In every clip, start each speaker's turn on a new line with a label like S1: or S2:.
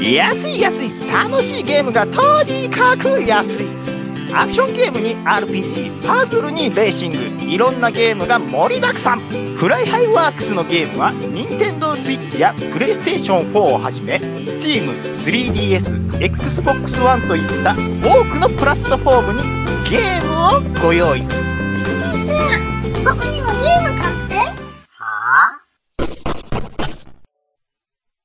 S1: 安い安い楽しいゲームがとにかく安いアクションゲームに RPG パズルにレーシングいろんなゲームが盛りだくさんフライハイワークスのゲームは NintendoSwitch や PlayStation4 をはじめ Steam3DSXbox One といった多くのプラットフォームにゲームをご用意
S2: じいちゃん僕にもゲーム買って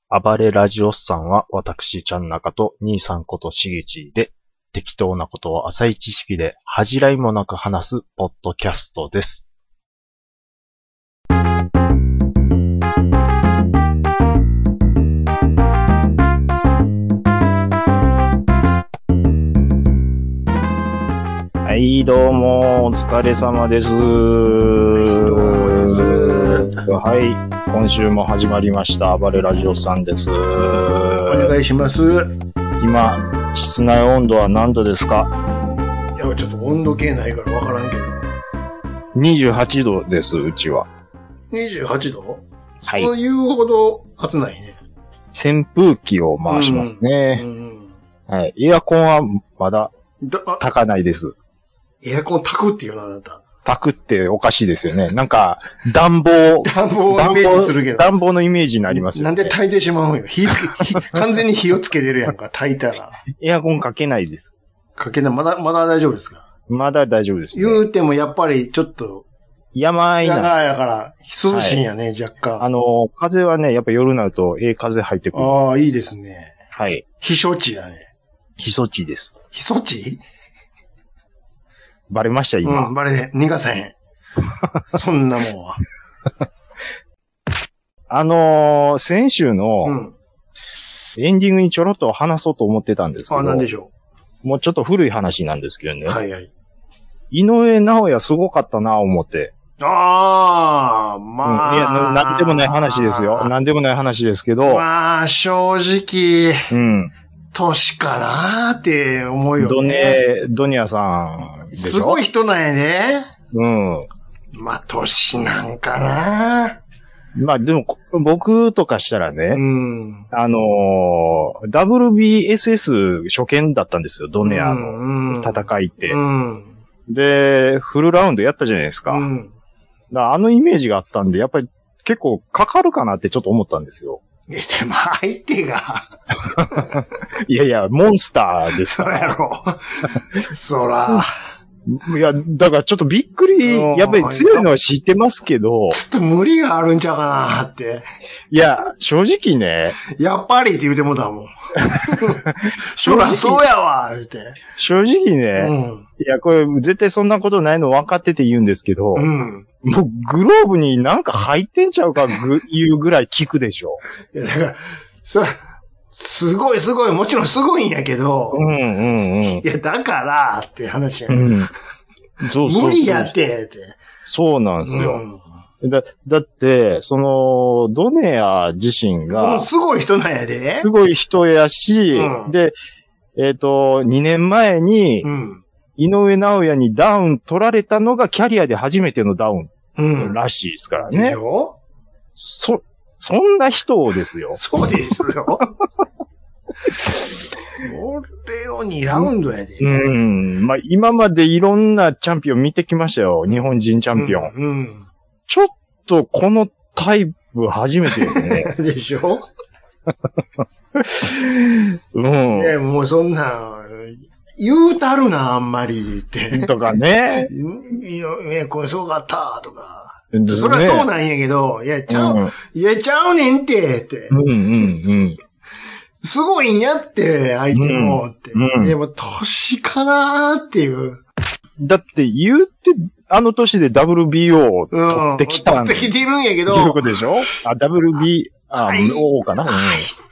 S3: は
S4: 暴れラジオスさんは私、ちゃんなかと兄さんことしげちで、適当なことを浅い知識で恥じらいもなく話すポッドキャストです。
S5: はい、どうも、お疲れ様です。はい、今週も始まりました、暴れラジオさんです。
S3: お願いします。い
S5: 今、室内温度は何度ですか
S3: や、ちょっと温度計ないからわからんけど。
S5: ?28 度です、うちは。
S3: 28度
S5: は
S3: そう
S5: い。
S3: 言うほど暑ないね。
S5: 扇風機を回します
S3: う
S5: ね。
S3: ん。
S5: はい。エアコンはまだ
S3: だあ
S5: 炊かないです。
S3: エアコン炊くっていうな、あなた。
S5: 炊くっておかしいですよね。なんか、暖 房、
S3: 暖房をイメージするけど。
S5: 暖房のイメージになりますよ
S3: なん
S5: ね。
S3: で炊いてしまうんよ。火 つけ、火完全に火をつけてるやんか、炊いたら。
S5: エアコンかけないです。
S3: かけな、まだ、まだ大丈夫ですか
S5: まだ大丈夫です、ね。
S3: 言うてもやっぱりちょっと、
S5: 山あいな
S3: 長
S5: ん
S3: い
S5: で
S3: だから、涼しいんやね、若
S5: あ
S3: 干。
S5: の、風はね、やっぱ夜になると、ええ風入ってくる。
S3: ああ、いいですね。
S5: はい。
S3: 避暑地だね。
S5: 避暑地です。
S3: 避暑地
S5: バレました、今。
S3: うん、バレへん。逃がさへん。 そんなもんは。
S5: あのー先週
S3: う
S5: の
S3: ん。
S5: エンディングにちょろっと話そうと思ってたんですけど、
S3: あ、なんでしょ
S5: もうちょっと古い話なんですけどね。
S3: う。はいはい。
S5: 井上直也すごかったな、思って。
S3: ああ、
S5: うん、い
S3: まあ。
S5: や、ななんでもない話ですよ。なんでもない話ですけど、
S3: まあ、正直、
S5: うん。
S3: 年かなーって思うよね。
S5: ドネ、ドニアさんでしょ
S3: すごい。人なんやね。
S5: うん。
S3: まあ、年なんかな
S5: まあ、でも、こ僕とかしたらね、
S3: うん。
S5: あのー WBSS 初見だったんですよ、ドネアの
S3: の
S5: 戦いって。
S3: うん。
S5: で、フルラウンドやったじゃないですか。だか
S3: うん。
S5: らあのイメージがあったんで、やっぱり結構かかるかなってちょっと思ったんですよ。
S3: え、でも相 手が、
S5: いやいや、モンスターです
S3: そ
S5: から
S3: や ろ。そら、
S5: いや、だからちょっとびっくり、
S3: うん
S5: やっぱり強いのは知ってますけど、
S3: ちょっと無理があるんちゃうかなーって。
S5: いや、正直ね、
S3: やっぱりって言うてもうた もん。そらそうやわ言うて。
S5: 正直
S3: う
S5: ね、
S3: ん。
S5: いや、これ絶対そんなことないの分かってて言うんですけど、
S3: うん。
S5: もうグローブになんか入ってんちゃうかぐ、 いうぐらい効くでしょ。
S3: いや、だから、そら、すごいすごい、もちろんすごいんやけど、
S5: うんうんうん。
S3: いや、だから、って話やん。
S5: うん。そうそうそう
S3: 無理やって、って。
S5: そうなんです
S3: う
S5: よ。
S3: ん。
S5: だ、だって、その、ドネア自身
S3: もう
S5: が、
S3: すごい人なんやで。
S5: すごい人やし、
S3: うん
S5: で、えっ、と、2年前に
S3: う、ん。
S5: 井上直也にダウン取られたのがキャリアで初めてのダウ
S3: うん
S5: ン。らしいですから
S3: で
S5: ね。
S3: しょ
S5: そ、そんな人をですよ。
S3: そうですよ。俺を2ラウンドやで。
S5: う。ん。まあ、今までいろんなチャンピオン見てきましたよ。日本人チャンピオン。
S3: うん。
S5: ちょっと、このタイプ初めてよね。
S3: うんでしょ
S5: うん。
S3: ねもうそんな、言うたるな、あんま りって。
S5: とかね。
S3: いや、いやこれすごかった、とか。
S5: そ
S3: そりゃそうなんやけど、いや、ちゃう、いや、ちゃうねんって、って。
S5: うんうん
S3: すごいんやって、相手も、って。
S5: うん
S3: でも、年かなーっていう。
S5: うん。だって言って、あの年で WBO を
S3: うん。
S5: 取ってきたん
S3: 取ってき
S5: て
S3: てるんやけ
S5: い
S3: ど、
S5: うこ
S3: 相
S5: とでしょあ、WB、あ、
S3: はい
S5: O かな、うん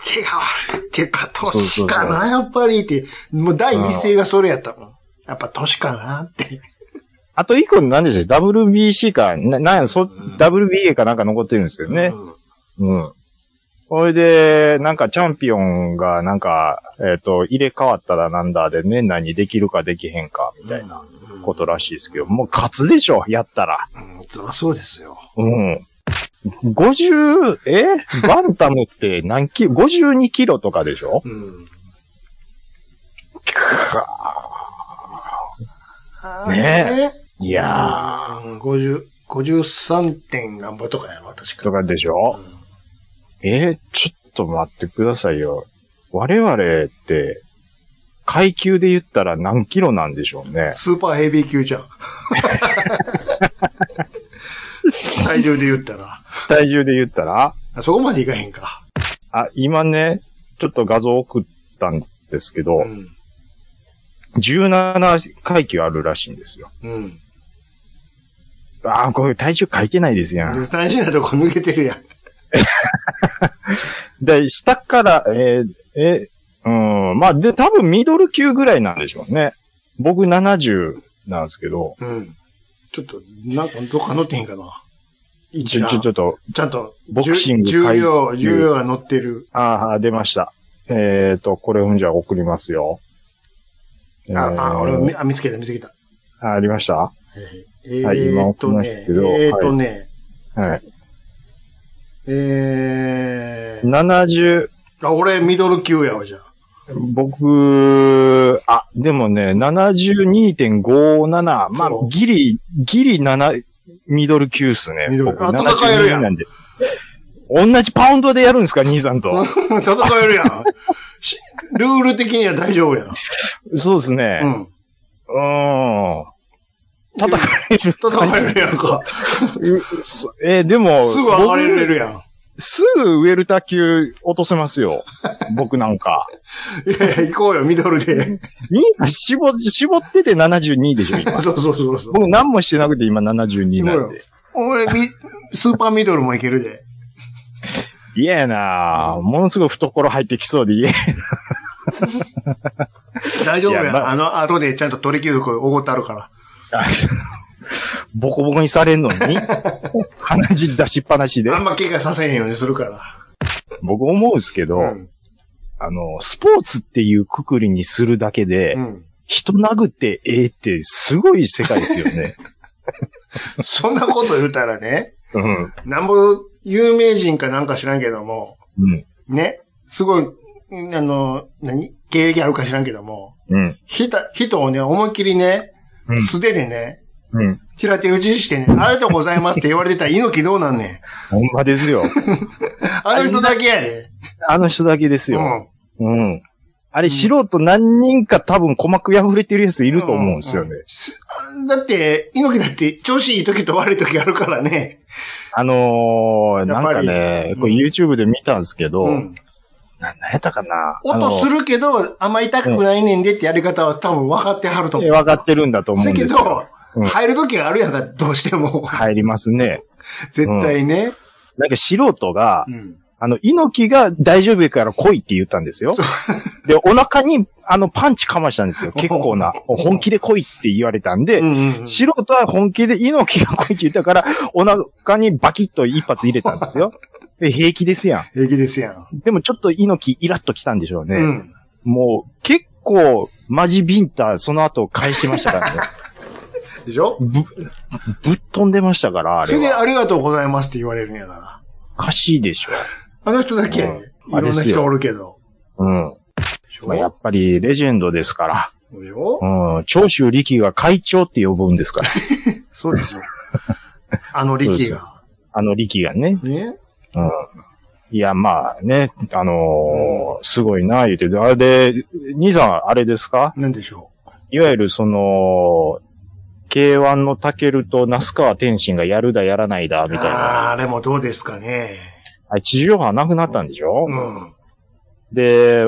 S3: 手が悪いっていうか、
S5: うそ
S3: 年
S5: う
S3: かな、やっぱりって。もう第一声がそれやったもん。やっぱ年かなって。
S5: あと一個何でした ?WBC か、な、なんや、そ、WBA かなんか残ってるんですよね。
S3: う
S5: う
S3: ん
S5: ん。それで、なんかチャンピオンが、なんか、えっ、と、入れ替わったらなんだで、年内にできるかできへんか、みたいな
S3: うん
S5: ことらしいですけど、もう勝つでしょ、やったら。
S3: うん、そりゃそうですよ。
S5: うん。 50、えバンタムって何キロ ?52 キロとかでしょ
S3: うん。
S5: ね い
S3: え
S5: や
S3: うん、50、53点何ぼとかやろ、確
S5: ー、
S3: か。
S5: とかでしょ
S3: うん
S5: えー、ちょっと待ってくださいよ。我々って、階級で言ったら何キロなんでしょうね。
S3: スーパーヘビー級 じゃん。体重で言ったら。
S5: 体重で言ったら
S3: あそこまでいかへんか。
S5: あ、今ね、ちょっと画像送ったんですけど、
S3: うん。
S5: 17階級あるらしいんですよ。
S3: うん。
S5: ああ、これ体重書いてないですやん。
S3: で大事なとこ抜けてるやん。
S5: で、下から、えーえーうん、まあ、で、多分ミドル級ぐらいなんでしょうね。僕70なんですけど、
S3: うん。ちょっと、なんかどっか乗ってへんかな。
S5: ち
S3: 一
S5: ょ、
S3: 覧
S5: ちょ、ちょっと、
S3: ちゃんと、
S5: ボクシング
S3: 重重量、
S5: 階級
S3: 重量が乗ってる。
S5: ああ、出ました。えっ、と、これ、じゃあ送りますよ。えー
S3: あ、あ、俺見、あ、見つけた、見つけた。
S5: あ、ありました
S3: えー
S5: はい今
S3: えーっと
S5: 送りま
S3: ね、
S5: した
S3: え
S5: けど
S3: ーっとね、
S5: はい。
S3: えー、
S5: 70、
S3: あ、俺ミドル級やわ、じゃあ。
S5: 僕、あ、でもね、72.57。まあ
S3: そ、う
S5: ギリ、ギリ7、ミドル級っすね。
S3: ミドル
S5: 僕
S3: あ戦えるやん
S5: 72なんで。同じパウンドでやるんですか、兄さんと。
S3: 戦えるやん。しルール的には大丈夫やん。
S5: そうです
S3: う
S5: ね。
S3: ん。
S5: うーん。戦える。
S3: 戦えるやんか。
S5: うそえーでも、
S3: すぐ上がれるやん。
S5: 僕すぐウェルター級落とせます よ。僕なんか。
S3: いやいや、行こうよ、ミドルで。
S5: 兄さん絞、絞ってて72でしょ、今。
S3: そうそうそうそう。
S5: 僕何もしてなくて今72なんで。
S3: 俺、みスーパーミドルもいけるで。
S5: 嫌やなぁ。ものすごい懐入ってきそうで嫌や。
S3: 大丈夫や
S5: いやまあ
S3: あの、後でちゃんと鳥貴族おごってあるから。
S5: ボコボコにされんの に鼻血出しっぱなしで
S3: あ。んま怪我させへんようにするから。
S5: 僕思うんですけど、
S3: うん。
S5: あの、スポーツっていうくくりにするだけで、
S3: うん。
S5: 人殴ってええってすごい世界ですよね。
S3: そんなこと 言うたらね、
S5: うん。
S3: なんぼ有名人かなんか知らんけども、
S5: うん。
S3: ね、すごい、んあの、何経歴あるか知らんけども、
S5: うん。
S3: ひた、人をね、思いっきりね、
S5: うん
S3: 素手でね、
S5: うん。
S3: ちら手打ちしてね、ありがとうございますって言われてたら猪木どうなんねん。
S5: ほんまですよ。
S3: あの人だけやで。
S5: あの人だけです
S3: う
S5: よ。
S3: ん。
S5: うん。あれ、素人何人か多分鼓膜破れてるやついると思うんですよね。
S3: うすあだって、猪木だって調子いい時と悪い時あるからね。
S5: あのー、
S3: や
S5: な
S3: っ
S5: ん
S3: ぱ
S5: か
S3: り
S5: ね、これ
S3: うん
S5: YouTube で見たんですけど、
S3: うん。
S5: な、なんやったかなあの
S3: 音するけど、あんま痛くないねんでってやり方は多分分かってはると思
S5: え
S3: う。
S5: 分かってるんだと思う
S3: せ
S5: ん
S3: け
S5: です
S3: ど
S5: よ。、うん
S3: 入る時があるやんか、どうしても。
S5: 入りますね。
S3: 絶対ね。
S5: なんか素人が、
S3: うん。
S5: あの、猪木が大丈夫やから来いって言ったんですよ。で、お腹に、あの、パンチかましたんですよ。結構な。本気で来いって言われたんで、
S3: うんうんうん
S5: 素人は本気で猪木が来いって言ったから、お腹にバキッと一発入れたんですよ。で平気ですや
S3: 平気ですやん。
S5: ん。でもちょっと猪木イラッと来たんでしょうね。
S3: うん。
S5: もう、結構、マジビンタ、その後返しましたから ね。
S3: でしょ
S5: ぶ、ぶっ飛んでましたから、あ
S3: それ
S5: れ
S3: で
S5: は。
S3: ありがとうございますって言われるんやから。
S5: おかしいでしょ。
S3: あの人だけやで、
S5: うん
S3: いろんな人おるけど。
S5: うん。
S3: でしょ
S5: まあ、やっぱりレジェンドですか
S3: でしょ
S5: ら。うん。長州力が会長って呼ぶんですから。
S3: そうで すよ。あの力が。
S5: あの力がね。
S3: ね。
S5: うん。いや、まあね、あのーすごいな、言うてて。あれで、兄さん、あれですか
S3: なんでしょ
S5: いわゆるその、K1 のタケルと那須川天心がやるだやらないだ、
S3: う。
S5: みたいな。
S3: あーあれもどうですかね。
S5: あれ地上波なくなったんでしょ、
S3: うん。
S5: で、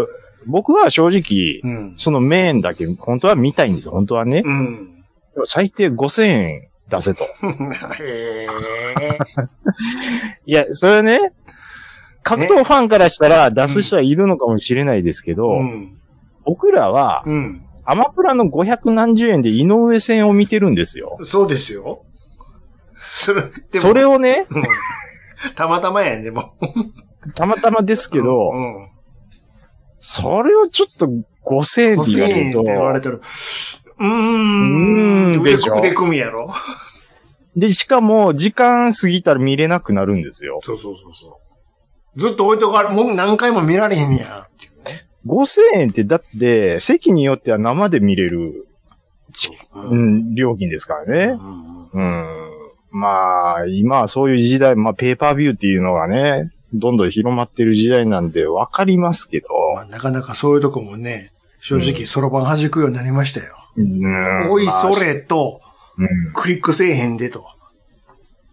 S5: 僕は正直、
S3: うん。
S5: そのメーンだけ、本当は見たいんですよ、本当はね。
S3: うん。
S5: でも最低5000円出せと。
S3: へ
S5: いや、それはね、格闘ファンからしたら出す人はいるのかもしれないですけど、
S3: ーうん。
S5: 僕らは、
S3: うん。
S5: アマプラの5何十円で井上戦を見てるんですよ。
S3: そうですよ。それ、でも
S5: それをね、
S3: うんたまたまやん、でも。
S5: たまたまですけど、
S3: うん。
S5: それをちょっと5000円
S3: 5000
S5: でやる
S3: 円って言われ
S5: と、
S3: てる。うー
S5: う
S3: ん。
S5: ーんでしょ
S3: 腕組みやろ。
S5: で、しかも、時間過ぎたら見れなくなるんですよ。
S3: そうそうそうそう。ずっと置いとかれ、もう何回も見られへんねや。
S5: 5000円って、だって、席によっては生で見れる、
S3: う。
S5: うんん、料金ですからね。
S3: うん
S5: うん。まあ、今はそういう時代、まあ、ペーパービューっていうのがね、どんどん広まってる時代なんで、わかりますけど。
S3: まあなかなかそういうとこもね、正直、そろばん弾くようになりましたよ。
S5: うん
S3: おい、
S5: まあ
S3: それと、
S5: うん
S3: クリックせえへんでと、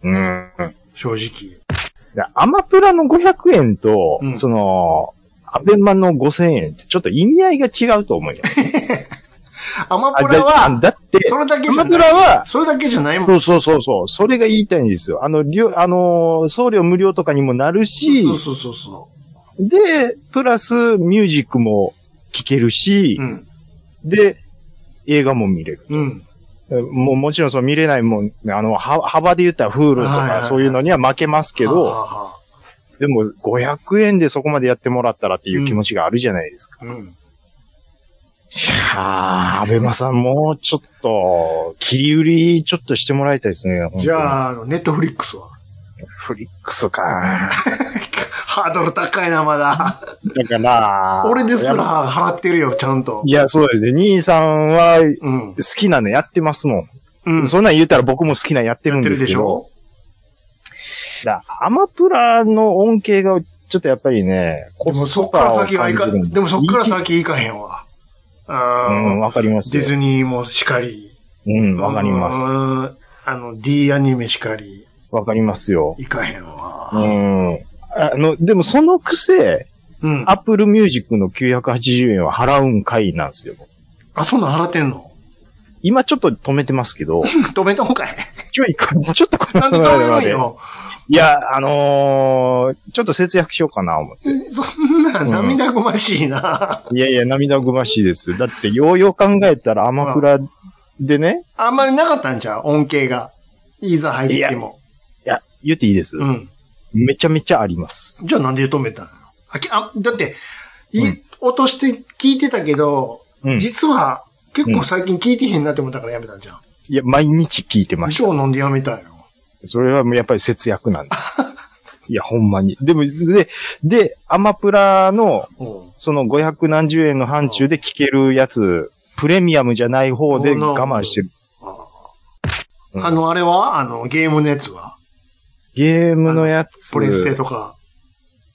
S5: うん。
S3: 正直。
S5: でアマプラの500円と、
S3: うん
S5: その、アベマの5000円ってちょっと意味合いが違うと思う よ。
S3: アマ
S5: あ
S3: プラ
S5: だ
S3: は、
S5: だって、
S3: それだけじ
S5: ア
S3: ゃ
S5: マプ
S3: ない。
S5: ラは、
S3: それだけじゃないもん。
S5: そうそうそうそう、それが言いたいんですよ。あの、りょあのー送料無料とかにもなるし、
S3: そうそうそうそ
S5: で、プラスミュージックも聴けるし
S3: う。う、ん。
S5: で、映画も見れる。
S3: うん。
S5: もうもちろんそう見れないもん、あの、は幅で言ったらフールと
S3: はいはいは
S5: か
S3: い
S5: そういうのには負けますけ
S3: はあ
S5: ど、
S3: はあ
S5: でも500円でそこまでやってもらったらっていう気持ちがあるじゃないですか。
S3: うん。
S5: いやー、アベマさん、もうちょっと、切り売りちょっとしてもらいたいですね。
S3: じ
S5: あ、
S3: ゃああの、ネットフリックスは。
S5: フリックス か。
S3: ハードル高いな、まだ。
S5: だから、
S3: 俺ですら払ってるよ、ちゃんと
S5: い。や、そうですね。兄さんは、好
S3: うん。
S5: きなのやってますもん。
S3: うん。
S5: そんなん言うたら僕も好きなのやってる
S3: や
S5: ん
S3: って
S5: で
S3: る
S5: す
S3: で
S5: け
S3: し
S5: ど。
S3: ょ
S5: だアマプラの恩恵が、ちょっとやっぱりね、
S3: で
S5: コ
S3: も
S5: ス
S3: そっ
S5: ト
S3: から
S5: パを
S3: 先はいか
S5: 感じるん
S3: ん、でもそっから
S5: い
S3: 先いかへんわ。
S5: いう
S3: うん
S5: ん、。わかります
S3: ディ
S5: よ。
S3: ズニーもしかり。
S5: うん、わかります。
S3: す。あの、D アニメしかり、
S5: わかりますよ。
S3: いかへん
S5: う
S3: わ。
S5: ん。あの、でもそのくせ、
S3: うん。
S5: アップルミュージックの980円は払うんかいなんですよ。
S3: あ、そんなん払ってんの
S5: 今ちょっと止めてますけど、
S3: 止めたんかい
S5: ちょいか、ちょっとこ の
S3: なんで止めるんよ。
S5: いや、あのーちょっと節約しようかな、思って。
S3: そんな涙ぐましいな。
S5: いやいや、涙ぐましいです。だって、ようよう考えたらアマプラでね、
S3: あんまりなかったんじゃう恩恵が。いざ入っても。
S5: いや、言っていいです。
S3: うん。
S5: めちゃめちゃあります。
S3: じゃあなんで止めたんよあきあ、だって、い、
S5: うん
S3: 落として聞いてたけど、
S5: うん。い
S3: 実は結構最近聞いてへんなって思ったからやめたんじゃん。
S5: や、毎日聞いてまし
S3: 超飲んでやめたんよ。
S5: た。それはもうやっぱり節約なんです。 いや、ほんまに。でも、で、で、アマプラの、
S3: うん。
S5: その500何十円の範疇で聞けるやつ、プレミアムじゃない方で我慢してる。
S3: あ
S5: うん
S3: あの、あれはあの、ゲームのやつは
S5: ゲームのやつ。
S3: プレステとか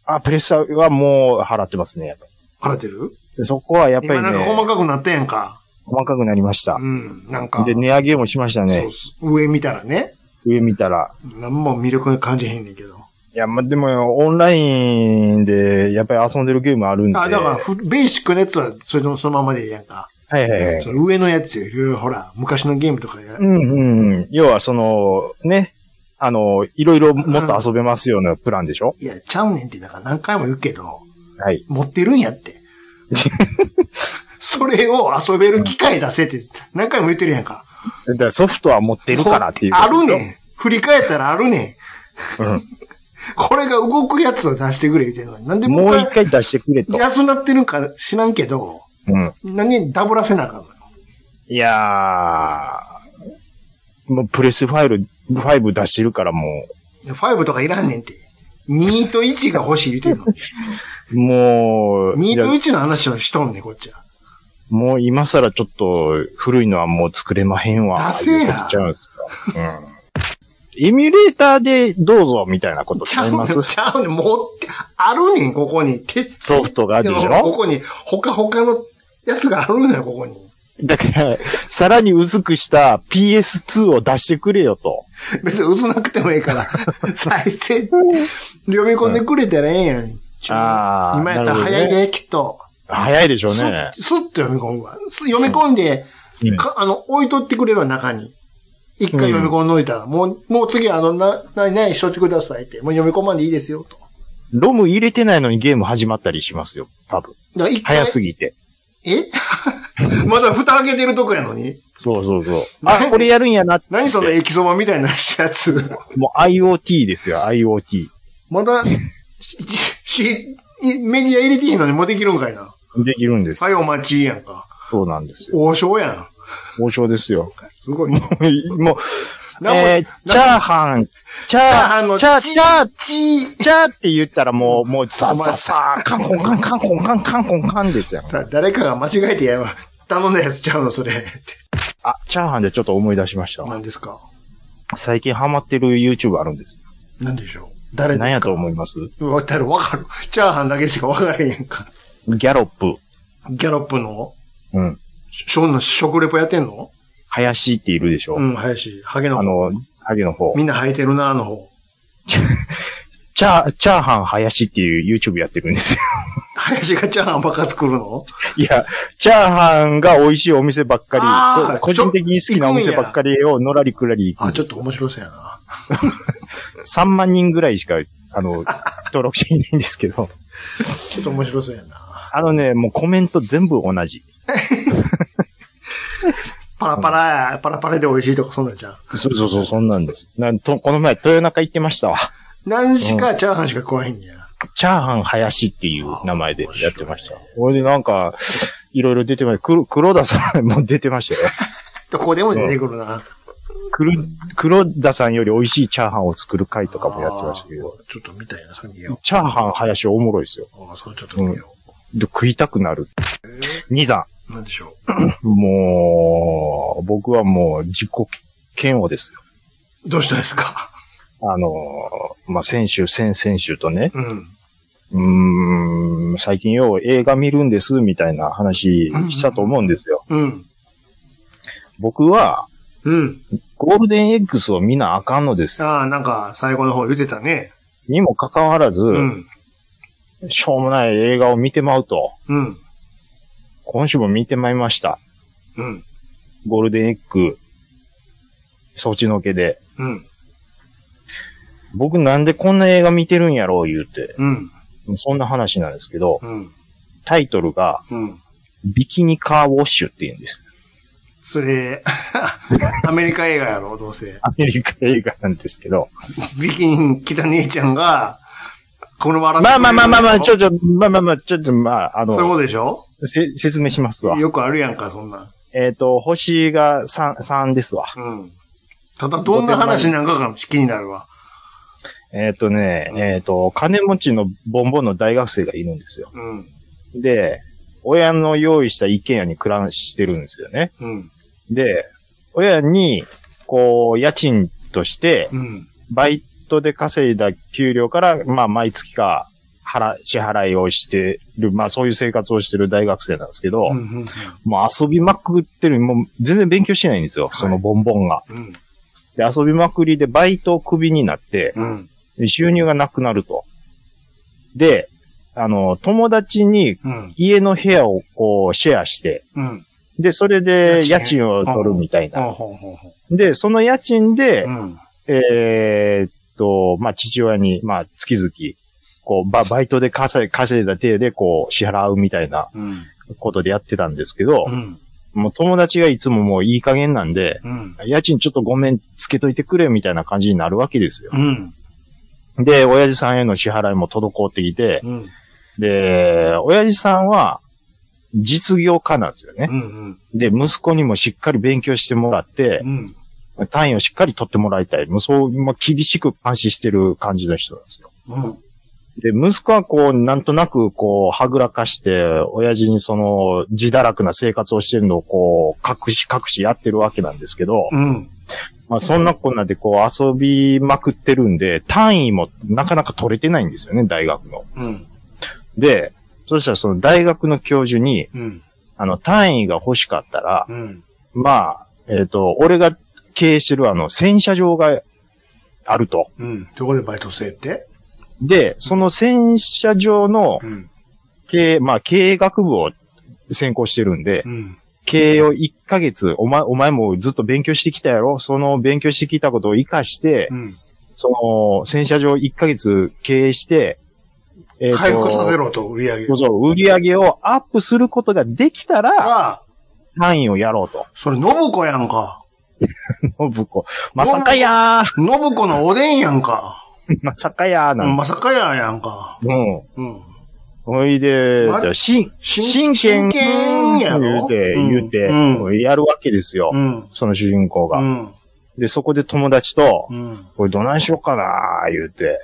S5: あ、プレステはもう払ってますね。やっぱ
S3: 払ってる
S5: りそこはやっぱり
S3: 今なんか
S5: ね、
S3: 細かくなったやんか。
S5: 細かくなりました
S3: う。ん。なんか、
S5: で、値上げもしました
S3: そ
S5: ね
S3: う。そう上見たらね、
S5: 上見たら。
S3: なんも魅力感じへんねんけど。
S5: いや、ま、でも、オンラインで、やっぱり遊んでるゲームあるんで。
S3: あ、だから、ふベーシックのやつは、それでもそのままでいいやんか。
S5: はいはいはい
S3: そ。の上のやつよ、いろいろほら、昔のゲームとかや、
S5: うんうんうん。要は、その、ね、あの、いろいろもっと遊べますようなプランでしょ
S3: いや、ちゃうねんって、だから何回も言うけど、
S5: はい。
S3: 持ってるんやって。それを遊べる機会出せって、何回も言ってるやんか。
S5: だからソフトは持ってるからっていう。
S3: ある ねん。振り返ったらあるねん。
S5: うん
S3: これが動くやつを出してくれ、言ってるのに。なんで
S5: も
S3: も
S5: う
S3: う
S5: 一
S3: 一
S5: 回出してくれと
S3: 回、。安なってるんか知らんけど、
S5: うん。
S3: 何ダブらせなあかんのよ。
S5: いやー、もうプレスファイル、ファイブ出してるからも
S3: 5とかいらんねんて。2と1が欲しい言 うてんの。
S5: う、もう、い
S3: 2
S5: や
S3: と1の話をしとんねん、こっちは。
S5: もう今更ちょっと古いのはもう作れまへんわ。
S3: 出せや
S5: 言っちゃうんですか。うん。エミュレーターでどうぞみたいなこと
S3: ち
S5: ち
S3: ゃ
S5: ゃいう
S3: ね
S5: ます
S3: ん、ちゃうねん、持って、あるねん、こ こに。て
S5: ソフトがあるでし
S3: こ
S5: ょ
S3: こに、ほかほかのやつがあるんだよ、ここに。
S5: だから、さらに薄くした PS2 を出してくれよと。
S3: 別に薄なくてもいい から、再生、読み込んでくれたらええやん。
S5: あー
S3: 今やったら早い
S5: な
S3: で、きっと。
S5: 早いでしょう
S3: す
S5: ね。
S3: すっと読み込むわ。す読み込んで、
S5: うん
S3: かあの、置いとってくれるわ、中に。一回読み込んどいたら、もう、もう次あの、な、な、なにしとってくださいって。もう読み込まんでいいですよ、と。
S5: ロム入れてないのにゲーム始まったりしますよ。多分。
S3: だから一回。
S5: 早すぎて。
S3: え まだ蓋開けてるとこやのに
S5: そうそう そう。あ、これやるんやなって。
S3: 何その駅そばみたいなやつ。
S5: もう IoT ですよ、IoT。
S3: まだ、し、し、いメディア入れていいのにもうできるんかいな。
S5: できるんです。
S3: はい、お待ちやんか。
S5: そうなんですよ。
S3: 王将やん。
S5: 王将ですよ。
S3: すごいな。
S5: もう、
S3: なんも
S5: えーチャーハン、チャ
S3: チャーハン
S5: ー、
S3: の
S5: チャー、チャー、
S3: チー
S5: チャーって言ったらもう、もう、さささ、カンコンカンカンコンカンカンコンカンですよ。
S3: さ、誰かが間違えてやば、頼んだやつちゃうの、それ。って
S5: あ、チャーハンでちょっと思い出しましたわ。
S3: 何ですか
S5: 最近ハマってる YouTube あるんです。
S3: 何でしょう誰ですか
S5: 何やと思います
S3: わかる、わかる。チャーハンだけしかわからへんやんか。
S5: ギャロップ。
S3: ギャロップの、
S5: うん。
S3: ショーンの食レポやってんの
S5: 林っているでしょ、
S3: うん、林。ハゲの
S5: あ
S3: 方。
S5: の、ハゲの方。
S3: みんな生えてるな、あの方。
S5: チャー、チャーハン林っていう YouTube やってるんですよ。
S3: 林がチャーハンばっか作るの
S5: いや、チャーハンが美味しいお店ばっか
S3: あ
S5: り、
S3: ー
S5: 個人的に好きなお店ばっかりをのらりくらり行く
S3: あ、
S5: んで
S3: ち
S5: す
S3: ょっと面白そうやな。
S5: 3万人ぐらいしか、あ の、登録していないんですけど、
S3: ちょっと面白そうやな。
S5: あのね、もうコメント全部同じ。
S3: パラパラや、パラパラで美味しいとかそんなんじゃん。
S5: そうそうそう、そんなんです。なんとこの前、豊中行ってましたわ。
S3: 何しかチャーハンしか食わへんねや。
S5: チャーハン林っていう名前でやってました。 これでなんか、いろいろ出てました。黒黒田さんも出てました よ。
S3: どこでも出てくるな。
S5: 黒黒田さんより美味しいチャーハンを作る会とかもやってましたけど。
S3: あーちょっと見たいな、それ見よ
S5: チャーハン林おもろいですよ。
S3: う。あーそれちょっと見よ
S5: で食いたくなる。二段。
S3: う。なんでしょ
S5: もう、僕はもう自己嫌悪ですよ。
S3: う。どうしたんですか
S5: あのー、まあ、先週、先々週とね、
S3: うん。
S5: うーん、最近よう映画見るんです、みたいな話したと思うんですよ。
S3: うん。
S5: 僕は、
S3: うん。
S5: ゴールデン X を見なあかんのですよ。
S3: ああ、なんか、最後の方言ってたね。
S5: にもかかわらず、
S3: うん。
S5: しょうもない映画を見てまうと、
S3: うん。
S5: 今週も見てまいりました。
S3: うん。
S5: ゴールデンエッグ、そっちのけで。
S3: うん。
S5: 僕なんでこんな映画見てるんやろう言うて。
S3: うん。
S5: そんな話なんですけど、
S3: うん。
S5: タイトルが、
S3: うん。
S5: ビキニカーウォッシュって言うんです。
S3: それ、 アメリカ映画やろ、どうせ。
S5: アメリカ映画なんですけど。
S3: ビキニ着た姉ちゃんが、この笑ってくれ
S5: まあ
S3: る
S5: まあまあまあまあ、ちょ
S3: っ
S5: ちょ、まあまあまあ、ちょっと、まあ、あ
S3: そういうこ
S5: の、
S3: とでしょ
S5: せ説明しますわ。
S3: よくあるやんか、そんなん。
S5: えっ、と、星が3、3ですわ。
S3: うん。ただ、どんな話なんかが気になるわ。
S5: えっ、とね、
S3: うん
S5: えっ、と、金持ちのボンボンの大学生がいるんですよ。
S3: うん。
S5: で、親の用意した一軒家に暮らしてるんですよね。
S3: うん。
S5: で、親に、こう、家賃として、
S3: うん。
S5: バイトで稼いだ給料から、まあ、毎月か、払、支払いをしてる、まあ、そういう生活をしてる大学生なんですけど、
S3: うん。うん。
S5: もう遊びまくってる、もう全然勉強してないんですよ、
S3: はい
S5: そのボンボンが。
S3: うん。
S5: で、遊びまくりでバイトをクビになって、
S3: うん。
S5: 収入がなくなると。で、あの、友達に
S3: うん。
S5: 家の部屋をこう、シェアして、
S3: うん。
S5: で、それで
S3: 家
S5: 家
S3: 賃
S5: 賃を取るみたいな。
S3: ほうほうほうほ
S5: で、その家賃で、
S3: う。うん。
S5: えーっと、まあ、父親に、まあ、月々、こう、ババイトで稼い稼いだ手で、こう、支払うみたいな
S3: うん。
S5: ことでやってたんですけど、
S3: うん。
S5: もう友達がいつももういい加減なんで、
S3: うん。
S5: 家賃ちょっとごめん、つけといてくれ、みたいな感じになるわけですよ。
S3: うん。
S5: で、親父さんへの支払いも滞ってきて、
S3: うん。
S5: で、親父さんは、実業家なんですよね
S3: う。ん。
S5: で、息子にもしっかり勉強してもらって
S3: う、ん。
S5: 単位をしっかり取ってもらいたい。もうそう、まあ、厳しく監視してる感じの人なんですよ。
S3: うん。
S5: で、息子はこう、なんとなくこう、はぐらかして、親父にその、自堕落な生活をしてるのをこう、隠し隠しやってるわけなんですけど、
S3: うん。
S5: まあそんなこんなでこう、遊びまくってるんで、単位もなかなか取れてないんですよね、大学の。
S3: うん。
S5: で、そしたらその大学の教授に、
S3: うん。
S5: あの、単位が欲しかったら、
S3: うん。
S5: まあ、えっ、と、俺が経営してるあの、洗車場があると。
S3: うん。どこでバイトせえって
S5: で、その洗車場の
S3: うん。
S5: 経営、まあ、経営学部を専攻してるんで
S3: う、ん。
S5: 経営を1ヶ月、お前、お前もずっと勉強してきたやろその勉強してきたことを活かして
S3: う、ん。
S5: その、洗車場1ヶ月経営して、えーと
S3: 回復させろと、売り上げ
S5: そう。そう、売り上げをアップすることができたら、
S3: ああ、
S5: 単位をやろうと。
S3: それ、信子やんか。
S5: 信子。まさかやー
S3: 信子のおでんやんか。
S5: まさかやー
S3: う、
S5: なんん
S3: まさかややんか。
S5: うん。
S3: うん。
S5: ほいで、
S3: ま
S5: し真剣
S3: 真真剣
S5: 言
S3: や
S5: う
S3: ろ
S5: て、
S3: うん
S5: 言うて、
S3: うん
S5: やるわけですよ。
S3: うん。
S5: その主人公
S3: う
S5: が。
S3: ん。
S5: で、そこで友達と、
S3: うん。
S5: これどないしよっかなー言うて、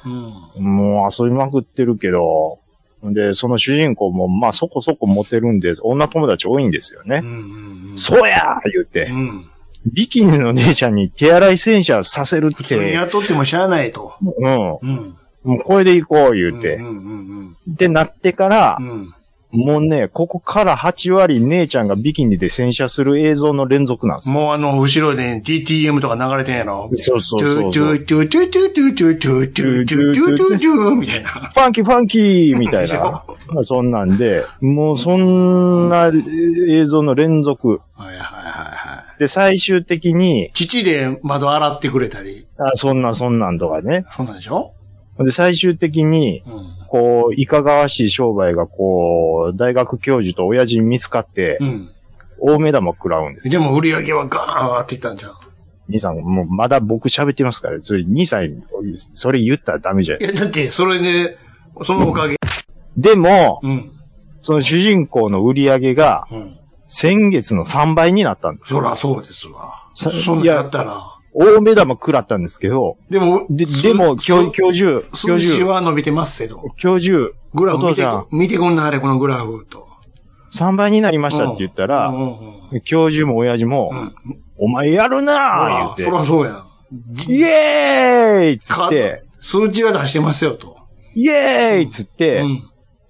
S3: うん。
S5: もう遊びまくってるけど、で、その主人公も、まあそこそこモテるんで、女友達多いんですよ
S3: う
S5: ね。
S3: ん。
S5: そうやー言うて
S3: う、ん。
S5: ビキニの姉ちゃんに手洗い洗車させるっ
S3: 普通に
S5: て、
S3: 雇ってもしゃあないと。
S5: うん、も
S3: うん。
S5: うこれで行こう言う
S3: う
S5: て、
S3: んうん
S5: でなってから
S3: うんう、ん。
S5: もうね、ここから8割姉ちゃんがビキニで洗車する映像の連続なんですよ。
S3: もうあの、後ろで DTM とか流れてんやろ。
S5: そうそ
S3: ト
S5: うそ
S3: ゥ
S5: う
S3: ト
S5: そう。
S3: ゥトゥトゥトゥトゥトゥトゥトゥトゥトゥトゥトゥみたいな。
S5: ファンキーファンキーみたい な。そんなんで、もうそんな映像の連続。
S3: はいはいはいはい。
S5: で、最終的に、
S3: 父で窓洗ってくれたり、
S5: あそんなそんなんとかね。
S3: そうなんでしょ
S5: で、最終的に、
S3: うん。
S5: こう、いかがわしい商売が、こう、大学教授と親父に見つかって、
S3: うん。
S5: 大目玉食らうんです。
S3: でも売り上げはガーン上がっていったんじゃん。
S5: 兄さん、もうまだ僕喋ってますから、それ兄さん、それ言ったらダメじゃん
S3: い。や、だって、それで、そのおかげ。
S5: でも、
S3: うん。
S5: その主人公の売り上げが、
S3: うん。
S5: 先月の3倍になったんです。
S3: そらそうですわ。
S5: そ
S3: そ、そんなん
S5: いや
S3: やったら。
S5: 大目玉食らったんですけど、
S3: でも、
S5: で、
S3: 数
S5: でも、教、
S3: 数
S5: 教授、教
S3: 数字
S5: 授、
S3: は伸びてますけど。
S5: 教授、
S3: グラフ見て
S5: お父、
S3: 見てこんなあれ、このグラフと。
S5: 3倍になりましたって言った
S3: う
S5: ら、
S3: んうん
S5: 教授も親父も、
S3: うん。うん。
S5: お前やるな
S3: あ
S5: ー
S3: そ
S5: 言う
S3: らそうやん。
S5: て、イエーイっつ
S3: か
S5: って、
S3: 数字は出してますよと。
S5: イエーイっつっ
S3: う
S5: て、
S3: ん。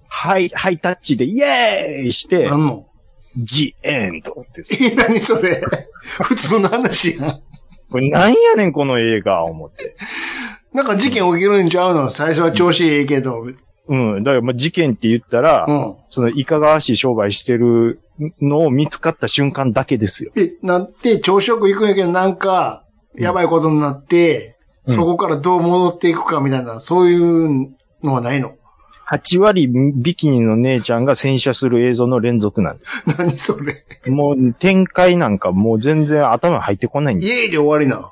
S5: ハイ、ハイタッチでイエーイして、
S3: なんの
S5: ジエンドってさ。
S3: え、何それ 普通の話やん。
S5: これなんやねん、この映画、思って。
S3: なんか事件起きるんちゃうの最初は調子いいけど。うん。
S5: うん。だから、まあ、事件って言ったら、その、いかがわしい商売してるのを見つかった瞬間だけですよ。
S3: え、なんて、調子よく行くんやけど、なんか、やばいことになって、
S5: うん
S3: そこからどう戻っていくかみたいな、そういうのはないの
S5: 8割ビキニの姉ちゃんが洗車する映像の連続なんです。
S3: 何それ。
S5: もう展開なんかもう全然頭入ってこないんで
S3: イエーイで終わりな。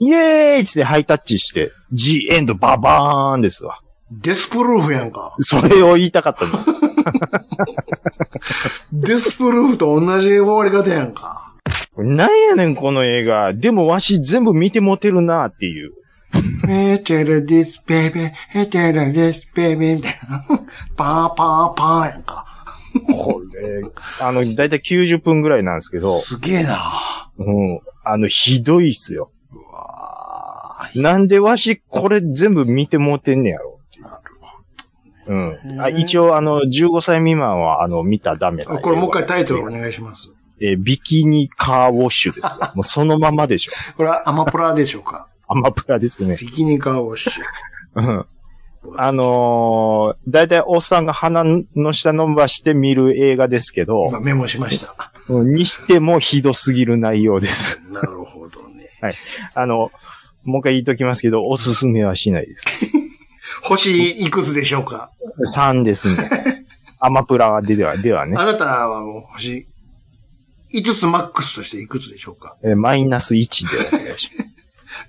S5: イエーイっつってハイタッチして、G エンドババーンですわ。
S3: デスプルーフやんか。
S5: それを言いたかったんです。
S3: デスプルーフと同じ終わり方やんか。
S5: なんやねんこの映画。でもわし全部見てモテるなっていう。
S3: ヘテレディスベベ、ヘテレディスベベみたいな。 パーパーパーやんか。
S5: これ、あの、だいたい90分ぐらいなんですけど、
S3: すげえな。
S5: うん。あの、ひどいっすよ。
S3: あ
S5: なんでわしこれ全部見てもうてんねやろっていう。うん。あ
S3: へー
S5: 一応、あの、15歳未満は、あの、見たらダメな
S3: ーこれもう一回タイトルお願いします。
S5: えービキニカーウォッシュですよ。 もうそのままでしょ。
S3: これはアマプラでしょうか
S5: アマプラです ね。
S3: ビキニカーウォッシュ。
S5: うん。あのー、だいたいおっさんが鼻の下伸ばして見る映画ですけど
S3: 今、メモしました。
S5: うんにしてもひどすぎる内容です。
S3: なるほどね。
S5: あの、もう一回言いときますけど、おすすめはしない です。
S3: 星いくつでしょうか
S5: 3です ね。アマプラでは、ではね
S3: あ、なたはもう星5つマックスとしていくつでしょうか
S5: えーマイナス1でお願いしま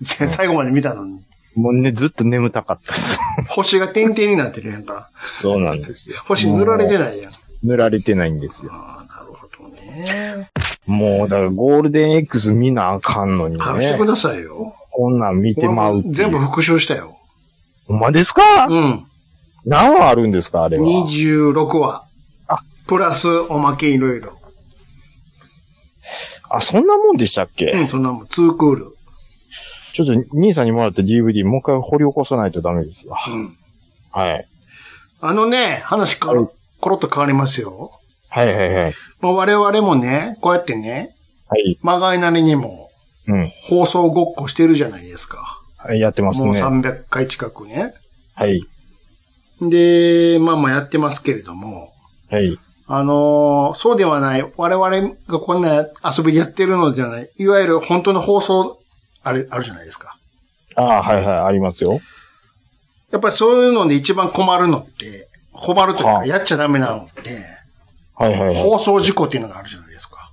S5: す。
S3: ぜ最後まで見たのに。
S5: もうね、ずっと眠たかったです。
S3: 星が点々になってるやんか。
S5: そうなんですよ。
S3: 星塗られて
S5: い。
S3: ないやん。
S5: 塗られてないんですよ。
S3: ああ、なるほどね。
S5: もう、だからゴールデン X 見なあかんのに
S3: 話して
S5: ね
S3: く。ださいよ。
S5: こんなん見てまうっていう
S3: 全部。復習したよ。
S5: ほんまですか、
S3: うん。
S5: 何話あるんですかあれは。
S3: 26話
S5: あ。
S3: プラスおまけいろいろ。
S5: あ、そんなもんでしたっけ、
S3: うん、そんなもん、ツークール。
S5: ちょっと兄さんにもらった DVD もう一回掘り起こさないとダメですわ。
S3: うん。
S5: はい。
S3: あのね、話か、
S5: はい
S3: コロッと変わりますよ。
S5: はいはいはい。
S3: まあ、我々もね、こうやってね、
S5: はい。
S3: まがいなりにも
S5: うん
S3: 放送ごっこしてるじゃないですか。
S5: はい。やってます
S3: もう
S5: ね。
S3: 300回近くね。
S5: はい。
S3: で、まあまあやってますけれども、
S5: はい。
S3: あのーそうではない、我々がこんな遊びでやってるのじゃない、いわゆる本当の放送、あれ、あるじゃないですか。
S5: ああ、はいはい。ありますよ。
S3: やっぱりそういうので一番困るのって、困るという
S5: は
S3: か、
S5: あ
S3: やっちゃダメなのって、
S5: はいはいはい。
S3: 放送事故っていうのがあるじゃないですか。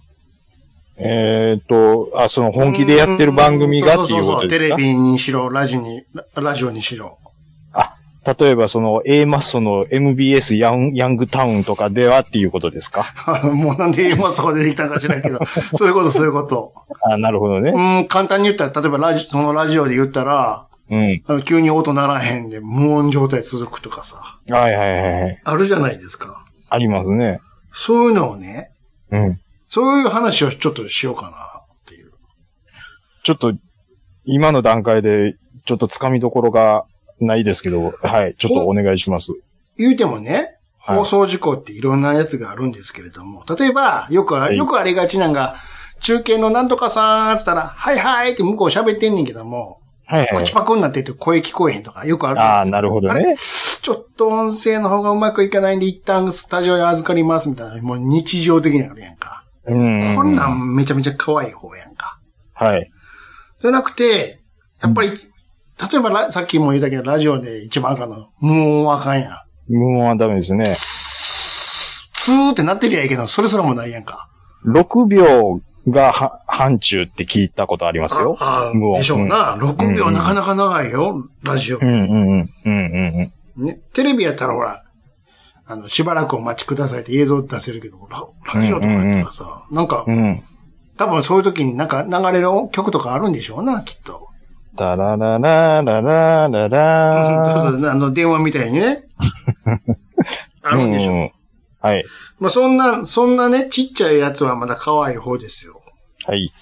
S5: えーっと、あ、その本気でやってる番組がっていう
S3: そ
S5: こと
S3: そそそ
S5: です
S3: テレ
S5: か
S3: ビにしろ、ラジに、ララジオにしろ。
S5: あ、例えばその A マッソの MBS ヤンヤングタウンとかではっていうことですか
S3: もうなんで今そこ出てきたのか知らんけど、 そういうこと、そういうこと。
S5: あなるほど
S3: う
S5: ね。
S3: ん、簡単に言ったら、例えばラジ、そのラジオで言ったら、
S5: うん。
S3: あの急に音ならへんで無音状態続くとかさ、
S5: はいはいはいはい。
S3: あるじゃないですか。
S5: ありますね。
S3: そういうのをね、
S5: うん。
S3: そういう話をちょっとしようかなっていう。
S5: ちょっと、今の段階で、ちょっと掴みどころがないですけど、はい、ちょっとお願いします。
S3: 言うてもね、
S5: はい
S3: 放送事故っていろんなやつがあるんですけれども、例えば、よくあ、
S5: はい
S3: よくありがちなんが、中継のなんとかさーんってったら、はいはいって向こう喋ってんねんけども、
S5: はいはい。
S3: 口パクになってて声聞こえへんとか、よくある
S5: ああ、なるほど
S3: あ
S5: ね。
S3: ちょっと音声の方がうまくいかないんで、一旦スタジオに預かりますみたいな、もう日常的にあるやんか。
S5: うん。
S3: こんなんめちゃめちゃ可愛い方やんか。
S5: はい。
S3: じゃなくて、やっぱり、例えばラさっきも言ったけど、ラジオで一番あかんの、無音はあかんやん。
S5: 無音はダメですね。
S3: ツーってなってりゃいいけど、それすらもないやんか。
S5: 6秒がは範疇って聞いたことありますよ。
S3: ああ
S5: 無音
S3: でしょうな。6秒
S5: うん
S3: なかなか長いよ、ラジオ
S5: う。んうんうん。うんうんうん。
S3: ね。テレビやったらほら、あの、しばらくお待ちくださいって映像出せるけど、ララジオとかやったらさ、なんか、
S5: うん。
S3: 多分そういう時になんか流れる曲とかあるんでしょうな、きっと。
S5: だらららららら
S3: そう
S5: ら
S3: そう、あの、電話みたいに ね。あるんでしょう。
S5: うはい。
S3: まあ、そんな、そんなね、ちっちゃいやつはまだ可愛い方ですよ。
S5: はい。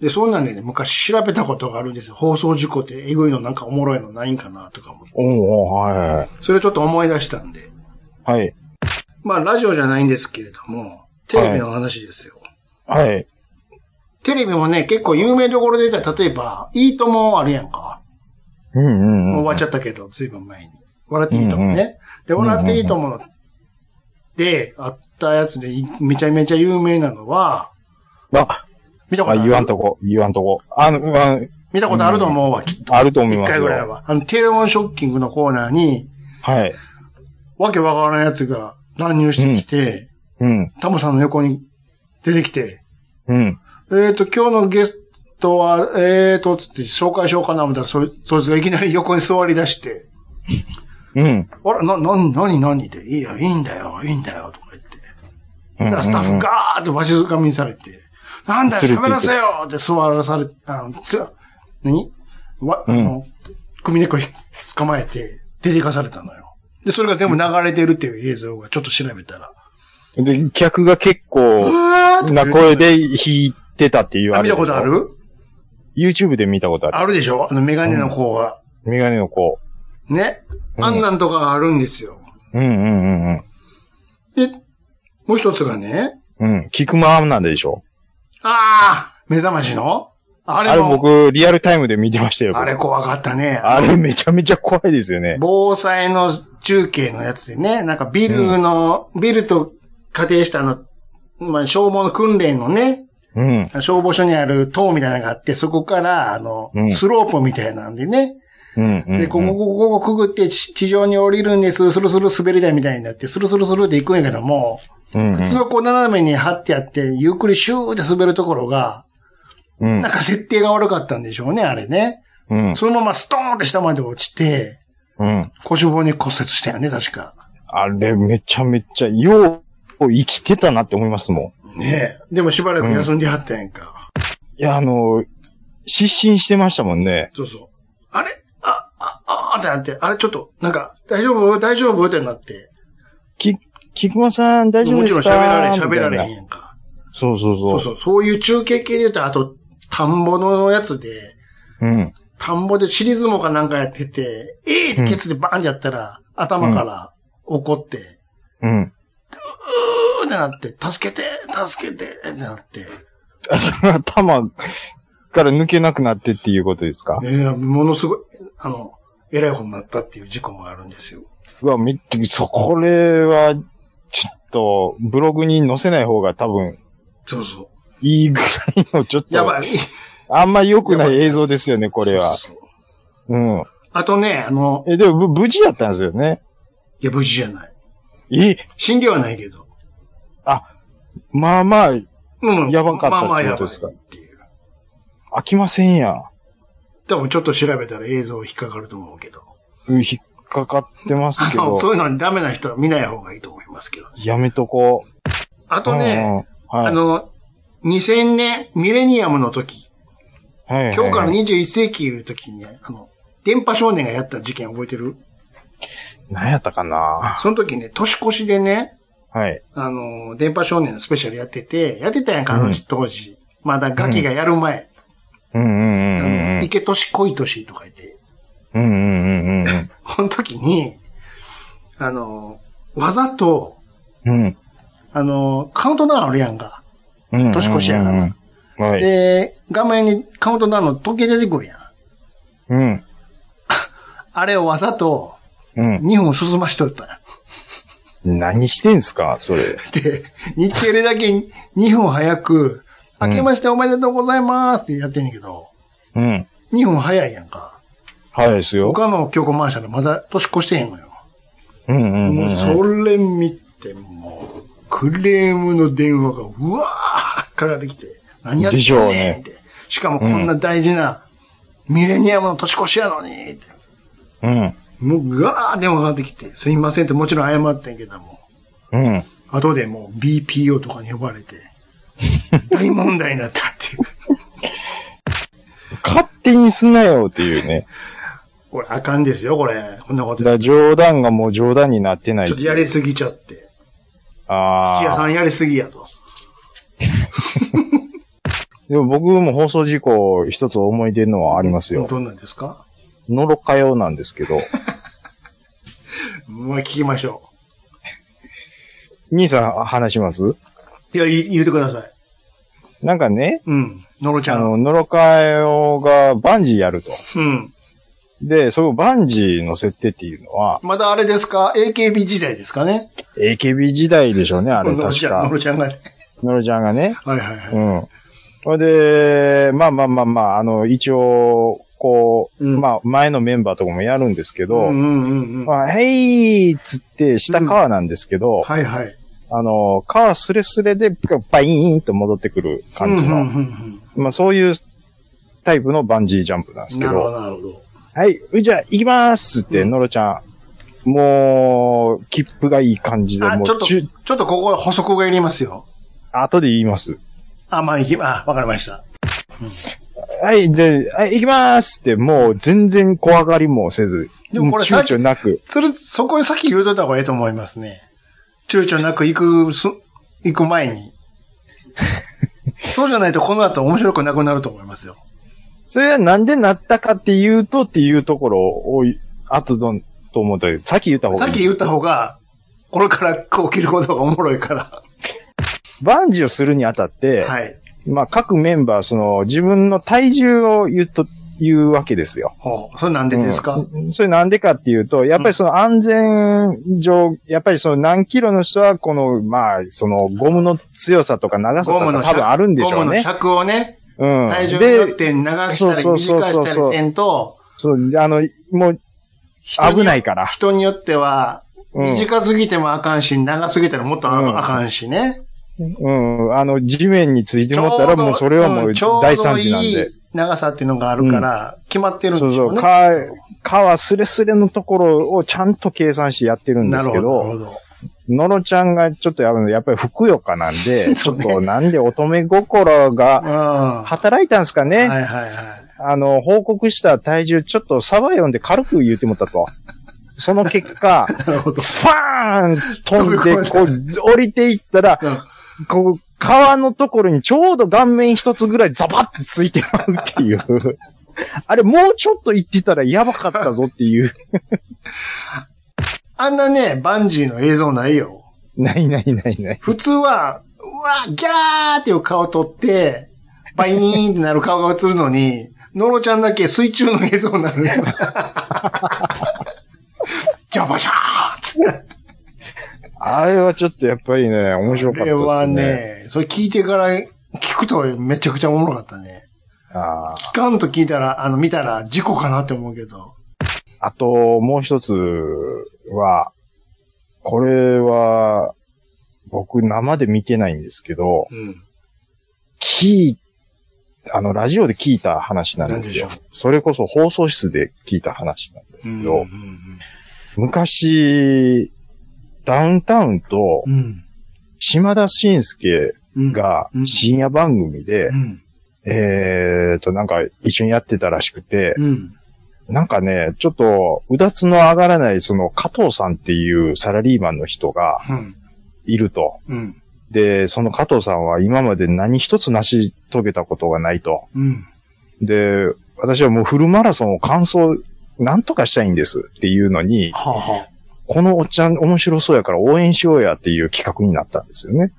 S3: で、そんなんでね、昔調べたことがあるんですよ。放送事故ってえぐいのなんかおもろいのないんかなとかも。
S5: おおは
S3: それちょっと思い出したんで。
S5: い。はい。
S3: まあ、ラジオじゃないんですけれども、テレビの話ですよ。
S5: はい。
S3: テレビもね、結構有名どころで言ったら、例えば、いいともあるやんか。
S5: うんうんうん。
S3: もう終わっちゃったけど、ずいぶん前に。笑っていいと思うね。で、
S5: んうん
S3: 笑っていいと思う。で、あったやつで、いめちゃめちゃ有名なのは、
S5: あ、
S3: 見たこ
S5: あ
S3: とあ
S5: 言
S3: る
S5: わんとこ、言わんとこ。あの、あ
S3: 見たことあると思うわ、きっと。
S5: あると思い
S3: 一
S5: ますよ。
S3: 回ぐらいは。あの、テレオンショッキングのコーナーに、
S5: はい。
S3: わけわからないやつが乱入してきて、
S5: うん。
S3: タモさんの横に出てきて、
S5: うん。
S3: えっ、と、今日のゲストは、えっ、と、つって紹介しようかな、みたいな、そいそいつがいきなり横に座り出して、
S5: うん。
S3: あれ、な、な、なになにって、いいよ、いいんだよ、いいんだよ、とか言って。だからスタッフガーってわしづかみにされて、なんだよ、
S5: 連れて行
S3: 喋
S5: け
S3: らせよって座らされ、あの、つ、何わ、あ
S5: うん
S3: の、組猫ひ捕まえて、出てかされたのよ。で、それが全部流れてるっていう映像がちょっと調べたら。
S5: うんうん。で、客が結構、
S3: うわーって
S5: な声で弾いてたっていうあ
S3: あ
S5: れ
S3: 見たことある
S5: ?YouTube で見たことある。
S3: あるでしょあの、メガネの子が。
S5: メガネの子。
S3: ね。
S5: うん
S3: あんなんとかがあるんですよ。
S5: うんうんうんうん。
S3: で、もう一つがね、
S5: うん。キクマなんでしょ
S3: あー、目覚ましのあ
S5: あれ
S3: れも、
S5: 僕、リアルタイムで見てましたよ。
S3: あれ怖かったね。
S5: あれめちゃめちゃ怖いですよね。
S3: 防災の中継のやつでね、なんかビルの、ビルと仮定したあの、まあ、消防の訓練のね、
S5: うん。
S3: 消防署にある塔みたいなのがあって、そこから、あの、
S5: うん
S3: スロープみたいなんでね、
S5: うんうん。
S3: で、ここ、ここ、ここくぐって地地上に降りるんです、スルスル滑り台みたいになって、スルスルスルって行くんやけども、
S5: うんうん
S3: 普通はこう斜めに張ってあって、ゆっくりシューって滑るところが、
S5: うん
S3: なんか設定が悪かったんでしょうね、あれね。
S5: うん。
S3: そのままストーンって下まで落ちて、
S5: うん。
S3: 腰棒に骨折したよね、確か。
S5: あれめちゃめちゃ、よう生きてたなって思いますもん。
S3: ねえ。でもしばらく休んではったやんか。
S5: いや、あの、失神してましたもんね。
S3: そうそう。あれあ、あ、あ、あってなって、あれちょっと、なんか、大丈夫大丈夫ってなって。
S5: き、菊間さん大丈夫
S3: も
S5: で
S3: ち
S5: す
S3: ろ
S5: か
S3: ん喋られん、
S5: みたい
S3: 喋ら
S5: な
S3: れへんやんか。
S5: そうそうそ。
S3: そううそう。そういう中継系で言うと、あと、田んぼのやつで、
S5: うん。
S3: 田んぼで尻相撲かなんかやってて、ええー、ってケツでバーンってやったら、頭から怒って、
S5: うん。
S3: うーってなって、助けて、助けて、ってなって。
S5: 頭から抜けなくなってっていうことですか
S3: いや、ものすごい、あの、偉い方になったっていう事故もあるんですよ。
S5: うわ、めっちゃ、そ、これは、ちょっと、ブログに載せない方が多分、
S3: そうそう。
S5: いいぐらいの、ちょっと、
S3: やばい。
S5: あんま良くない映像ですよね、これは。
S3: そうそうそう
S5: うん。
S3: あとね、あの、
S5: え、でも、ぶ無事やったんですよね。
S3: いや、無事じゃない。
S5: え、
S3: 死んではないけど。
S5: まあまあ、
S3: うん
S5: やばかった
S3: まあまあ
S5: って
S3: や
S5: こと
S3: ばい
S5: ですか
S3: っていう。
S5: 飽きませんや。
S3: 多分ちょっと調べたら映像引っかかると思うけど。
S5: うん、引っかかってます
S3: あ
S5: け
S3: の
S5: ど、
S3: そういうのにダメな人は見ない方がいいと思いますけどね。
S5: やめとこう。
S3: あとね、
S5: うんうん、
S3: あ
S5: はい、
S3: の、2000年、ミレニアムの時、
S5: はいはい
S3: 今日から21世紀いう時にね、あの、電波少年がやった事件覚えてる
S5: 何やったかな
S3: その時ね、年越しでね、
S5: はい。
S3: あの、電波少年のスペシャルやってて、やってたやんか、あの当時。まだガキがやる前。
S5: うんうんうんうん
S3: あ
S5: う
S3: の
S5: ん。
S3: 池年恋年とか言って。
S5: うんうんうんうん
S3: この時に、あの、わざと、
S5: うん。うん
S3: あの、カウントダウンあるやんか。
S5: うんうん。
S3: 年越しやから。
S5: はい。
S3: で、画面にカウントダウンの時計出てくるやん。
S5: うん。
S3: あれをわざと
S5: うん。
S3: 2分進ましとったんや
S5: 何してんすかそれ。
S3: で、日テレだけ2分早く、
S5: うん
S3: 明けましておめでとうございますってやってんねんけど、
S5: うん。
S3: 2分早いやんか。
S5: はいですよ。
S3: 他の曲回したらまだ年越してへんのよ。
S5: うんうんうんう
S3: も
S5: ん。
S3: うそれ見て、もう、クレームの電話が、うわーかかってきて、何やってん
S5: でしょう
S3: ねん
S5: ね
S3: って。しかもこんな大事な、ミレニアムの年越しやのに、って。
S5: うん。
S3: もう、ガー電話かかってきて、すいませんってもちろん謝ってんけども、
S5: うん。
S3: 後でもう BPO とかに呼 ばれて、大問題になったっていう。
S5: 勝手にすなよっていうね。
S3: これあかんですよ、これ。こんなこ
S5: だ
S3: と
S5: から
S3: で。
S5: 冗談がもう冗談になってない。
S3: ちょっとやりすぎちゃって。
S5: あ
S3: 土屋
S5: あ。
S3: さんやりすぎやと。
S5: でも僕も放送事故一つ思い出のはありますよ。
S3: どんなんですか
S5: のろかよなんですけ ど。
S3: まあ聞きましょ
S5: 兄さん話します
S3: う。いや、い言うてください。
S5: なんかね、
S3: うん。のろちゃ
S5: あ
S3: ん。
S5: の、のろかよがバンジーやると。
S3: うん。
S5: で、そのバンジーの設定っていうのは、
S3: まだあれですか ?AKB 時代ですかね
S5: AKB 時代でしょうね、あれ
S3: のろ
S5: 確
S3: ちゃん、
S5: か。
S3: のろちゃんがね。
S5: のろちゃんがね。
S3: はいはいは
S5: う
S3: い。
S5: ん。それで、まあまあまあまあ、あの、一応、こう、
S3: うん
S5: まあ、前のメンバーとかもやるんですけど、
S3: うんうんうんうん。
S5: まあ、へいっつって、下川なんですけど、
S3: はいはい。
S5: あの、川スレスレで、バイーンと戻ってくる感じの、
S3: うんうんうん
S5: まあ、そういうタイプのバンジージャンプなんです
S3: うん
S5: け
S3: な
S5: ど、
S3: るほどなるほど。
S5: はい、じゃあ行きますっ
S3: う
S5: て、
S3: ん
S5: のろちゃん、もう、切符がいい感じで、
S3: あ
S5: もう、
S3: ちょっと
S5: ちゅ
S3: ちょっとここ補足がいりますよ。
S5: 後で言います。
S3: あ、まあ、いき、あ、わかりました。
S5: はい、で、はい、行きますって、もう全然怖がりもせず、
S3: でもこれ
S5: う躊躇なく、
S3: それ、そこに先言うといた方がいいと思いますね。躊躇なく行く、す、行く前 に。そうじゃないとこの後面白くなくなると思いますよ。
S5: それはなんでなったかっていうとっていうところを、後どん、と思ったけど、さっき言った方が
S3: さ
S5: いい。
S3: っき言った方が、これからこう切ることがおもろいから。
S5: バンジーをするにあたって、
S3: はい。
S5: まあ、各メンバー、その、自分の体重を言うと、言うわけですよ。
S3: ほう。それなんでですか、
S5: うんそれなんでかっていうと、やっぱりその安全上、やっぱりその何キロの人は、この、まあ、そのゴムの強さとか長さと
S3: ゴムの
S5: か
S3: 尺
S5: 多分あるんでしょ
S3: ゴ
S5: う
S3: ムの
S5: ね。
S3: 尺をね、
S5: うん。
S3: 体重によっ
S5: で、
S3: て長したり
S5: そうそう
S3: 短
S5: そうそう
S3: いしたりせんと、
S5: そう、あの、もう、
S3: 人に
S5: 危ないから
S3: 人によっては、
S5: うん
S3: 短すぎてもあかんし、長すぎたらもっとああかんしね。
S5: うん、あの、地面についてもったら、もうそれはもう大惨事なん
S3: ちょうど
S5: で
S3: い。い長さっていうのがあるから、決まってるん
S5: そう
S3: でし
S5: そ
S3: ょう
S5: う、
S3: ね。
S5: 川、川スレスレのところをちゃんと計算してやってるんで
S3: な
S5: す
S3: る
S5: け
S3: ほど。な
S5: ど
S3: るほ、ど。
S5: のろちゃんがちょっとやるのやっぱりふくよかなん で、ちょ
S3: そう
S5: っ
S3: ね
S5: となんで乙女心が
S3: うん。は
S5: 働いたんですか
S3: い
S5: ね。
S3: はいはい。
S5: あの、報告した体重、ちょっとサバ読んで軽く言うてもったと。その結 果、フ
S3: なるほど。
S5: ァーン飛んで、こ
S3: 飛
S5: う、降りていったら、こう、川のところにちょうど顔面一つぐらいザバってついてまうっていう。あれ、もうちょっと行ってたらやばかったぞっていう。
S3: あんなね、バンジーの映像ないよ。
S5: ないないないない。
S3: 普通は、うわ、ギャーっていう顔撮って、バイーンってなる顔が映るのに、ノロちゃんだけ水中の映像にな るよ。ジャバシャーって。
S5: あれはちょっとやっぱりね、面白
S3: こ
S5: かった
S3: れ
S5: ですね。
S3: はね、それ聞いてから聞くとめちゃくちゃおもろかったね。
S5: あ
S3: 聞かんと聞いたら、あの、見たら事故かなって思うけど。
S5: ーあと、もう一つは、これは、僕生で見てないんですけど、
S3: うん。
S5: 聞い、あの、ラジオで聞いた話なんですよ
S3: なん。
S5: それこそ放送室で聞いた話なんですけど、
S3: うん
S5: 昔、ダウンタウンと
S3: うん。
S5: 島田紳介
S3: うん。
S5: が
S3: うん
S5: 深夜番組で
S3: う、ん。
S5: えーと、なんか一緒にやってたらしくて、
S3: うん。
S5: なんかね、ちょっと、うだつの上がらない、その、加藤さんっていうサラリーマンの人が
S3: うん。
S5: いると。
S3: うん。
S5: で、その加藤さんは今まで何一つ成し遂げたことがないと。
S3: うん。
S5: で、私はもうフルマラソンを完走、なんとかしたいんですっていうのに、
S3: はあ、は
S5: このおっちゃん面白そうやから応援しようやっていう企画になったんですよね。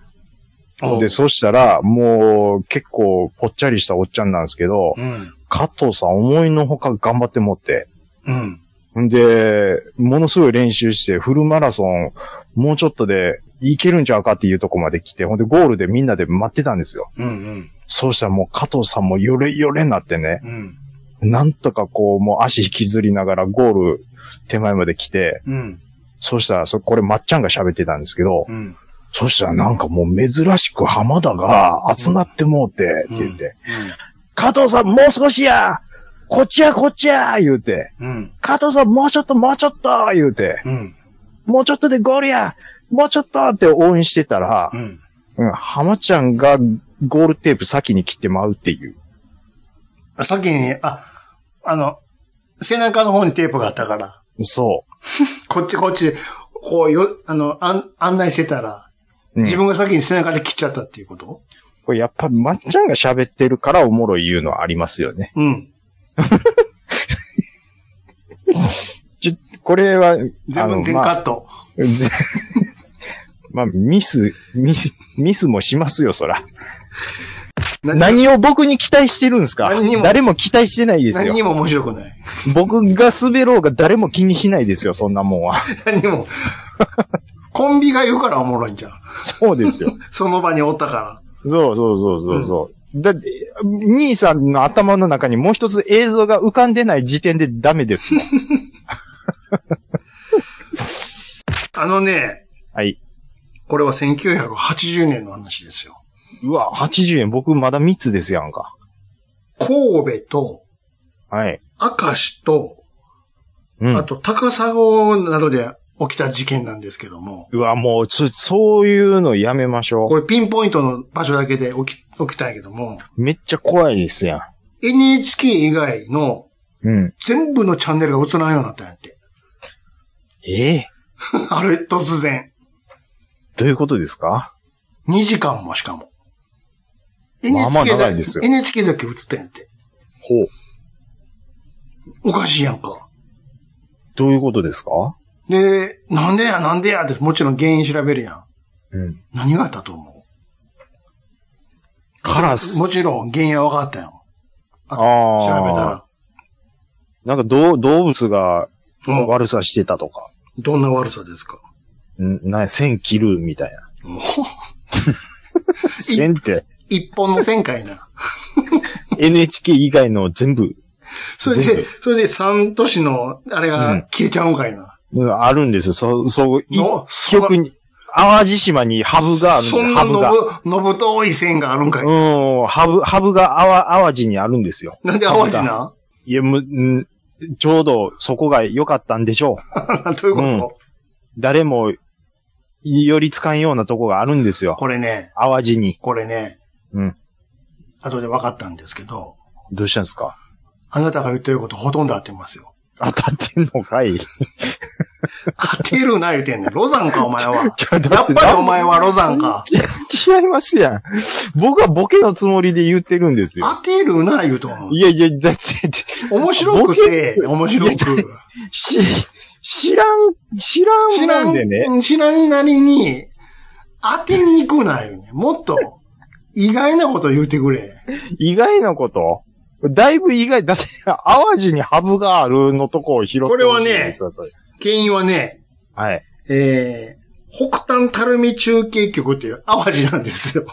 S3: あおう
S5: で、そしたら、もう結構ぽっちゃりしたおっちゃんなんですけど、
S3: うん。
S5: 加藤さん思いのほか頑張ってもって。
S3: うん。
S5: んで、ものすごい練習して、フルマラソン、もうちょっとで、いけるんちゃうかっていうとこまで来て、ほんでゴールでみんなで待ってたんですよ。
S3: うん。うん。
S5: そうしたらもう加藤さんもよれよれになってね、
S3: うん。
S5: なんとかこう、もう足引きずりながらゴール手前まで来て、
S3: うん。
S5: そうしたら、そこれまっちゃんが喋ってたんですけど、
S3: うん。
S5: そうしたらなんかもう珍しく浜田が集まってもうて、って言って、加藤さんもう少しやこっちやこっちや言うて、
S3: うん。
S5: 加藤さんもうちょっともうちょっと言うて、
S3: うん。
S5: もうちょっとでゴールやもうちょっとって応援してたら、
S3: うん。
S5: うん、浜ちゃんがゴールテープ先に切ってまうっていう。
S3: あ、先に、あ、あの、背中の方にテープがあったから、
S5: そ
S3: こっちこっち、こうよ、あの、案案内してたら、
S5: う。うん
S3: 自分が先に背中で切っちゃったっていうこと
S5: これやっぱまっちゃんが喋ってるからおもろい言うのはありますよね。
S3: うん。
S5: ちこれは、
S3: 全
S5: あの
S3: 部全
S5: まあ
S3: カット。
S5: ぜ まあ、ミス、ミス、ミスもしますよ、そら。
S3: な
S5: 何を僕に期待してるんですか
S3: 何にも
S5: 誰も期待してないです
S3: 何
S5: よ
S3: に。も面白くない。
S5: 僕が滑ろうが誰も気にしないですよ、そんなもん は。
S3: 何にも。コンビが言うからおもろいんじゃん。
S5: そうですよ。
S3: その場におったか
S5: そうそうそうそうそう。だって、兄さんの頭の中にもう一つ映像が浮かんでない時点でダメですも ん。
S3: ら。あのね、
S5: はい。
S3: これは1980年の話ですよ。
S5: うわ、80円、僕まだ3つですやんか。
S3: 神戸と、
S5: はい。
S3: 明石と、
S5: うん。
S3: あと高砂などで起きた事件なんですけども、
S5: うわ、もう、そ、そういうのやめましょ
S3: これピンポイントの場所だけで起き、起きたんやけども、
S5: う。めっちゃ怖いですや
S3: NHK 以外の
S5: ん。うん。
S3: 全部のチャンネルが映らんようになったんやって。
S5: ええ
S3: あれ、突然。
S5: どういうことですか
S3: 2時間もしかも。
S5: まあまあ
S3: NHK
S5: 長
S3: だ
S5: いですよ
S3: NHK だけ映ったんやって。
S5: ほう。
S3: おかしいやんか。
S5: どういうことですか
S3: で、なんでや、なんでやって、もちろん原因調べるやん。
S5: うん。
S3: 何があったと思
S5: カラ
S3: う
S5: ス。
S3: もちろん原因は分かったやん。
S5: あ
S3: 調
S5: あ。
S3: べたら。
S5: なんかどう動物が
S3: も
S5: 悪さしてたとか。
S3: う、どんな悪さですか。
S5: んな、線切るみたいな。
S3: もう
S5: 線って
S3: 一本の線か いな。
S5: NHK 以外の全部、
S3: それ
S5: 全
S3: で
S5: 部、
S3: それで3都市の、あれ
S5: う
S3: が
S5: ん
S3: 消えちゃうんかいな。
S5: うんあるんですよ。そう、そう、い
S3: のそ
S5: 特に、淡路島にハブがあるんです
S3: そん
S5: よ。
S3: な
S5: ハブ
S3: の
S5: が。
S3: ぶ、のぶとい線があるんかい。
S5: うん、ハブ、ハブが淡淡路にあるんですよ。
S3: なんで淡路ない
S5: や、む、んちょうどそこが良かったんでしょう。
S3: どういうこと、
S5: 誰も、寄りつかんようなとこがあるんですよ。
S3: これね、
S5: 淡路に。
S3: これね、
S5: うん。
S3: 後で分かったんですけど、
S5: どうしたんですか
S3: あなたが言ってることほとんど合ってますよ。
S5: 当たってんのかい
S3: 当てるな言うてんねん。ロザンか、お前は。
S5: ちょ
S3: やっぱりお前はロザンか。
S5: 違いますやん。僕はボケのつもりで言ってるんですよ。
S3: 当てるな言うとん。
S5: いやいや、だって、
S3: 面白くて、面白く。
S5: し、知らん、知らん
S3: 知
S5: も
S3: ら
S5: んでね。
S3: ん、知らんなりに、当てに行くなよね。もっと、意外なこと言うてくれ。
S5: 意外なこと。だいぶ意外、だって、淡路にハブがあるのとこを拾って
S3: これは
S5: ほ
S3: ね
S5: しいんですよそれ
S3: 原因はね、
S5: はい。
S3: えー、北端たるみ中継局っていう淡路なんですよ。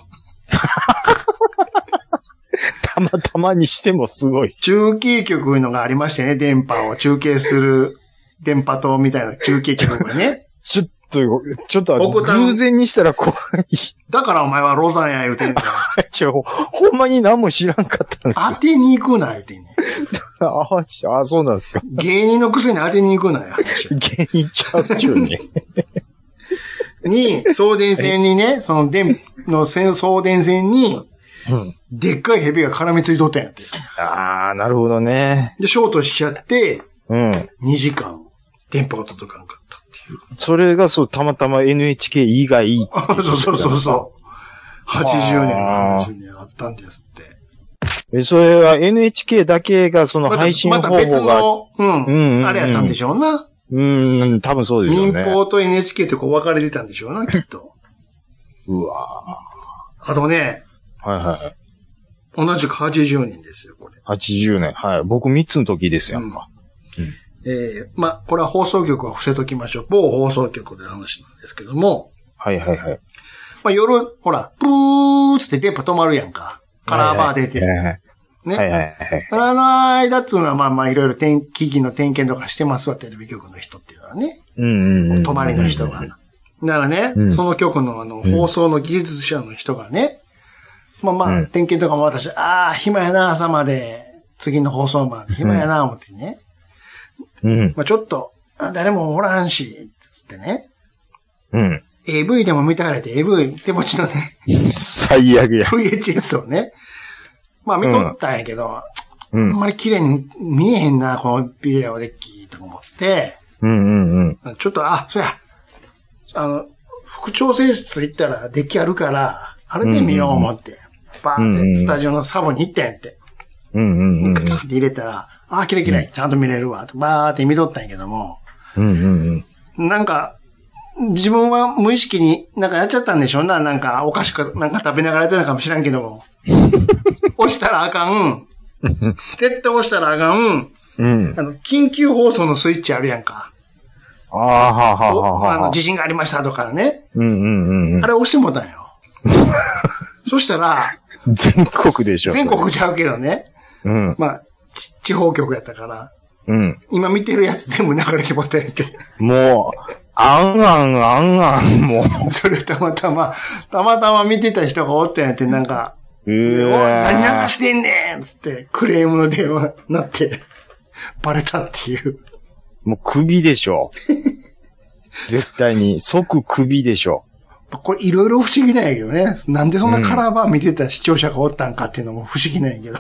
S5: たまたまにしてもすごい。
S3: 中継局いうのがありましてね、電波を中継する、電波塔みたいな中継局がね。
S5: ちょっと、ちょっと、
S3: 僕た
S5: 偶然にしたら怖い。
S3: だからお前はロザンや言うてんねん。
S5: ちょ、ほんまに何も知らんかったんですよ
S3: 当てに行くな言うてんねん。
S5: ああ、ちああ、そうなんですか。
S3: 芸人のくせに当てに行くなよ。
S5: 芸人ちゃうっちゅう ね。
S3: に、送電線にね、その電、の線送電線に、
S5: うん。
S3: でっかい蛇が絡みついとったんやって。
S5: ああ、なるほどね。
S3: で、ショートしちゃって、
S5: うん。
S3: 2時間、電波が届かなかったっていう。
S5: それが、そう、たまたま NHK 以外。
S3: あ そうそうそうそう。80年の話にあったんですって。
S5: え、それは NHK だけが、その
S3: また
S5: 配信方
S3: また別
S5: 法が、
S3: の、うん、
S5: うんうんうん
S3: あれやったんでしょうな。
S5: うん、多分そうですよ
S3: 民
S5: ね。
S3: 放と NHK ってこう分かれてたんでしょうな、きっ と。
S5: うわ
S3: あとね、
S5: ーはいはい。
S3: 同じく80年ですよ、これ。
S5: 80年。はい。僕3つの時ですよ。
S3: うん
S4: うん
S3: えー、まあ、これは放送局は伏せときましょう。某放送局で話なんですけども、
S5: はいはいはい。
S3: まあ、夜、ほら、プーっつって電波止まるやんか。カラーバー出て。
S5: はいはい
S3: ね。
S5: はいはい。
S3: あの間っつうのは、まあまあ、いろいろ天気機器の点検とかしてますわ、テレビ局の人っていうのはね。
S5: うんうんうん。
S3: 泊まりの人が。ならね、
S5: うん
S3: その局のあの、
S5: ん
S3: 放送の技術者の人がね、まあまあ、
S5: うん
S3: 点検とかも私、ああ、暇やな、朝まで、次の放送まで、暇やな、思ってね。
S5: うん。
S3: まあちょっと、あ誰もおらんし、つってね。
S5: うん。
S3: AV でも見てはれて、AV 手持ちのね、
S5: 最悪や。
S3: VHS をね、まあ見とったんやけど、
S5: う
S3: あ
S5: ん。
S3: んまり綺麗に見えへんな、このビデオデッキと思って、
S5: うんうんうん。
S3: ちょっと、あ、そや、あの、副調整室行ったらデッキあるから、あれで見よう思って、バーンってスタジオのサボに行ったんやって、
S5: うんうんうん
S3: カチャンって入れたら、あ、キラキラ、ちゃんと見れるわ、とバーって見とったんやけども、
S5: うんうんうん。
S3: なんか、自分は無意識になんかやっちゃったんでしょうな。なんかお菓子かなんか食べながらやってたかもしらんけ ども。押したらあかん。絶対押したらあかん。
S5: うん。
S3: あの、緊急放送のスイッチあるやんか。
S5: ああ、はあはあは
S3: おあ
S5: あは
S3: の、
S5: あ。
S3: 地震がありましたとかね。
S5: うんうんうんうん
S3: あ。れ押しても うたんよ。そしたら、
S5: 全国でしょ。
S3: 全国ちゃうけどね。
S5: うん。
S3: まあ、ち地方局やったから、
S5: うん。
S3: 今見てるやつ全部流れてもうたんや って。
S5: もう、あんあんあんあん、もう。
S3: それたまたま、たまたま見てた人がおったんやって、なんか、
S5: う
S3: でおい何流
S5: ー
S3: してんねんっつって、クレームの電話になって、バレたっていう。
S5: もう首でし ょ。絶対に、即首でしょ。
S3: これいろいろ不思議なんやけどね。なんでそんなカラーバー見てた視聴者がおったんかっていうのも不思議なんやけど。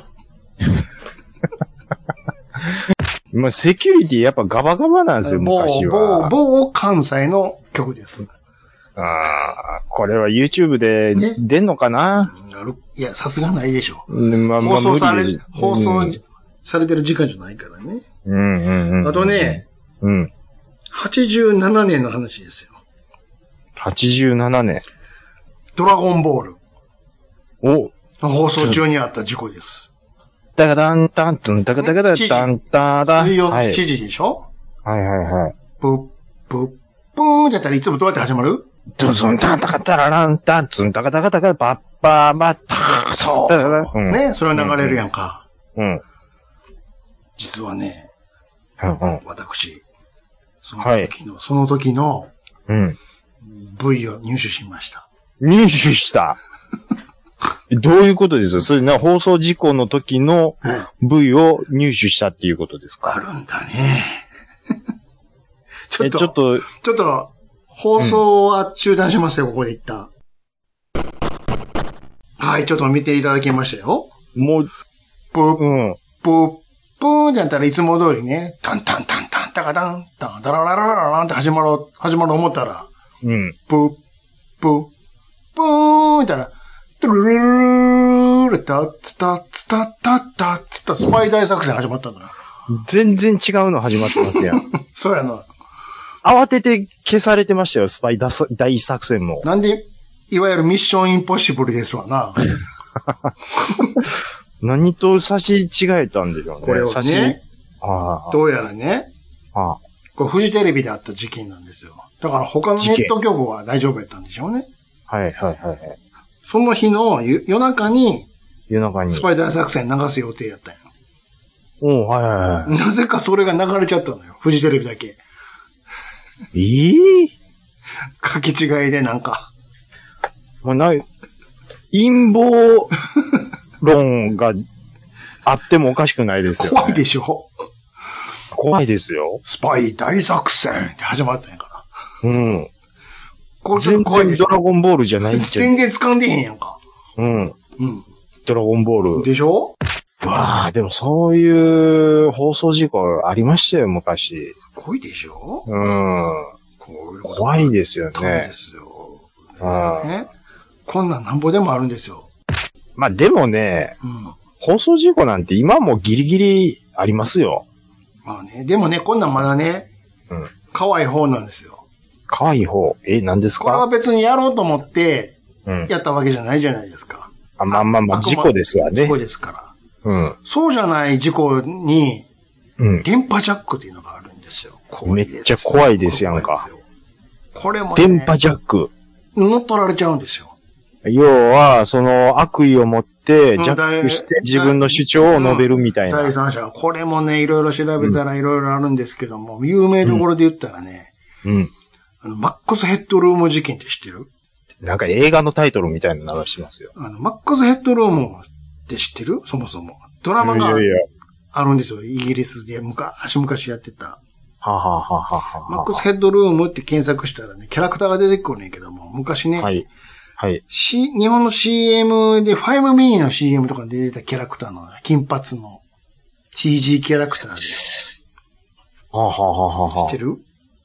S5: まあ、セキュリティやっぱガバガバなんですよ、
S3: 某
S5: 昔、
S3: 某、
S5: は。
S3: 某関西の曲です。
S5: ああ、これは YouTube で
S3: ね
S5: 出んのかな、
S3: なるいや、さすがないでしょ。
S5: うんまあま
S3: 放
S5: あ
S3: 送さ
S5: 無
S3: れ
S5: 理で
S3: る、放送
S5: うん
S3: されてる時間じゃないからね。
S5: うんうんうん。
S3: あとね、
S5: うん。
S3: 87年の話ですよ。
S5: 87年。
S3: ドラゴンボール
S5: お
S3: の放送中にあった事故です。
S5: だがだんたんとん、だがだがだたんただ。はい
S3: 水曜
S5: は
S3: 7
S5: い
S3: 時でしょ
S5: はいはい。
S3: ブッ、ブッ、ブーンだったらいつもどうやって始まる
S5: ドズンタンタカタラランタンツンタカタカタカバッパーバッタ
S3: そ
S5: だから
S3: う。
S5: うん
S3: ね、それは流れるやんか。
S5: うん。うん
S3: 実はね、
S5: うん。
S3: 私、その
S5: はい
S3: 時の、その時の
S5: うん。
S3: 部位を入手しました。
S5: 入手した。どういうことですかそれな、放送事故の時の
S3: はい。
S5: 部位を入手したっていうことですか
S3: あるんだね。 ちょっ
S5: え、
S3: と、
S5: ち
S3: ち
S5: ょ
S3: ょ
S5: っと、
S3: っと、放送は中断しますよ、ここで一旦。はい、ちょっと見ていただきましたよ。
S5: もう、
S3: ブッ
S5: うん。
S3: ブッブーンってなったらいつも通りね、タンタンタンタンタカタンタンダラララララランって始まろう、始まろう思ったら、
S5: うん。
S3: ブッ、ブッ、ブーンってなったら、トゥルルルルルタッツタッツタッタッタッツタスパイ大作戦始まったんだよ。
S5: 全然違うの始まってますやん。
S3: そうやな。
S5: 慌てて消されてましたよ、スパイ大作大作戦も。
S3: なんで、いわゆるミッションインポッシブルですわな。
S5: 何と差し違えたんでしょうね。
S3: これを
S5: 差し、
S3: ね、
S5: あ
S3: どうやらね、
S5: あ、ああ。
S3: これフジテレビであった事件なんですよ。だから他のネット局は大丈夫やったんでしょうね。
S5: はいはいはいはい。
S3: その日の夜夜中に、
S5: 夜中に
S3: ス。パイ大作戦流す予定やったんよ。
S5: おうはいはいは
S3: なぜかそれが流れちゃったのよ。フジテレビだけ。
S5: い。ええ
S3: 書き違いでなんか。
S5: もうない、陰謀論があってもおかしくないですよ、ね。
S3: 怖いでしょ
S5: 怖いですよ。
S3: スパイ大作戦って始まったんやから。
S5: うん。
S3: これちょ
S5: 全
S3: っと怖い
S5: 然
S3: でしょ
S5: ドラゴンボールじゃないんじゃ
S3: 全然掴んでへんやんか。
S5: うん。
S3: うん。
S5: ドラゴンボール。
S3: でしょ
S5: うわあでもそういう放送事故ありましたよ、昔。
S3: 怖いでしょ
S5: うん。怖いですよ
S3: ダメ
S5: ね
S3: で。すよ。
S5: うん
S3: ね。こんなんなんぼでもあるんですよ。
S5: まあでもね、
S3: うん。
S5: 放送事故なんて今もギリギリありますよ。
S3: まあね。でもね、こんなんまだね、
S5: うん
S3: 可愛い方なんですよ。
S5: 可愛い方。え、何です
S3: これは
S5: か
S3: 別にやろうと思って、
S5: うん。
S3: やったわけじゃないじゃないですか。
S5: あまあまあまあ、
S3: あくま
S5: 事故ですわ
S3: 事
S5: ね
S3: 故。ですから。
S5: うん。
S3: そうじゃない事故に、
S5: うん。
S3: 電波ジャックっていうのがあるんですよ。怖いです
S5: めっちゃ怖いですやんか。
S3: これも、ね、
S5: 電波ジャック。
S3: 乗っ取られちゃうんですよ。
S5: 要は、その悪意を持って、
S3: うん
S5: ジャックして
S3: だい
S5: 自分の主張を述べるみたいな。
S3: 第三者。これもね、いろいろ調べたらいろいろあるんですけども、有名どころで言ったらね、
S5: うん。
S3: あの、マックスヘッドルーム事件って知ってる
S5: なんか映画のタイトルみたいなの流してますよ。
S3: あの、マックスヘッドルームって知ってるそもそも。ドラマ
S5: いやい
S3: が
S5: や。
S3: あるんですよ。イギリスで昔、昔やってた。
S5: はあはあはあはあ
S3: マッ
S5: は
S3: クスヘッドルームって検索したらね、キャラクターが出てくるねんけども、昔
S5: あ。
S3: ね、
S5: はい。はい。
S3: C、日本の CM で5ミニの CM とかで出てたキャラクターの金髪の CG キャラクターで知
S5: はあはあはあはあ
S3: っ
S5: はあ
S3: て。る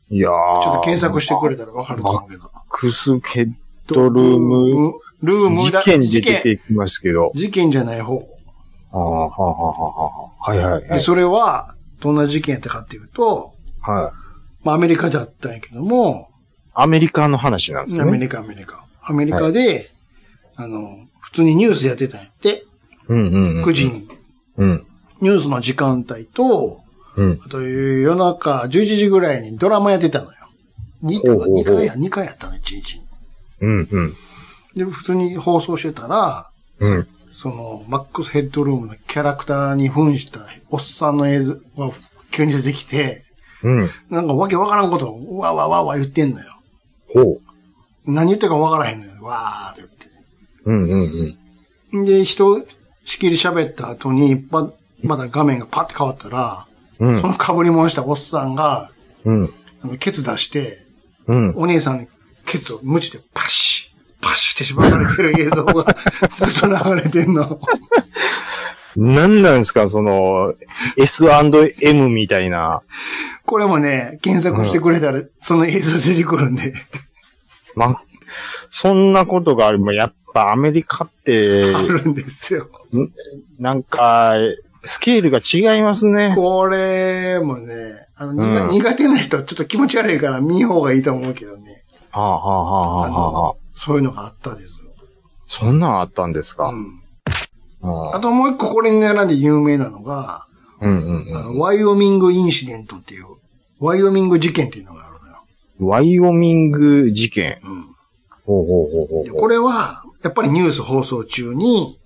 S5: いやー
S3: ちょっと検索してくれたらわかると思うけど。
S5: マックスヘッドルーム、
S3: ルーム
S5: 事
S3: だ
S5: 件で出てきますけど。
S3: 事件じゃない方。
S5: はあはあはあはあはあ。はいはいは
S3: で、
S5: い。
S3: それは、どんな事件やったかっていうと、
S5: はい。
S3: まあアメリカだったんやけども、
S5: アメリカの話なんです
S3: アメ
S5: ね。
S3: リカ、アメリカ。アメリカで、あの、普通にニュースやってたんやって、
S5: うんうんうん。
S3: 9時に、
S5: うん。
S3: ニュースの時間帯と、
S5: うん。
S3: あと夜中11時ぐらいにドラマやってたのよ。2,
S5: ほうほうほう
S3: 回や、2回やったの、1日に。
S5: うんうん。
S3: で、普通に放送してたら、
S5: うん。
S3: その、マックスヘッドルームのキャラクターに扮したおっさんの映像が急に出てきて、
S5: うん。
S3: なんかわけわからんことを、わーわーわーわー言ってんのよ。
S5: ほう。
S3: 何言ってるかわからへんのよ。わーって言って。
S5: うんうんうん。
S3: で、人、しきり喋った後に、ま、まだ画面がパッて変わったら、
S5: う
S3: そ
S5: ん。
S3: の被り物したおっさんが、
S5: うん。
S3: あの、ケツ出して、
S5: うん。
S3: お姉さんにケツを無知でパシッ、パシッって縛られてる映像 がずっと流れてんの。
S5: なんなんですか、その、S&M みたいな。
S3: これもね、検索してくれたら、その映像出てくるんで、
S5: ま、そんなことがあれば、やっぱアメリカ って
S3: あ、るんですよ。
S5: なんか、スケールが違いますね。
S3: これもね、あの、にが
S5: うん
S3: 苦手な人はちょっと気持ち悪いから見ん方がいいと思うけどね。
S5: はあはあはあは
S3: あ
S5: あはあ
S3: の。、そういうのがあったですよ。
S5: そんなんあったんですか
S3: う。ん。
S5: うん
S3: あともう一個これに並んで有名なのが、
S5: うんうん
S3: あ
S5: う
S3: のワイオミングインシデントっていう、ワイオミング事件っていうのがあるのよ。
S5: ん。ワイオミング事件。
S3: う。
S5: ほうほうほうん
S3: で
S5: ほう。
S3: これは、やっぱりニュース放送中に、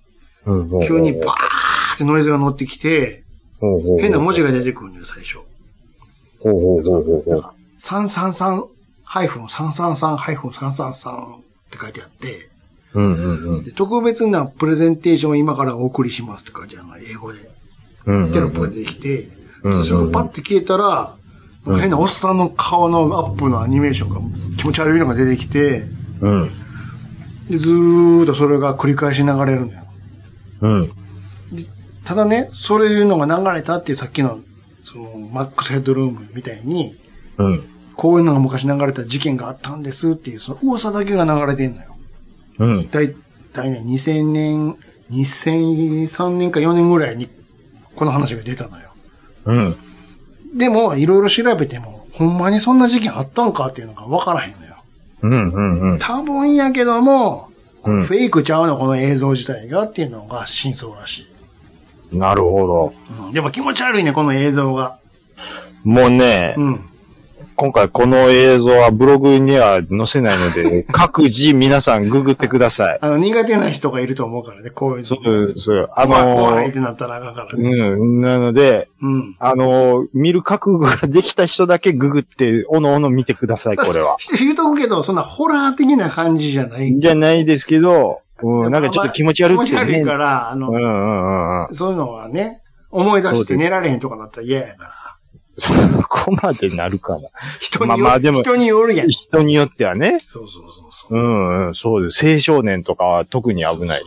S5: うんほうほう
S3: 急にバーってノイズが乗ってきて、
S5: ほうほうほう
S3: 変な文字が出てくるのよ、最初。
S5: ほうほうほうほうほう。
S3: 333-333-333って書いてあって、
S5: うんうんうん。
S3: で特別なプレゼンテーションを今からお送りしますって書いてあるの、英語で。
S5: うんうん
S3: テロッ
S5: う
S3: プが
S5: ん。
S3: 出てきて、
S5: うん
S3: それがパッて消えたら、なんか変なおっさんの顔のアップのアニメーションが気持ち悪いのが出てきて、
S5: うん。
S3: でずーっとそれが繰り返し流れるんだよ。
S5: うん。
S3: ただね、そういうのが流れたっていうさっきの、その、マックスヘッドルームみたいに、
S5: うん。
S3: こういうのが昔流れた事件があったんですっていう、その噂だけが流れてんのよ。
S5: うん。
S3: だいたいね、2000年、2003年か4年ぐらいに、この話が出たのよ。
S5: うん。
S3: でも、いろいろ調べても、ほんまにそんな事件あったんかっていうのが分からへんのよ。
S5: うんうんうん。
S3: 多分やけども、
S5: うん
S3: フェイクちゃうの、この映像自体がっていうのが真相らしい。
S5: なるほど。
S3: うん、でも気持ち悪いね、この映像が。
S5: もうね、
S3: うん。
S5: 今回この映像はブログには載せないので、各自皆さんググってください。
S3: あの、苦手な人がいると思うからね、こういうの。
S5: そう、そう。あ
S3: 怖い怖いっ
S5: の、
S3: てなったらあかんからね。
S5: うん、なので、
S3: うん。
S5: あの、見る覚悟ができた人だけググって、おのおの見てください、これは。
S3: 言うとくけど、そんなホラー的な感じじゃない。
S5: じゃないですけど、
S6: うん、なんかちょっと気持ち悪いって
S3: 気持ち悪い
S6: ね。
S3: から、あの
S6: うんう、んうんうん。
S3: そういうのはね、思い出して寝られへんとかなったら嫌やから。
S5: そこまでなるかな。
S3: 人に
S5: ま
S3: よ
S5: あ
S3: る、
S5: まあでも
S3: 人によるやん。
S5: 人によってはね。
S3: そうそうそうそうう。
S5: んうん、そうです。青少年とかは特に危ない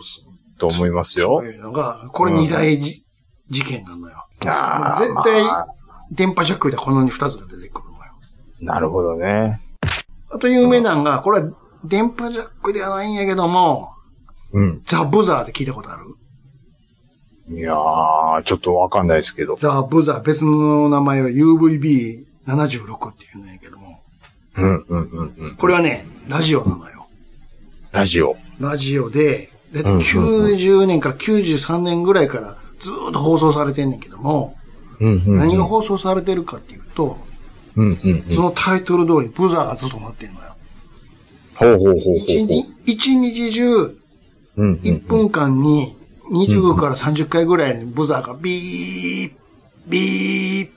S5: と思います
S3: そ
S5: よ
S3: う。いうのが、これ二大じ事件なのよ。
S5: あー
S3: 絶対、電波ジャックでこの二つが出てくるのよ。
S5: なるほどね。
S3: あと有名なんが、これは電波ジャックではないんやけども、
S5: うん。
S3: ザ・ブザーって聞いたことある
S5: いやー、ちょっとわかんないですけど。
S3: ザ・ブザー、別の名前は UVB76 っていうんやけども、
S5: うんうんうんうん。
S3: これはね、ラジオなのよ。
S5: ラジオ。
S3: ラジオで、だいた
S5: う
S3: い
S5: んうん
S3: 90年から93年ぐらいからずーっと放送されてんねんけども、
S5: うんうんうん。
S3: 何が放送されてるかっていうと、
S5: うんうんうん。
S3: そのタイトル通りブザーがずっと鳴ってんのよ。
S5: ほうほうほうほう
S3: 一
S5: ほう
S3: 日一日中、
S5: うんうんうん。
S3: 1分間に25から30回ぐらいにブザーがビー、ビー、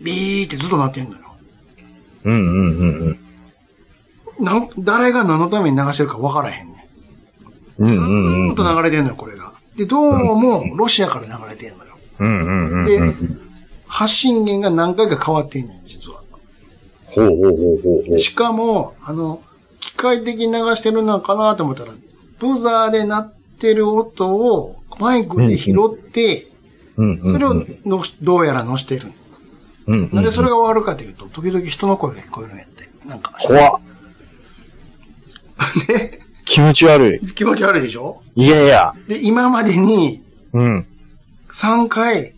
S3: ビーってずっと鳴ってんのよ。
S5: うんうんうんうん。
S3: なん、誰が何のために流してるか分からへんね
S5: うん
S3: ん。ず
S5: うんう
S3: ー
S5: ん
S3: っ。と流れてんのよ、これが。で、どうもロシアから流れてんのよ。
S5: うんうんうん。
S3: で
S5: うん、
S3: 発信源が何回か変わってんねん、実は。
S5: ほうほうほうほうほう。
S3: しかも、あの、機械的に流してるのかなと思ったら、ブザーで鳴ってる音をマイクで拾って、
S5: うんうんうん
S3: それをのしどうやら載してる。
S5: うん
S3: なんでそれが終わるかというと、時々人の声が聞こえるねって。なんか、
S5: 怖っ。気持ち悪い。
S3: 気持ち悪いでしょ
S5: いやいや。
S3: で、今までに
S5: うん。
S3: 3回、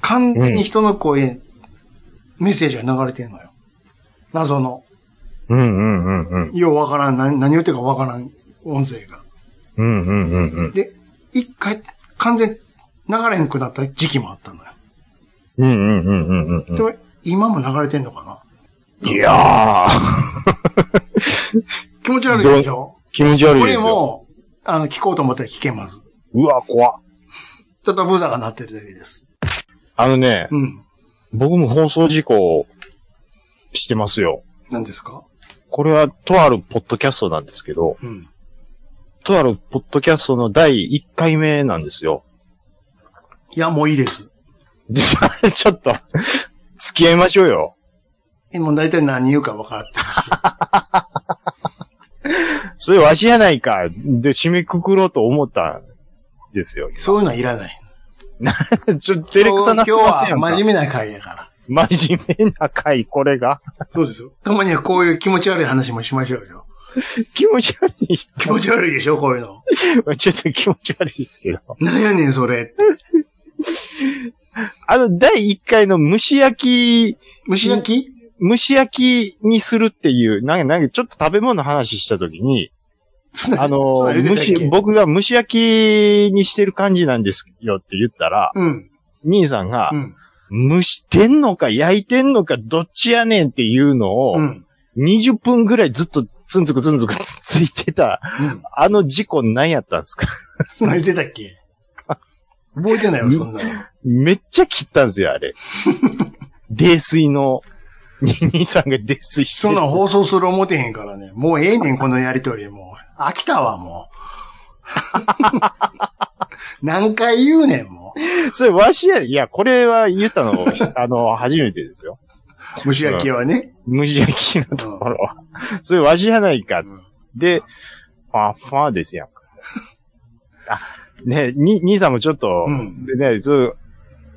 S3: 完全に人の声、メッセージが流れてるのよ。謎の、
S5: うんうんうんうん。
S3: ようわからん、何何言ってるかわからん音声が。
S5: うんうんうんうん。
S3: で、一回、完全に流れなくなった時期もあったのよ。
S5: うんうんうんうんうんうん
S3: で。も、今も流れてんのかない
S5: やー、
S3: 気持ち悪いでしょ
S5: 気持ち悪い
S3: こ
S5: で
S3: れ
S5: すよ。
S3: も、あの、聞こうと思ったら聞けます。
S5: うわ、怖っ
S3: ちょっとブザーが鳴ってるだけです。
S5: あのね、
S3: うん。
S5: 僕も放送事故をしてますよ。
S3: 何ですか
S5: これは、とあるポッドキャストなんですけど、
S3: うん。
S5: とあるポッドキャストの第1回目なんですよ。
S3: いや、もういいです。
S5: で ちょっと、付き合いましょうよ。
S3: え、もう大体何言うか分かってる。
S5: それわしやないか。で、締めくくろうと思ったんですよ。
S3: そういうのはいらない。
S5: ちょ、照れくさなって
S3: 今日
S5: ます
S3: は
S5: やんか。
S3: 真面目な会やから。
S5: 真面目な回、これが。
S3: そうですよ。たまにはこういう気持ち悪い話もしましょうよ。
S5: 気持ち悪い。
S3: 気持ち悪いでしょ、こういう の。
S5: ちょっと気持ち悪いですけど。
S3: なんやねん、それ。
S5: あの、第1回の蒸し焼き、
S3: 虫焼き
S5: 蒸し焼きにするっていう、なんか、なんかちょっと食べ物の話したとき に、あの、蒸し、
S3: 虫、
S5: 僕が蒸し焼きにしてる感じなんですよって言ったら、
S3: うん。
S5: 兄さんが
S3: う、ん。
S5: 蒸してんのか焼いてんのかどっちやねんっていうのを
S3: う、ん。
S5: 20分ぐらいずっとつんつくつんつくつついてた、
S3: うん。
S5: あの事故何やったんですか
S3: そんな言ってたっけ覚えてないわ、そんなの。
S5: めっちゃ切ったんですよ、 あれ。泥酔の、兄さんが泥酔して
S3: そんなの放送する思てへんからね。もうええねん、このやりとり。もう。飽きたわ、も う。何回言うねん、も
S5: それ、わしや、いや、これは言った の、あの、初めてですよ。
S3: う。虫焼きはね。
S5: 無邪気なところは。それ、わしやないか
S3: う。ん
S5: で、あ、ファーですやんか。あ、ね、に、兄さんもちょっと、
S3: うん
S5: でね、そう、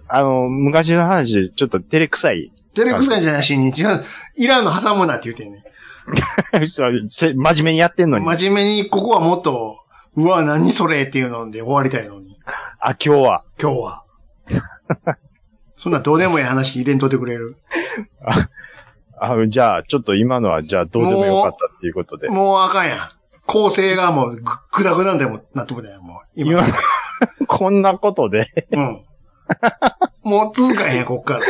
S5: あの、昔の話でちょっと照れくさい。
S3: 照れくさいじゃなしに、じゃあイランの挟むなって言うてんね。
S5: そうせ真面目にやってんのに。あ、
S3: 真面目に、ここはもっと、うわ、何それっていうので終わりたいのに、
S5: 今日は。
S3: 今日は。 そんなどうでもいい話入れんとってくれる。
S5: あじゃあ、ちょっと今のは、じゃあ、どうでもよかったっていうことで。
S3: もうあかんやん。構成がもうぐ、ぐだぐだなんでもなってもだよ、もう。
S5: 今
S3: 今。、
S5: こんなことで、
S3: うん。もう続かへんやん、こっから。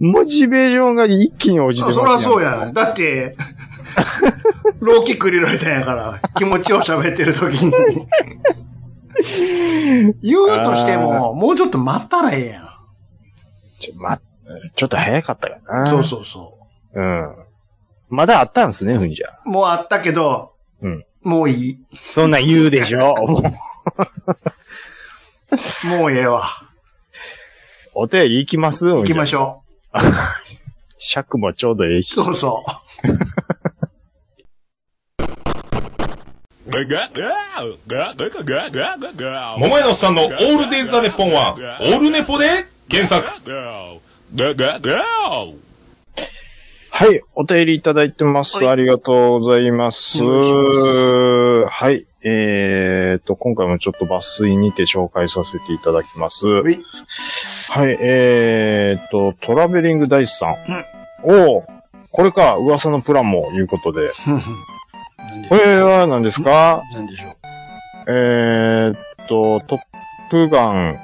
S5: モチベーションが一気に落ち
S3: そ
S5: てます
S3: そらそう
S5: やん。
S3: やん。だって、ローキック入れられたんやから、気持ちを喋ってる時に。言うとしても、もうちょっと待ったらええやん。
S5: ちょ、ま、ちょっと早かったかな。
S3: そうそうそう。
S5: う。うん。まだあったんですね、ふんじゃ。
S3: もうあったけど、
S5: うん
S3: もういい。
S5: そんなん言うでしょ。
S3: もうええわ。
S5: お便り行きます
S3: 行きまし
S5: ょう。
S3: ょ
S5: 尺もちょうどええ
S3: う。
S5: し。
S3: そうそう。
S7: 桃井のおっさんのオールデイズ・ザ・ネッポンは、オールネポで原作。
S5: はい、お便りいただいてます。
S3: はい
S5: ありがとうございます。
S3: お
S5: はい、えーと、今回もちょっと抜粋にて紹介させていただきます。はいい、えーと、トラベリングダイスさん。おおこれか、噂のプランも、いうことで。
S3: なんで
S5: これは何ですか
S3: なんでしょう。
S5: えーっと、トップガン、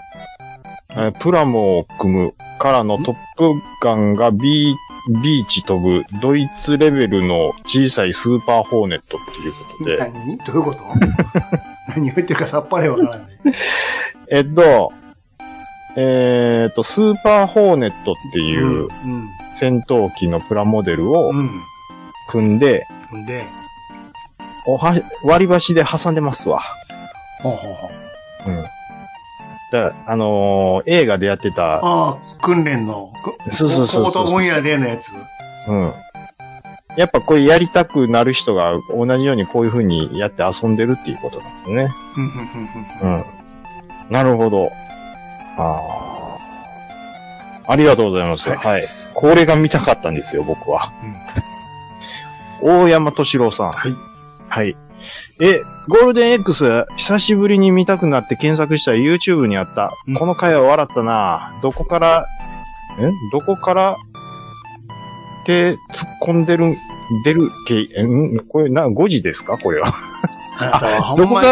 S5: えープラモを組むからのトップガンがビービーチ飛ぶドイツレベルの小さいスーパーホーネットっていうことで、
S3: 何どういうこと 何を言ってるかさっぱりわからない。
S5: えっと、えーっと、スーパーホーネットって
S3: う
S5: い
S3: ん
S5: う。戦闘機のプラモデルを
S3: うん。
S5: 組んで、
S3: うん。で、
S5: おは、割り箸で挟んでますわ。
S3: ほうほうほう。
S5: だあのー映画でやってた、
S3: ああ、訓練の、こ
S5: そうそうそうそ
S3: 高
S5: うそう
S3: 等分野でのやつ。
S5: うん。やっぱこれやりたくなる人が同じようにこういう風にやって遊んでるっていうことなんですね。
S3: うんうんうんうん
S5: うん。なるほど。ああ。ありがとうございます。
S3: は
S5: はいい。これが見たかったんですよ、僕は。大山敏郎さん。
S3: はい。
S5: はい。え、ゴールデン X、久しぶりに見たくなって検索したら YouTube にあった
S3: うん。
S5: この回は笑ったなどこから、えどこから手突っ込んでる、出るけ、えんこれな、5時ですかこれは。
S3: あなたはほんまに、
S5: あ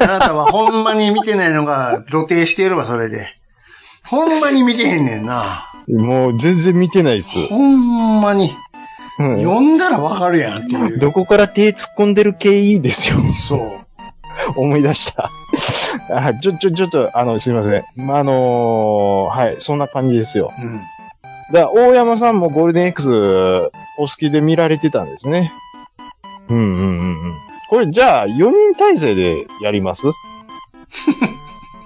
S3: あ
S5: ど
S3: なたはほんまに見てないのが露呈しているわ、それで。ほんまに見てへんねんな。
S5: もう全然見てないです。
S3: ほんまに。
S5: うん
S3: 読んだらわかるやんっていう。
S5: どこから手突っ込んでる経緯ですよ。
S3: そう。
S5: 思い出した。 あ、ちょ、ちょ、ちょっと、あの、すいません。まあ、あのーはい、そんな感じですよ。
S3: うん。
S5: だから大山さんもゴールデン X お好きで見られてたんですね。うんうんうんうん。これじゃあ4人体制でやります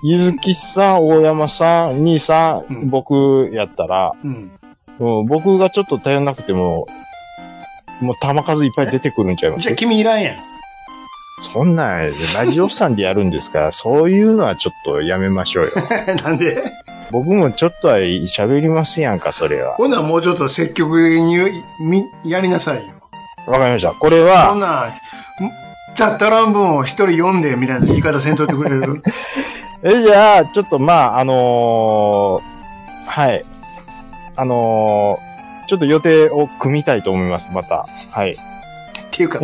S5: ゆずきさん、大山さん、兄さ、
S3: うんん
S5: 僕やったら、
S3: うん。
S5: もう僕がちょっと頼んなくても、もう玉数いっぱい出てくるんちゃいま
S3: じゃ
S5: す
S3: あ君いらんやん。
S5: そんなん、ラジオさんでやるんですから、そういうのはちょっとやめましょうよ。
S3: なん で
S5: 僕もちょっとは喋りますやんか、それは。
S3: ほんならもうちょっと積極的にみやりなさいよ。
S5: わかりました。これ
S3: そん
S5: は、
S3: なん、たったらん文を一人読んでみたいな言い方せんとってくれる
S5: え、じゃあ、ちょっと、まあ、あのーはい。あのーちょっと予定を組みたいと思います、また。はい。
S3: って いうか、っ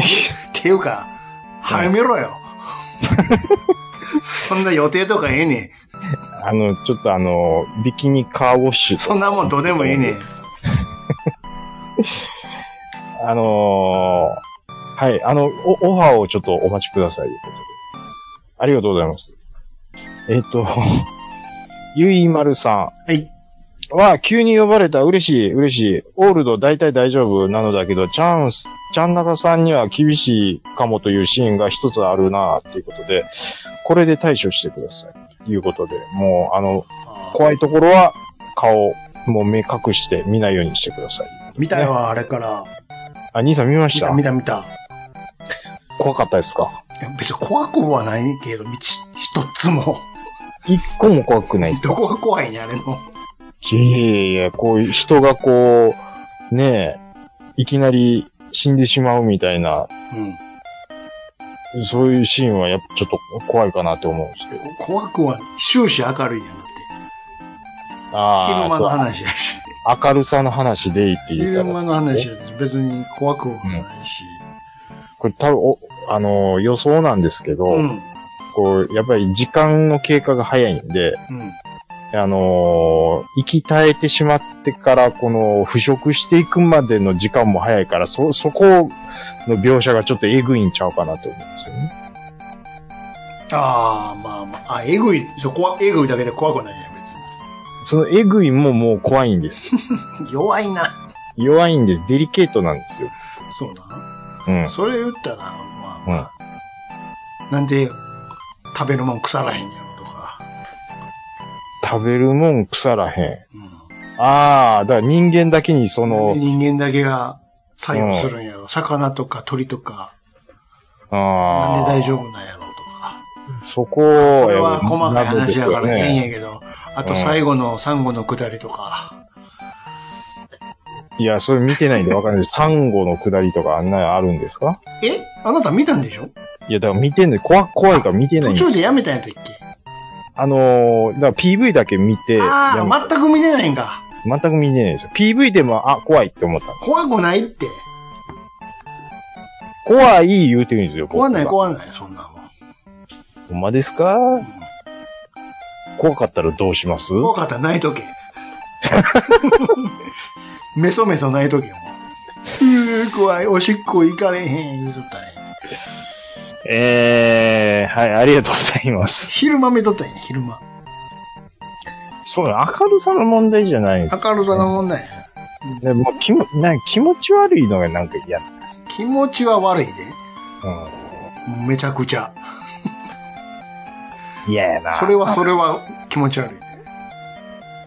S3: ていうか、はめろよ。そんな予定とかええねん。
S5: あの、ちょっとあのービキニカーウォッシュと
S3: そんなもんどうでもええねん。
S5: あのーはい。あの、おオファーをちょっとお待ちください。ということでありがとうございます。えっ、と、 ゆいまるさん。
S3: はい。
S5: は、急に呼ばれた。嬉しい、嬉しい。オールド大体大丈夫なのだけど、チャンス、ちゃん中さんには厳しいかもというシーンが一つあるなっていうことで、これで対処してください。ということで、もう、あの、怖いところは、顔、もう目隠して見ないようにしてください。
S3: 見たよ、あれから。
S5: あ、兄さん見ま
S3: 見、
S5: したた
S3: 見た、見た。
S5: 怖かったですか
S3: いや別に怖くはないけど、道一つも。
S5: 一個も怖くないです。
S3: どこが怖いねん、あれの。
S5: いやいやいや、こういう人がこう、ねえ、いきなり死んでしまうみたいな、
S3: うん。
S5: そういうシーンはやっぱちょっと怖いかなって思うんですけど。
S3: 怖くは、終始明るいやん、だって。
S5: あ
S3: 昼
S5: あ、
S3: 間
S5: そ
S3: の
S5: う
S3: 話やし。
S5: 明るさの話でいいって言
S3: 昼
S5: ったら、
S3: 間の話やし、別に怖くはないし。
S5: これ多分お、あのー予想なんですけど、
S3: うん。
S5: こう、やっぱり時間の経過が早いんで、
S3: うん。
S5: あのー息絶えてしまってから、この、腐食していくまでの時間も早いから、そ、そこの描写がちょっとエグいんちゃうかなと思うんですよね。
S3: ああ、まあまあ。あ、えぐい、そこはえぐいだけで怖くはないやん、別
S5: そのエグいももう怖いんです。
S3: に。弱いな。
S5: 弱いんです。デリケートなんですよ。
S3: そうな。
S5: うん。
S3: それ言ったら、まあまあ。なんで、食べるもん腐らへんやろとか。
S5: 食べるもん腐らへん。ああ、だから人間だけにそ
S3: なん
S5: の
S3: で、人間だけが作用するんやろ。魚とか鳥とか、なんで
S5: ああ、
S3: 大丈夫なんやろうとか。
S5: そこ
S3: そ
S5: を、
S3: れは細かい話やから
S5: 謎ですよ
S3: ね、いいん
S5: ね
S3: やけど。あと
S5: うん
S3: 最後のサンゴの下りとか。
S5: いや、それ見てないんでわかんないです。サンゴの下りとかあんなあるんですか
S3: えあなた見たんでしょ
S5: いや、だから見てんね怖、怖いから見てない
S3: 途
S5: んです
S3: 中でやめたんやったっけ
S5: あのー、だから PV だけ見て、
S3: あ
S5: やめ
S3: あ、全く見てないんか。
S5: 全く見てないですよ。PV でも、あ、怖いって思ったんです。
S3: 怖くないって。
S5: 怖い言うてるんですよ、僕
S3: 怖
S5: が
S3: ない怖ない、そんなもん。
S5: ほんまですか怖かったらどうします
S3: 怖かったら泣いとけ。 メソメソ泣いとけよ、もう。うー怖い、おしっこ行かれへん、言うとったんや
S5: えー、はい、ありがとうございます。
S3: 昼間見とったんや、昼間。
S5: そうなの明るさの問題じゃないんです。
S3: 明るさの問題や。
S5: でもう気もなんか気持ち悪いのがなんか嫌なんです。
S3: 気持ちは悪いで。
S5: う
S3: めちゃくちゃ。
S5: ん。嫌やな。
S3: それは、それは気持ち悪いで。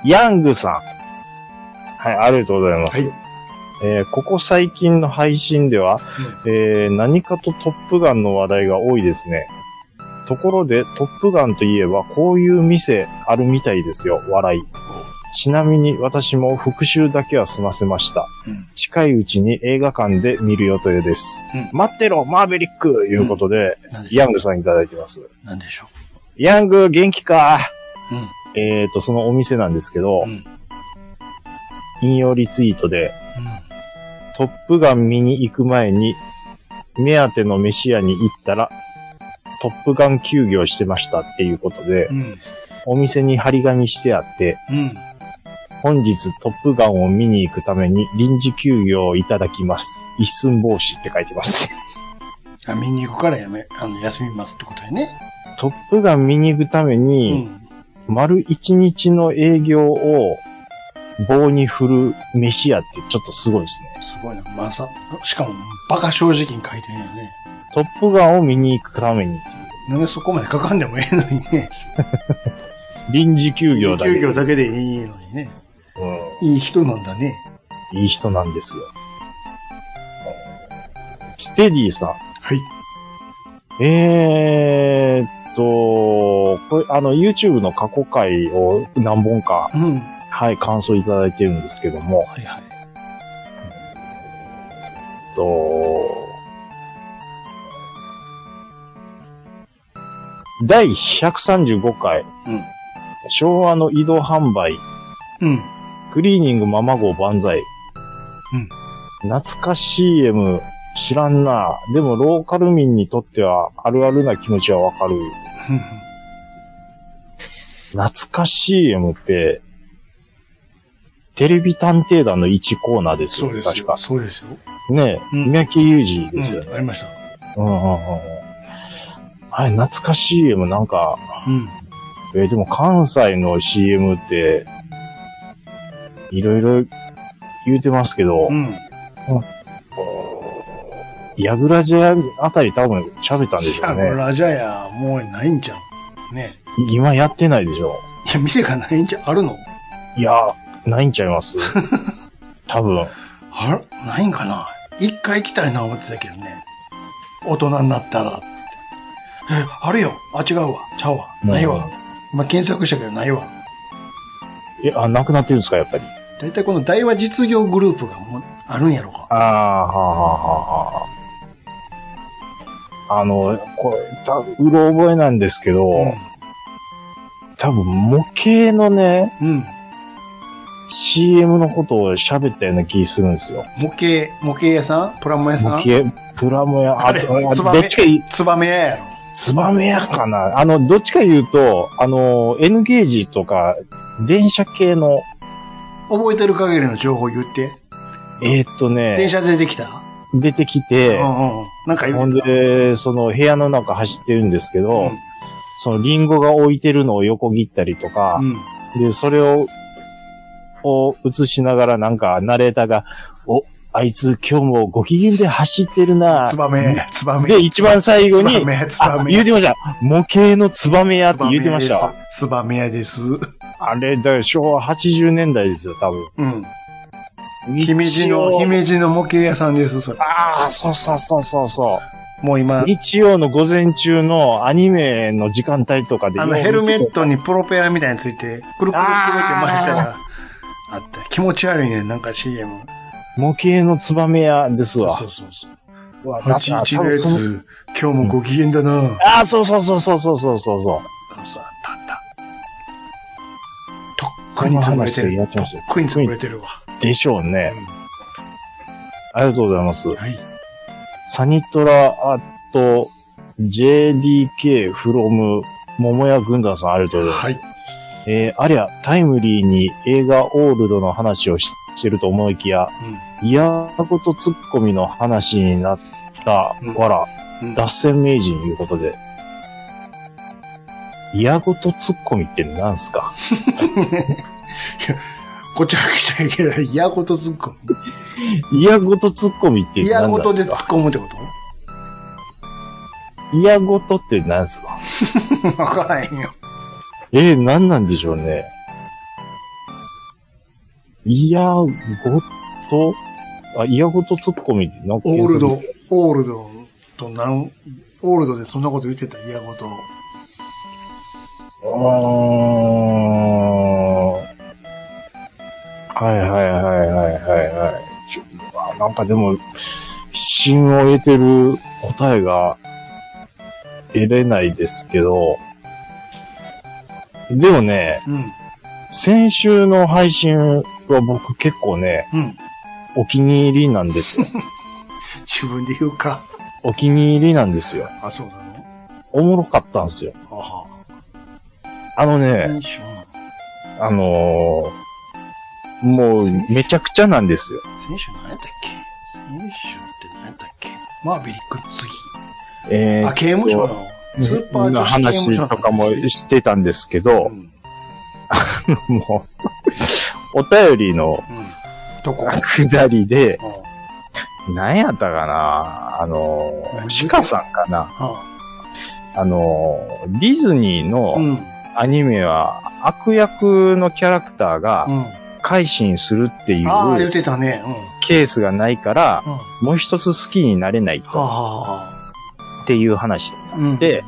S5: ヤングさん。はい、ありがとうございます。
S3: はい
S5: えーここ最近の配信では、えー何かとトップガンの話題が多いですね。ところで、トップガンといえば、こういう店あるみたいですよ、笑い。ちなみに私も復習だけは済ませました。
S3: うん
S5: 近いうちに映画館で見る予定です。
S3: うん
S5: 待ってろ、マーベリックいうことで、
S3: なんでしょ
S5: ヤングさんいただいてます。
S3: うなんでしょ
S5: ヤング、元気か
S3: う。うん。
S5: えっ、と、そのお店なんですけど、
S3: うん
S5: 引用リツイートで、トップガン見に行く前に、目当ての飯屋に行ったら、トップガン休業してましたっていうことで、
S3: うん。うん。
S5: お店に張り紙してあって、
S3: うん。
S5: 本日トップガンを見に行くために臨時休業をいただきます。一寸防止って書いてます。
S3: あ、見に行くからやめ、あの、休みますってことやね。
S5: トップガン見に行くため
S3: う
S5: に、
S3: ん。
S5: 丸一日の営業を棒に振る飯屋ってちょっとすごいですね。
S3: すごいな。まさ、しかも、バカ正直に書いてるよね。
S5: トップガンを見に行くために、
S3: なんでそこまで書かんでもええのにね。
S5: 臨時休業だけ。
S3: 休業だけでいいのにね。
S5: う
S3: いい人なんだね。
S5: ん。いい人なんですよ。ステディさ
S3: はい。
S5: ん。えーっと、これ、あの、YouTube の過去回を何本か、
S3: うん。は
S5: はい、感想いただいてるんですけども、
S3: いはい。
S5: えっと、第135回、
S3: うん
S5: 昭和の移動販売、
S3: うん。
S5: クリーニングママ号万歳。懐かしい M 知らんな。でもローカル民にとってはあるあるな気持ちはわかる。
S3: うん
S5: 懐かしい M って、テレビ探偵団の1コーナーです
S3: そ
S5: よ。
S3: うです
S5: 確
S3: よ。
S5: か。
S3: そうですよ。
S5: ねえ、
S3: うん
S5: 三宅裕二ですよ
S3: う
S5: ね。
S3: んありました。
S5: うんうんうんうんあれ、懐かしい M なんか、
S3: うん。
S5: えーでも関西の CM って、いろいろ言うてますけど、
S3: うん。
S5: ヤグラジェあたり多分喋ったんでしょ
S3: あ、
S5: う
S3: これ
S5: ね。
S3: ラジャヤ、もうないんじゃん。ね。
S5: 今やってないでしょ。
S3: いや、店がないんじゃ、あるの
S5: いや、ないんちゃいます 多分。
S3: あらないんかな一回行きたいな思ってたけどね。大人になったら。え、あるよ。あ、違うわ。ちゃうわ。ないわ。今検索したけどないわ。
S5: え、あ、なくなってるんですか、やっぱり。
S3: だいたいこの大和実業グループがもうあるんやろか。
S5: ああ、はあはあはあ。あの、これ、たうろ覚えなんですけど、多分模型のね、
S3: うん。うん。
S5: CM のことを喋ったような気するんですよ。
S3: 模型、模型屋さんプラモ屋さ
S5: 模
S3: ん
S5: 型、プラモや、
S3: あ
S5: あ
S3: れ
S5: あ
S3: ツバ
S5: ど
S3: メ
S5: っちかいい、
S3: ツバメ屋やろ。
S5: ツバメやかなあの、どっちか言うと、あの、N ゲージとか、電車系の、
S3: 覚えてる限りの情報言って。
S5: えーっと
S3: 電
S5: ね、
S3: 車出てきた、
S5: 出てきて、
S3: うんうん。なんか
S5: ほ
S3: 言
S5: ん
S3: うてた。
S5: で、その部屋の中走ってるんですけど、
S3: うん
S5: そのリンゴが置いてるのを横切ったりとか、
S3: うん。
S5: で、それを、を映しながらなんか、ナレーターが、お、あいつ今日もご機嫌で走ってるな
S3: ツバメ、ツバメ。
S5: で、一番最後に
S3: ツバ、メ、ツバ
S5: あ
S3: メ。
S5: 言うてました。模型のツバメ屋って言うてましたわ。
S3: ツバメ屋です。ツバメ屋です。
S5: あれ、だから昭和80年代ですよ、多分。
S3: うん。姫路の、
S5: 日曜。
S3: 姫路の模型屋さんです、それ。
S5: ああ、そうそうそうそうそう。
S3: もう今、
S5: 日曜の午前中のアニメの時間帯とかで。
S3: あのヘルメットにプロペラみたいについて、くるくるくるって回したら、あった。気持ち悪いね、なんか CM。
S5: 模型のツバメ屋です
S3: そう
S5: わ。
S3: そうそうそう。
S5: うわだから
S3: 81のや
S5: 多分その
S3: つ、今日もご機嫌だな。
S5: ああ、そうそうそうそうそうそうそうそう。
S3: あそうあったあった。とっくに潰れて
S5: そんな話やっ
S3: る。
S5: て
S3: と
S5: ま
S3: っ
S5: したよ
S3: くに潰れてるわ。
S5: でしょうね。ありがとうございます。
S3: はい。
S5: サニトラアット JDK from 桃屋軍団さんありがとうございます。
S3: はい。
S5: えーありゃ、タイムリーに映画オールドの話をししてると思いきや、嫌ごとツッコミの話になった
S3: うん
S5: わら、
S3: うん
S5: 脱線名人いうことで。嫌ごとツッコミって何すか
S3: こっちは来たいけど、嫌ごと突っ込む。
S5: 嫌ごとツッコミって何です
S3: 嫌
S5: か
S3: ごとで突っ込むってこ
S5: 嫌ごとって何ですか
S3: と わからへんよ。
S5: えー、何なんでしょうね。いやごとあ、いやごとツッコミってなんか
S3: オー
S5: 検
S3: ルド、オールドとなん、オールドでそんなこと言ってた嫌ごと。
S5: 索。うーんはいはいはいはいはいはいちょ。あなんかでも、芯を得てる答えが得れないですけど、でもね、
S3: うん。
S5: 先週の配信は僕結構ね、
S3: うん。
S5: お気に入りなんですよ。
S3: 自分で言うか。
S5: お気に入りなんですよ。
S3: あ、そうなの
S5: おもろかったんですよ。
S3: あは。
S5: あのね、
S3: 何しよ
S5: あのーもうめちゃくちゃなんですよ。
S3: う選手何やったっけ選手って何やったっけマーベリックの次。
S5: えー
S3: あ、刑務所の。スーパー女子刑務
S5: 話
S3: 所の
S5: とかもしてたんですけ
S3: う
S5: ど、
S3: ん。
S5: もう、お便りの
S3: うん。どこあ
S5: 下りで、何やったかなあのー、シカさんかな
S3: あ
S5: あのー、ディズニー
S3: う
S5: の
S3: ん。
S5: アニメは悪役のキャラクター
S3: う
S5: が
S3: ん。
S5: 改心するってい
S3: ああ、言っ
S5: う
S3: てたね。うん。
S5: ケースがないから、
S3: うん。は
S5: もう一つ好きになれない
S3: あは
S5: っていう話に
S3: あはあ。う
S5: なっ
S3: ん。
S5: て、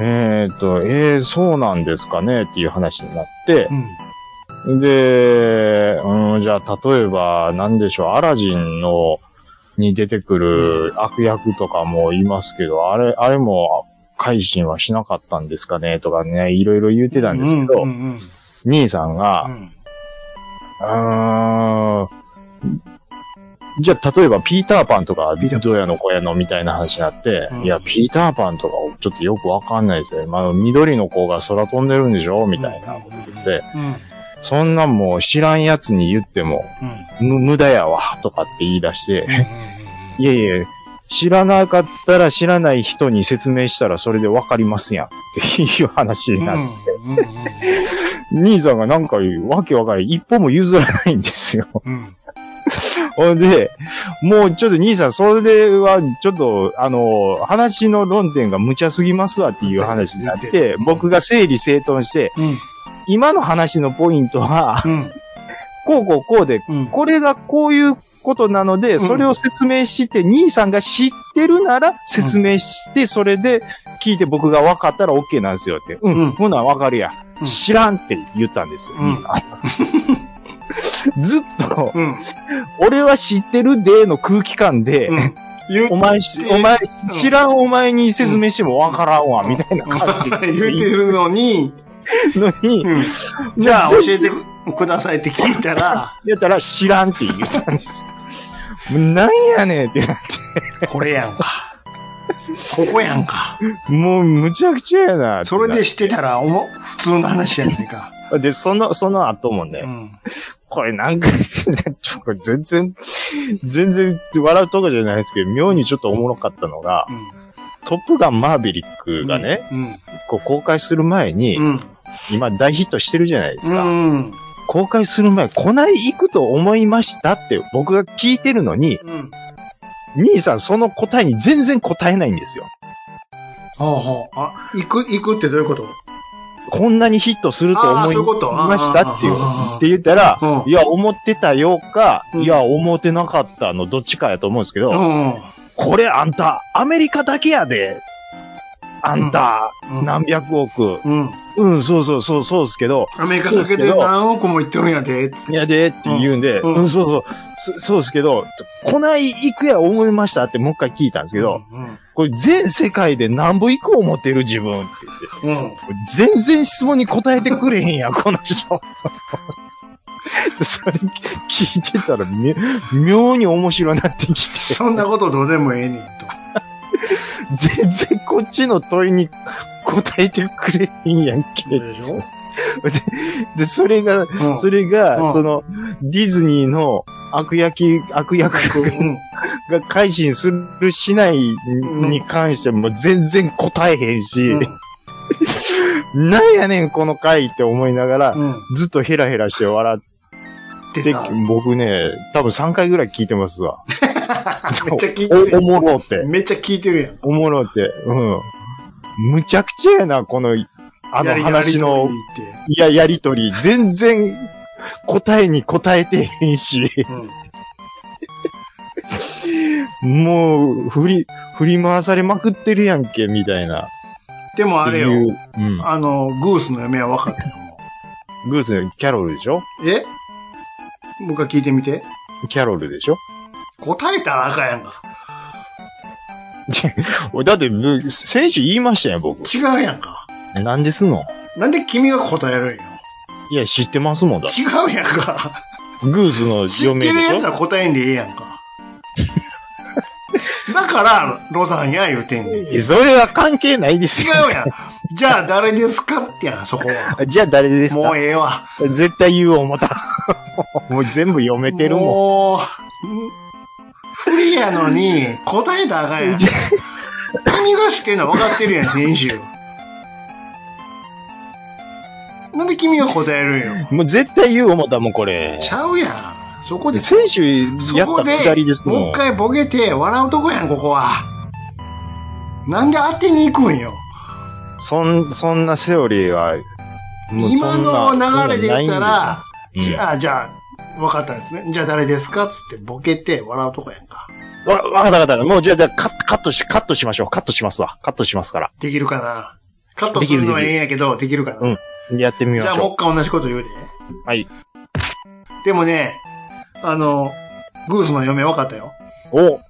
S5: えーっと、えー、そうなんですかねっていう話になって
S3: う、ん。
S5: で、うん、じゃあ、例えば、なんでしょう、アラジンの、に出てくる悪役とかもいますけど、あれ、あれも、改心はしなかったんですかねとかね、いろいろ言ってたんですけど、
S3: うんうんうん
S5: 兄さん
S3: う
S5: が、
S3: ん。
S5: うーん、じゃあ、例えば、ピーターパンとか、
S3: ピーターパン
S5: どうやの子やのみたいな話になって、
S3: うん
S5: いや、ピーターパンとか、ちょっとよくわかんないですよ。まあ、緑の子が空飛んでるんでしょみたいなこと言って、
S3: うん。うん。
S5: そんなんもう知らんやつに言っても、む無駄やわ、とかって言い出して、いやいや、知らなかったら知らない人に説明したらそれでわかりますやん、っていう話に
S3: うん。
S5: なっ
S3: うん。うん
S5: て、兄さんがなんかわけわからない、一歩も譲らないんですよ。
S3: うん。
S5: ほんで、もうちょっと兄さん、それはちょっと、あの、話の論点が無茶すぎますわっていう話になっ
S3: 言って
S5: て、僕が整理整頓して、
S3: うん。
S5: 今の話のポイントは、
S3: うん。
S5: こうこうこうで、
S3: うん。
S5: これがこういうことなので、
S3: ん
S5: それを説明して、兄さんが知ってるなら説明して、それで聞いて僕が分かったら OK なんですよって。う、
S3: うんん
S5: ほな分かるや、
S3: うん
S5: 知らんって言ったんですよ、
S3: うん
S5: 兄さん。 ずっと、
S3: うん。
S5: 俺は知ってるでの空気感で、
S3: うん。言
S5: お
S3: う
S5: 前
S3: う、ん
S5: お前、知らんお前に説明しても分からんわ、みたいな感じ
S3: 言っ
S5: で
S3: てるのに、
S5: のに、
S3: うんじゃあ教えて
S5: く
S3: くださいって聞いたら、
S5: れたら知らんって言ったんです よ。なんやねんってなって
S3: これやんか。ここやんか。
S5: もう、むちゃくちゃやな。
S3: それで、知ってたら、おも、普通の話やないか。
S5: で、その、その後もね、
S3: うん。
S5: これなんか、これ全然、全然笑うとかじゃないですけど、妙にちょっとおもろかったのが、トップガンマーヴェリッ
S3: う
S5: ク
S3: ん。
S5: がね、
S3: うん。
S5: こう公開する前に、
S3: うん。
S5: 今大ヒットしてるじゃないですか。
S3: うん。
S5: 公開する前、こない行くと思いましたって僕が聞いてるのに、
S3: うん。
S5: 兄さんその答えに全然答えないんですよ。
S3: ほうほう。あ、行く、行くってどういうこと
S5: こんなにヒットすると
S3: あー
S5: 思い
S3: そういうことあー
S5: ましたっていう
S3: あーあー。
S5: って言ったら
S3: う、ん
S5: いや、思ってたよか、
S3: うん
S5: いや、思ってなかったのどっちかやと思うんですけ
S3: う
S5: ど、
S3: ん。
S5: これあんた、アメリカだけやで。あんた、
S3: うん
S5: 何百億。
S3: うん。
S5: うん、そうそうそう、そうですけど、
S3: アメリカだけで何億も行ってるんやで、つって。
S5: いやでって言うんで、
S3: う
S5: うんん、
S3: うん
S5: そうそう、そそうですけど、こない行くや思いましたってもう一回聞いたんですけど、
S3: うん。
S5: これ全世界で何歩以降思ってる自分って言って、
S3: うん。
S5: 全然質問に答えてくれへん やん、この人。それ聞いてたらみ、妙に面白なってきて、
S3: そんなことどうでもええねんと。
S5: 全然こっちの問いに答えてくれへんやんけ。
S3: でしょ
S5: で、それが、
S3: うん。
S5: それ
S3: うん
S5: が、その、ディズニーの悪役、悪役
S3: うん
S5: が改心するしないに関しても全然答えへんし、なんやねんこの回って思いながら、
S3: うん。うん。
S5: ずっとヘラヘラして笑っ
S3: 出
S5: て
S3: た。、
S5: 僕ね、多分3回ぐらい聞いてます わ。
S3: めっちゃ聞いてるや
S5: おおもろって
S3: ん。。めっちゃ聞いてるやん。
S5: おもろって。うん。むちゃくちゃやな、この、あの話
S3: や
S5: の
S3: り、とり
S5: いや、やりとり。全然、答えに答えてへんし、
S3: 言って。
S5: もう、振り、振り回されまくってるやんけ、みたいな。
S3: うん。でもあれ
S5: っていう
S3: よ、
S5: うん。
S3: あの、グースの嫁は分かったよ、も
S5: グースのキャロルでしょ
S3: う。えもう一回聞いてみて。
S5: キャロルでしょ
S3: 答えたらあかんやんか。
S5: 俺だって、ぶ先週言いましたよ、僕。
S3: 違うやんか。
S5: なんですの
S3: なんで君が答えるんよ。
S5: いや、知ってますもんだ。
S3: 違うやんか。
S5: グースの
S3: 知っ
S5: 嫁
S3: てる
S5: で
S3: や
S5: し
S3: つ
S5: ょ
S3: は答えんでええやんか。だから、ロザンや言うてんねん。違う
S5: それは関係ないですよ。
S3: やん。じゃあ誰ですかってやん、そこは。
S5: じゃあ誰です
S3: も
S5: か
S3: うええわ。
S5: 絶対言う思った。もう全部読めてるもん。
S3: もう、不利やのに、答えたらあかんやん。君が知ってんのは分かってるやん、先週。なんで君が答えるんよ。
S5: もう絶対言う思ったもん、これ。
S3: ちゃうやん。そこで、そ
S5: 選手やっ
S3: こ
S5: た
S3: で
S5: くだりです、もん。
S3: もう一回ボケて笑うとこやん、ここは。なんで当てに行くんよ。
S5: そん、そんなセオリーは、もうそ
S3: 今
S5: んな
S3: の流れで言っ
S5: そ
S3: たら、、
S5: んなんないんですよ
S3: あ、じゃあ、分かったんですね。じゃあ誰ですかっつってボケて笑うとこやんか。
S5: うんわ、わかったわかった。もうじゃあ、じゃあカット、カットし、カットしましょう。カットしますわ。カットしますから。
S3: できるかなカットするのはええんやけど、できるかな、
S5: うんやってみま
S3: じゃあ
S5: し
S3: もう
S5: ょ
S3: 一回同じこと言うで。
S5: う。はい。
S3: でもね、あの、グースの嫁分かったよ。
S5: お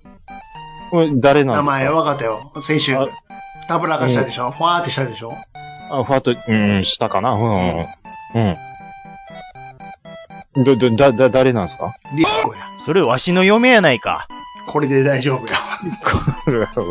S5: これ誰な
S3: 名
S5: んですか
S3: 前分かったよ。先週
S5: あ。
S3: たぶらかしたでしょふわーってしたでしょ
S5: あ、ふわっと、うん、したかなうん。うん。ど、ど、だ、だ、誰なんですか
S3: リッコや。
S4: それわしの嫁やないか。
S3: これで大丈夫よ。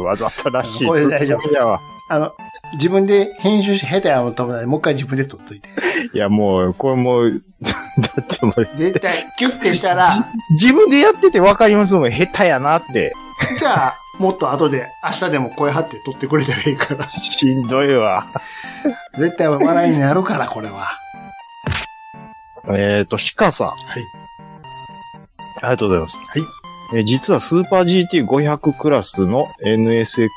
S5: わざとらしい。
S3: これ大丈夫
S5: ツッコミやわ。
S3: あの、自分で編集して下手や思ったもんねもう一回自分で撮っといて。
S5: いや、もう、これもう、 だってもう、
S3: 絶対、キュッてした ら、
S5: 自分でやっててわかりますもん。下手やなって。
S3: じゃあ、もっと後で、明日でも声張って撮ってくれたらいいから。
S5: しんどいわ。
S3: 絶対笑いになるから、これは。
S5: えっ、ー、と、シカさん。
S3: はい。
S5: ありがとうございます。
S3: はい。
S5: えー実はスーパー GT500 クラスの NSX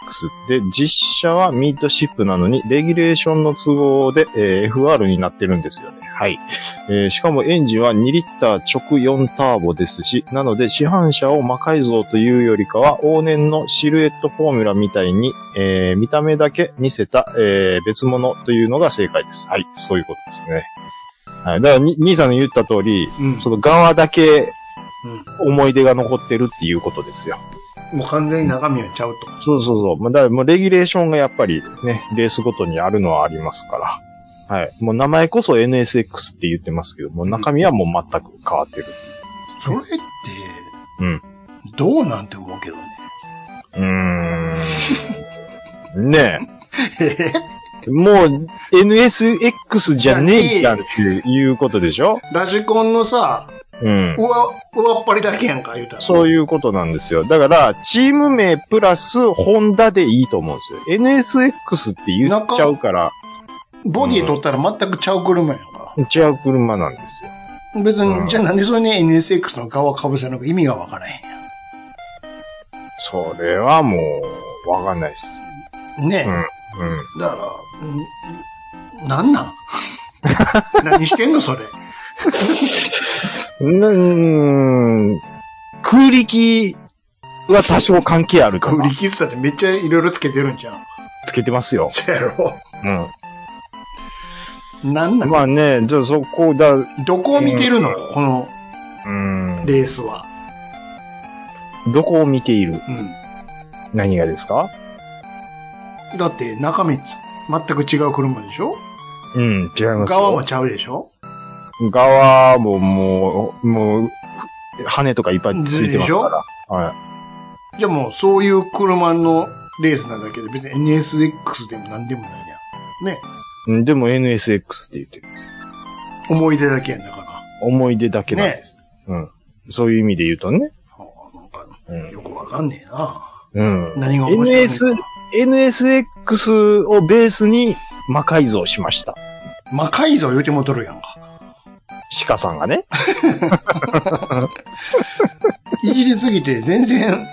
S5: で実車はミッドシップなのにレギュレーションの都合で、えー FR になってるんですよね。はい、えーしかもエンジンは2リッター直4ターボですし、なので市販車を魔改造というよりかは往年のシルエットフォーミュラみたいに、えー見た目だけ似せた、えー別物というのが正解です。はい。そういうことですね。はい。だからに、兄さんの言った通り、
S3: うん。
S5: その側だけ
S3: うん
S5: 思い出が残ってるっていうことですよ。
S3: もう完全に中身はちゃうと。
S5: そうそうそう。まあだからもうレギュレーションがやっぱりね、レースごとにあるのはありますから。はい。もう名前こそ NSX って言ってますけど、もう中身はもう全く変わってるっていう。
S3: それって、
S5: うん
S3: どうなんて思うけどね。
S5: うーん。 ねえ。もう NSX じゃねえじゃんっていうことでしょ
S3: ラジコンのさ、
S5: うん
S3: う。わ、上っぱりだけやんか、言うたら。
S5: そういうことなんですよ。だから、チーム名プラスホンダでいいと思うんですよ。NSX って言っちゃうから、
S3: ボディ取ったら全くちゃう車やんか。
S5: 違う車なんですよ。
S3: 別に、
S5: うん
S3: じゃあなんでそれに NSX の側被せるのか意味がわからへんや
S5: それはもう、わかんないです。
S3: ん。ね
S5: う
S3: え。
S5: ん。
S3: だから、なんなん 何してんのそれ。
S5: うーん、空力は多少関係あるか
S3: 売
S5: な
S3: り。切ってたってめっちゃいろいろつけてるんじゃん。
S5: つけてますよ。
S3: そやろ。
S5: う。
S3: なんなんん、
S5: まあね、じゃあそこだ、う
S3: どこを見てるのこの
S5: ん、
S3: レースは。
S5: どこを見ている
S3: うん。
S5: 何がですか
S3: だって中身全く違う車でしょ
S5: うん、違います
S3: 側も
S5: よ。
S3: ちゃうでしょ
S5: 側ももう、もう、羽とかいっぱいついてますから。はい。
S3: じゃあもうそういう車のレースなだけで別に NSX でも何でもないやん。ね。
S5: うんでも NSX って言ってる。
S3: 思い出だけやんだから。
S5: 思い出だけなんです。うん。そういう意味で言うとね。
S3: はあなんか
S5: うん。
S3: よくわかんねえな。
S5: うん。
S3: 何が面白いのか
S5: NS NSX をベースに魔改造しました。
S3: 魔改造言うてもとるやんか。
S5: 鹿さんが ね。
S3: いじりすぎて全然、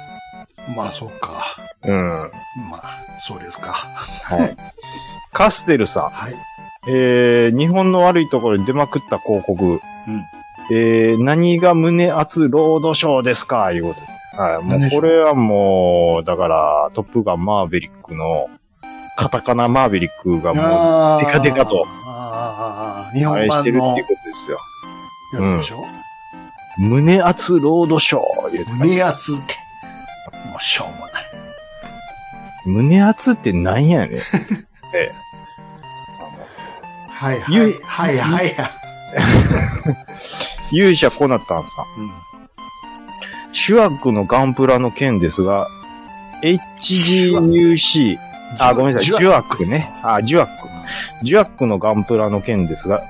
S3: まあそっか。
S5: うん。は
S3: まあ、そうですか。
S5: い。カステルさん。
S3: はい。
S5: えー、日本の悪いところに出まくった広告。えー、何が胸熱ロードショーですかいうことで。はい。も
S3: 何
S5: う
S3: でしょ
S5: こ
S3: う
S5: れはもう、だから、トップガンマーヴェリックの、カタカナマーヴェリックがもう、
S3: あー
S5: デカデカと。
S3: あーあーあー日
S5: 愛
S3: 本
S5: してる
S3: 版
S5: っ
S3: の
S5: てい
S3: や
S5: うことですよ。
S3: つでしょ、
S5: 胸熱ロードショー言うて
S3: 胸圧って。もうしょうもない。
S5: 胸熱ってなんやねん。え
S3: はいは
S5: ゆ
S3: い。はいはいはい。
S5: え勇者コナタンさん。シュワックのガンプラの件ですが、HGUC、あ、ごめんなさい、ジュアックね。あ、ジュアック。ジュアックのガンプラの件ですが、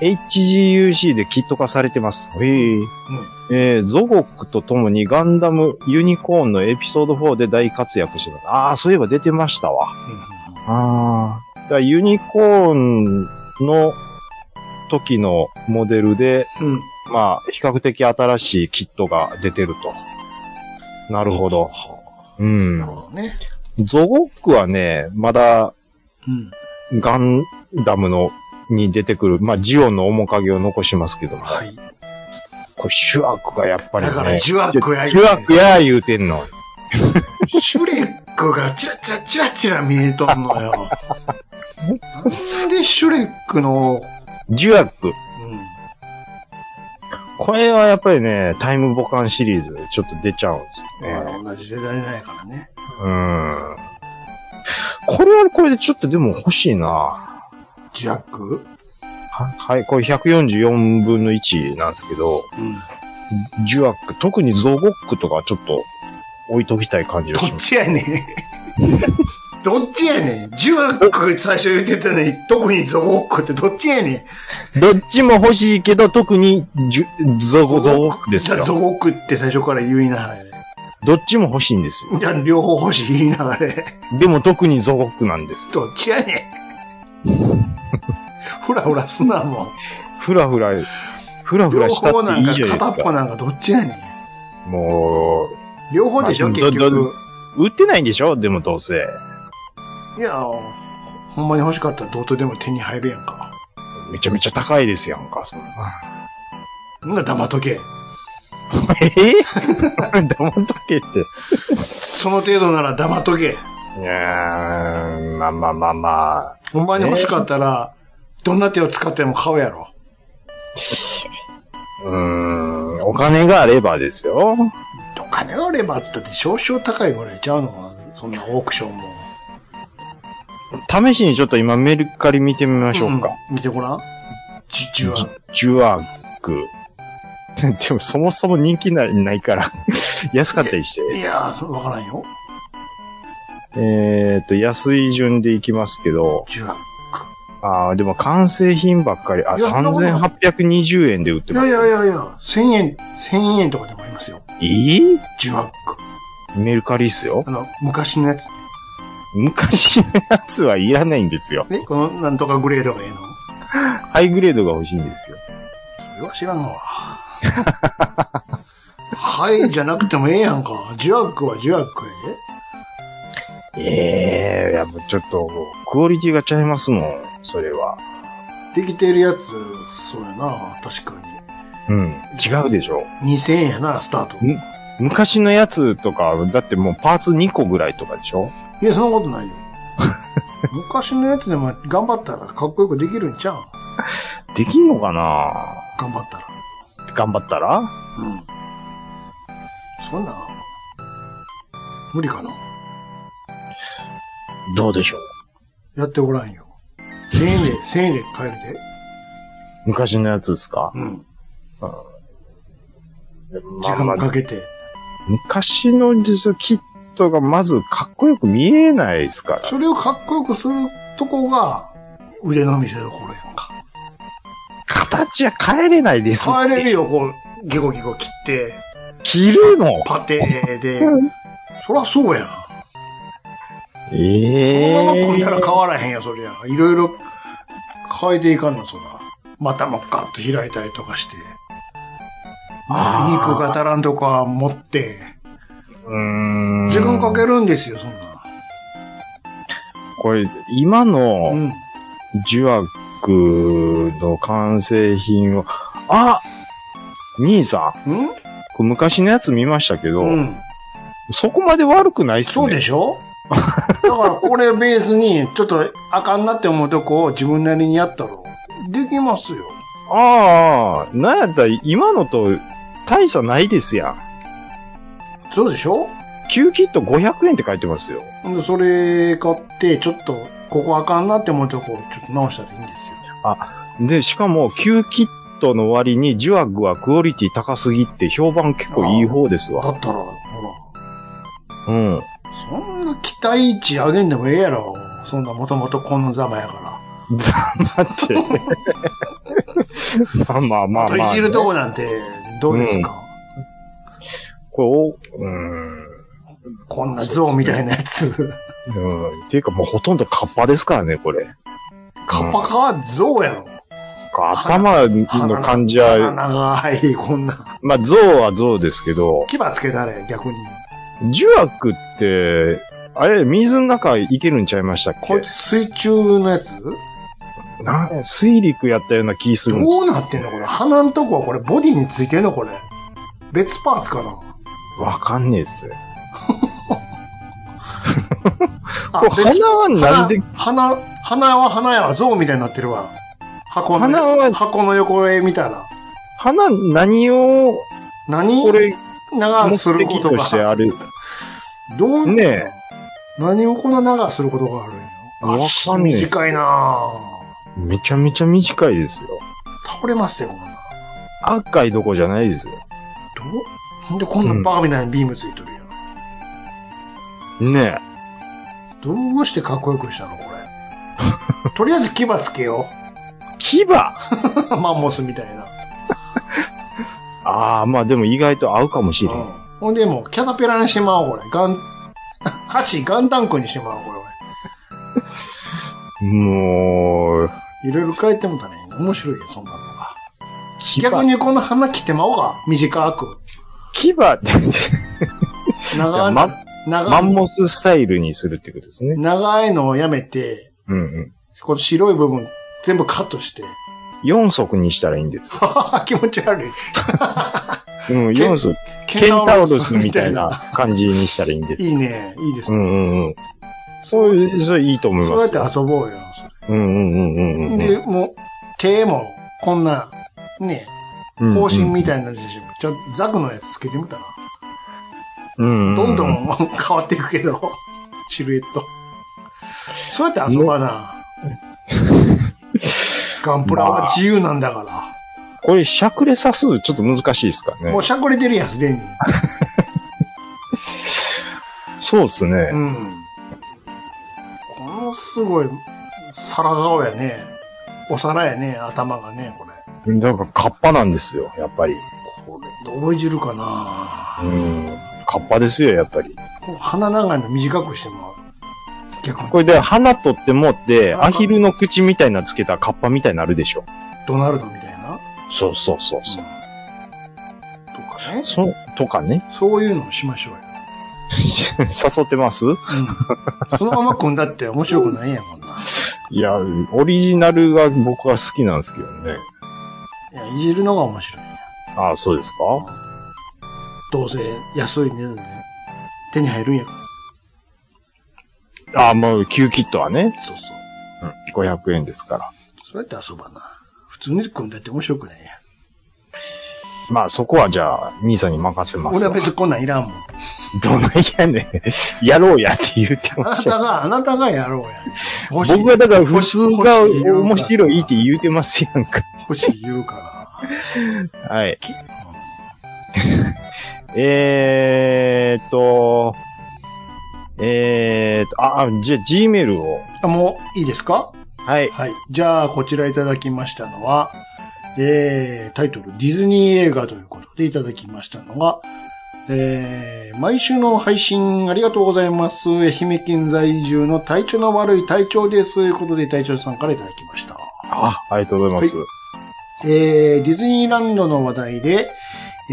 S5: HGUC でキット化されてます。へえ。えー、ゾゴックと共にガンダムユニコーンのエピソード4で大活躍してます。ああ、そういえば出てましたわ。ああ。だからユニコーンの時のモデルで、
S3: うん。うん。
S5: まあ、比較的新しいキットが出てると。なるほど。う
S3: なる
S5: ん。
S3: ほどね。
S5: ゾゴックはね、まだ
S3: うん。
S5: ガンダムのに出てくる、まあ、ジオンの面影を残しますけども、
S3: はい。
S5: これ、シュアクがやっぱりね。
S3: だからジュアックや
S5: ジュアックや言うてんの。
S3: シュレックがチラチラチラチラ見えとん のよ。なんでシュレックの、
S5: ジュアック。
S3: うん。
S5: これはやっぱりね、タイムボカンシリーズ、ちょっと出ちゃうんですよね。
S3: まあ同じ世代ないからね。
S5: うん。これはこれでちょっとでも欲しいな。
S3: ジャック
S5: ははい、これ144分の1なんですけど、
S3: うん。
S5: ジュアック、特にゾゴックとかちょっと置いときたい感じが
S3: ど
S5: し
S3: っ
S5: ます。
S3: ち やねん。どっちやねん。ジュアック最初言ってたのに、特にゾゴックってどっちやねん。
S5: どっちも欲しいけど、特にジュゾゴ、ゾゴックです
S3: じゃあゾ
S5: よ。
S3: ゴックって最初から言いながらね。
S5: どっちも欲しいんですよ。
S3: じゃあ両方欲しい言いながらね。
S5: でも特にゾゴックなんです。
S3: どっちやねん。ふらふらすなもん。
S5: ふらふら、ふらふ
S3: 両
S5: らしたっ
S3: 方な
S5: てい
S3: ん
S5: い
S3: か
S5: じゃない
S3: 片っ
S5: です
S3: ぽ
S5: か。
S3: なんかどっちやねん。
S5: も
S3: 両方でしょ、
S5: まあ
S3: 結
S5: どど
S3: 局。
S5: う、売ってないんでしょでもどうせ。
S3: いや、ほんまに欲しかったらどうとでも手に入るやんか。
S5: めちゃめちゃ高いですやんか、そんな。
S3: そんな黙っとけ。
S5: えぇ黙っとけって。
S3: その程度なら黙っとけ。
S5: いやー、まあまあまあまあ。
S3: ほんまに欲しかったら、どんな手を使っても買うやろ。
S5: うーん、お金があればですよ。
S3: お金があればっつったって少々高いぐらいちゃうのかなそんなオークションも。
S5: 試しにちょっと今メルカリ見てみましょうか。
S3: ん見てごらん。じ、じは。
S5: ジュアーク。 でもそもそも人気ないないから、 安かったりして。
S3: いやー、わからんよ。
S5: えっ、と、安い順でいきますけど、
S3: じは。
S5: あーでも完成品ばっかり、あ、
S3: いやそんなことない
S5: 3820円で売って
S3: い
S5: ま
S3: や
S5: す。
S3: いやいやいや、千円、千円とかでもありますよ。
S5: え
S3: ジュワック。
S5: ーメルカリっすよ
S3: あ。の、昔のやつ。
S5: 昔のやつはいらないんですよ。
S3: ね、このなんとかグレードがええの。
S5: ハイグレードが欲しいんですよ。
S3: それは知らん わ。はい、じゃなくてもええやんか。ジュワックはジュワックやで。
S5: ええいやもうちょっと、クオリティがちゃいますもん、それは。
S3: できてるやつ、そうやな、確か
S5: うん。違うでしょ。
S3: に。2000円やな、スタート。
S5: ん昔のやつとか、だってもうパーツ2個ぐらいとかでしょ
S3: いや、そんなことないよ。昔のやつでも頑張ったらかっこよくできるんちゃう
S5: できんのかな
S3: 頑張ったら。
S5: 頑張ったら
S3: うん。そんな、無理かな。
S5: どうでしょう
S3: やっておらんよ。1000円 で、1000円で買えるで。
S5: 昔のやつですか、
S3: うん。
S5: ま
S3: 時
S5: あまあ
S3: 間かけて。
S5: 昔の実はキットがまずかっこよく見えないですから。
S3: それをかっこよくするとこが、腕の見せ所やんか。
S5: 形は変えれないですって。
S3: 変えれるよ、こう、ギコギコ切って、
S5: 着るの
S3: パテで。そらそうやん。こ
S5: え
S3: のまま
S5: え
S3: 組んだら変わらへんや、そりゃ。いろいろ変えていかんの、そら。股もガッと開いたりとかして。
S5: あー
S3: 肉が足らんとか持って。
S5: うーん
S3: 時間かけるんですよ、そんな。
S5: これ、今
S3: う
S5: の
S3: ん。
S5: ジュアクの完成品を、あ兄さん、
S3: うん
S5: これ昔のやつ見ましたけど、
S3: うん。
S5: そこまで悪くないっすね。
S3: そうでしょだからこれベースに、ちょっとあかんなって思うとこを自分なりにやったら、できますよ。
S5: ああ、なんやったら今のと大差ないですやん。
S3: そうでしょ
S5: 旧キット500円って書いてますよ。
S3: でそれ買って、ちょっと、ここあかんなって思うとこをちょっと直したらいいんですよ。
S5: で、しかも旧キットの割にジュアグはクオリティ高すぎって評判結構いい方です
S3: だ
S5: わ。
S3: ったら、ほ
S5: うん。
S3: ら、そんな期待値上げんでもええやろ。そんなもともとこのざまやか
S5: ざまって。 まあまあま
S3: ら。
S5: あ
S3: あ
S5: ま
S3: とい
S5: あ
S3: じ。るとこなんて、どうですか、
S5: これお、うん。
S3: こんな像みたいなやつ。
S5: うん。っていうかもうほとんどカッパですからね、これ。
S3: カッパカは像やろ。
S5: 頭の感じは、
S3: 長い、こんな。
S5: まあ象は象ですけど、
S3: 牙つけたれ、逆に。
S5: ジュアクって、あれ、水の中行けるんちゃいましたっ
S3: こいつ
S5: け
S3: 水中のやつ
S5: な水陸やったような気するんです
S3: どうなってんのこれ。鼻んとこはこれ、ボディについてんのこれ。別パーツかな
S5: わかんねえっすよ。
S3: あ
S5: これ鼻はなんで、
S3: 鼻、鼻は鼻やわ、象みたいになってるわ。箱の、
S5: 鼻は
S3: 箱の横へ見たら。
S5: 花、何を、
S3: 何
S5: これ、
S3: 長く
S5: 目
S3: するこ
S5: 的
S3: と
S5: として
S3: が。
S5: ある。
S3: どういう
S5: ねえ
S3: 何をこんな長くすることがあるんや。
S5: わ
S3: 足
S5: かんねえ
S3: 短いなぁ。
S5: めちゃめちゃ短いですよ。
S3: 倒れますよ、こんな。
S5: 赤いどこじゃないですよ。
S3: どうほんでこんなバカみたいなビームついとるやん。
S5: ね
S3: どうしてかっこよくしたのこれ。 とりあえず牙つけよ
S5: え。牙あ
S3: う。 マンモスみたいな。
S5: あ、まあでも意外と合うかもしれん。
S3: ほんでもう、キャタペラにしてまおう、これ。ガン、 箸、ガンタンクにしてまおう、これ。
S5: もう、
S3: いろいろ変えてもたね。面白いよ、そんなのが。
S5: 牙、
S3: 逆にこの花切ってまおうか。短く。
S5: 牙って、
S3: 長い、
S5: マ
S3: 長
S5: マ
S3: い
S5: ン、モススタイルにするってことですね。
S3: 長いのをやめて、
S5: うんうん。
S3: この白い部分全部カットして。
S5: 4足にしたらいいんですよ。
S3: ははは気持ち悪い。
S5: うん、
S3: ケン
S5: 4足。ケンタウロスみたい
S3: ケンタウロ
S5: な感じにしたらいいんで
S3: スみたいな。
S5: す
S3: い
S5: よ。
S3: いね。いいです
S5: う
S3: ね。
S5: んうんうん。そういう、それいいと思い
S3: そう
S5: ま
S3: や
S5: す
S3: って
S5: よ。
S3: 遊ぼうよ。
S5: うんうんうんうんうん。
S3: で、もう、手も、こんな、ね、方針みたいなのにしてちょ、ザクのやつつけてみたら。
S5: うん。
S3: どんど
S5: うん
S3: 変わっていくけど、 シルエット。そうやって遊ば な。ガンプラは自由なんだから。
S5: これ、しゃくれさす、ちょっと難しいですかね
S3: も。うしゃくれてるやん、すでに。
S5: そうです
S3: う
S5: ね。
S3: ん。このすごい、皿顔やね。お皿やね、頭がね、これ。
S5: なんか、カッパなんですよ、やっぱり。
S3: これ、どういじるかな
S5: うん。カッパですよ、やっぱり。
S3: こう鼻長いの短くしても逆に。
S5: これで、花取って持って、
S3: あ
S5: アヒルの口みたいなつけたらカッパみたいになるでしょ。
S3: ドナルドみたいな。
S5: そうそうそう
S3: う
S5: そ
S3: ん
S5: う。
S3: とかね。
S5: そ、とかね。
S3: そういうのをしましょうよ。
S5: 誘ってます
S3: うんそのまま組んだって面白くないやん、こんな。
S5: いや、オリジナルが僕は好きなんですけどね。
S3: いや、いじるのが面白い。
S5: ああ、そうですか
S3: どうせ安い値段で手に入るんやから。
S5: ああ、もう、旧キットはね、
S3: そうそ
S5: う
S3: う。
S5: ん、500円ですから。
S3: そうやって遊ばな。普通に組んだって面白くないやん。
S5: まあ、そこはじゃあ、兄さんに任せます
S3: 俺は
S5: わ。
S3: 別にこんなんいらんもん。
S5: どないやね ん。やろうやって言って
S3: あ
S5: ま
S3: な
S5: した
S3: た。が、あなたがやろうや。欲しい
S5: 僕はだから、普通が
S3: 欲し言うから
S5: 面白いって言うてますやんか。
S3: 欲しい言うから。
S5: はい。えーっと、えーっと、あ、あじゃあ Gmail を。
S3: あもういいですか
S5: はい。
S3: はい。じゃあ、こちらいただきましたのは、えー、タイトル、ディズニー映画ということでいただきましたのが、えー、毎週の配信ありがとうございます。愛媛県在住の体調の悪い体調です。ということで、体調さんからいただきました。
S5: あ、ありがとうございます。
S3: えー、ディズニーランドの話題で、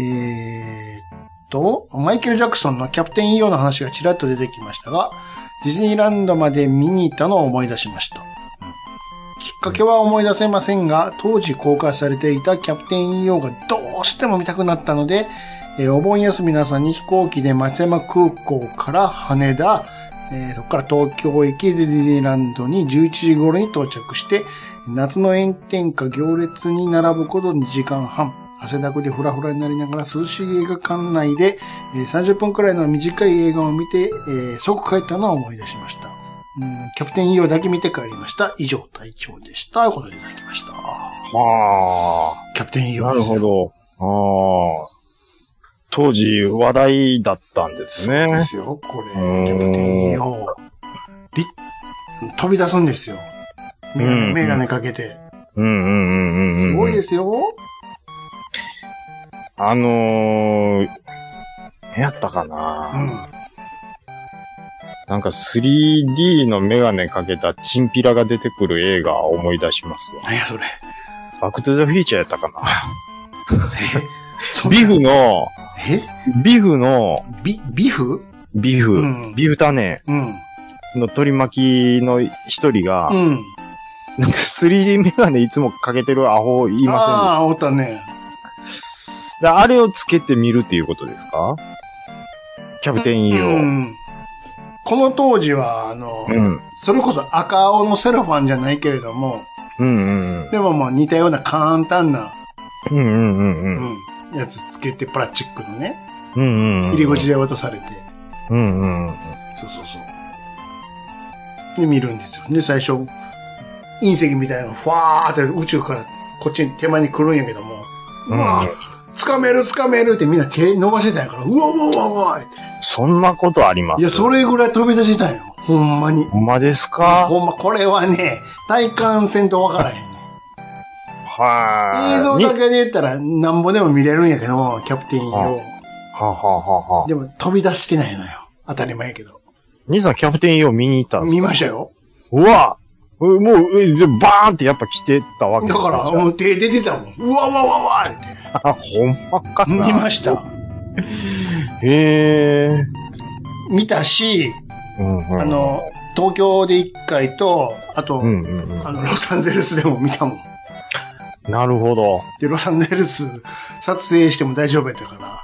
S3: えーっと、マイケル・ジャクソンのキャプテン・イオの話がちらっと出てきましたが、ディズニーランドまで見に行ったのを思い出しました。うんきっかけは思い出せませんが、当時公開されていたキャプテン EO がどうしても見たくなったので、えーお盆休みの朝に飛行機で松山空港から羽田、えーそこから東京駅ディズニーランドに11時頃に到着して、夏の炎天下行列に並ぶこと2時間半。汗だくでフラフラになりながら涼しい映画館内で、えー30分くらいの短い映画を見て、えー即帰ったのを思い出しました。うんキャプテン EO だけ見て帰りました。以上、隊長でした。ということでいただきました。
S5: は
S3: キャプテン
S5: あ、
S3: EO
S5: なるほ。ど。ああ。当時話題だったんです
S3: で
S5: ね。
S3: すよ、これ。キ
S5: うん
S3: ャプテン EO。り飛び出すんですよ。メガ
S5: う
S3: ネ
S5: ん
S3: メガネかけて。
S5: うんうんうんうんうん。
S3: すごいですよ。
S5: あのー、何やったか
S3: う
S5: な、
S3: ん。
S5: なんか 3D のメガネかけたチンピラが出てくる映画を思い出しますわ。
S3: 何やそれ。
S5: バックトゥザフィーチャーやったか な
S3: そんな
S5: ビフの、
S3: え
S5: ビフの、
S3: ビ、ビフ
S5: ビフ、
S3: うん
S5: ビフタネ
S3: うん。
S5: の取り巻きの一人が、
S3: うん。
S5: なんか 3D メガネいつもかけてるアホいま
S3: ああー、おったね。
S5: せんでああれをつけてみるっていうことですかキャプテンイーを。
S3: うん。この当時は、あの、
S5: うん。
S3: それこそ赤青のセロファンじゃないけれども、
S5: うんうん
S3: でもまあ似たような簡単な、
S5: うん。うんうんうんう。
S3: うんん、やつつけて、プラスチックのね、
S5: うんうんうん。
S3: 入り口で渡されて、
S5: うんうんうん。
S3: そうそうそう。で、見るんですよ。で、最初、隕石みたいなのがふわーって宇宙からこっちに手前に来るんやけども、うわー、つかめるつかめるってみんな手伸ばしてたんやから、うわうわうわうわって。
S5: そんなことあります
S3: いや、それぐらい飛び出してたんよ。ほんまに。
S5: ほんまですか
S3: ほんま、これはね、体感せんとわからへんね。
S5: は
S3: 映像
S5: に
S3: だけで言ったら、なんぼでも見れるんやけど、キャプテンよ。
S5: はははは。
S3: でも、飛び出してないのよ。当たり前やけど。
S5: 兄さんキャプテンイーを見に行ったんですか
S3: 見ましたよ。
S5: うわえもう、え、じゃあバーンってやっぱ来てたわけ
S3: だ
S5: ですね
S3: から、
S5: じゃ
S3: もう手出てたもん。うわうわうわうわって。
S5: あ、ほんまか
S3: 見
S5: な。
S3: ました。
S5: へえ。
S3: 見たし、
S5: うんうん。
S3: あ、の、東京で一回と、あと、
S5: うんうん
S3: あの、ロサンゼルスでも見たもん。
S5: うん。なるほど。
S3: で、ロサンゼルス撮影しても大丈夫やったか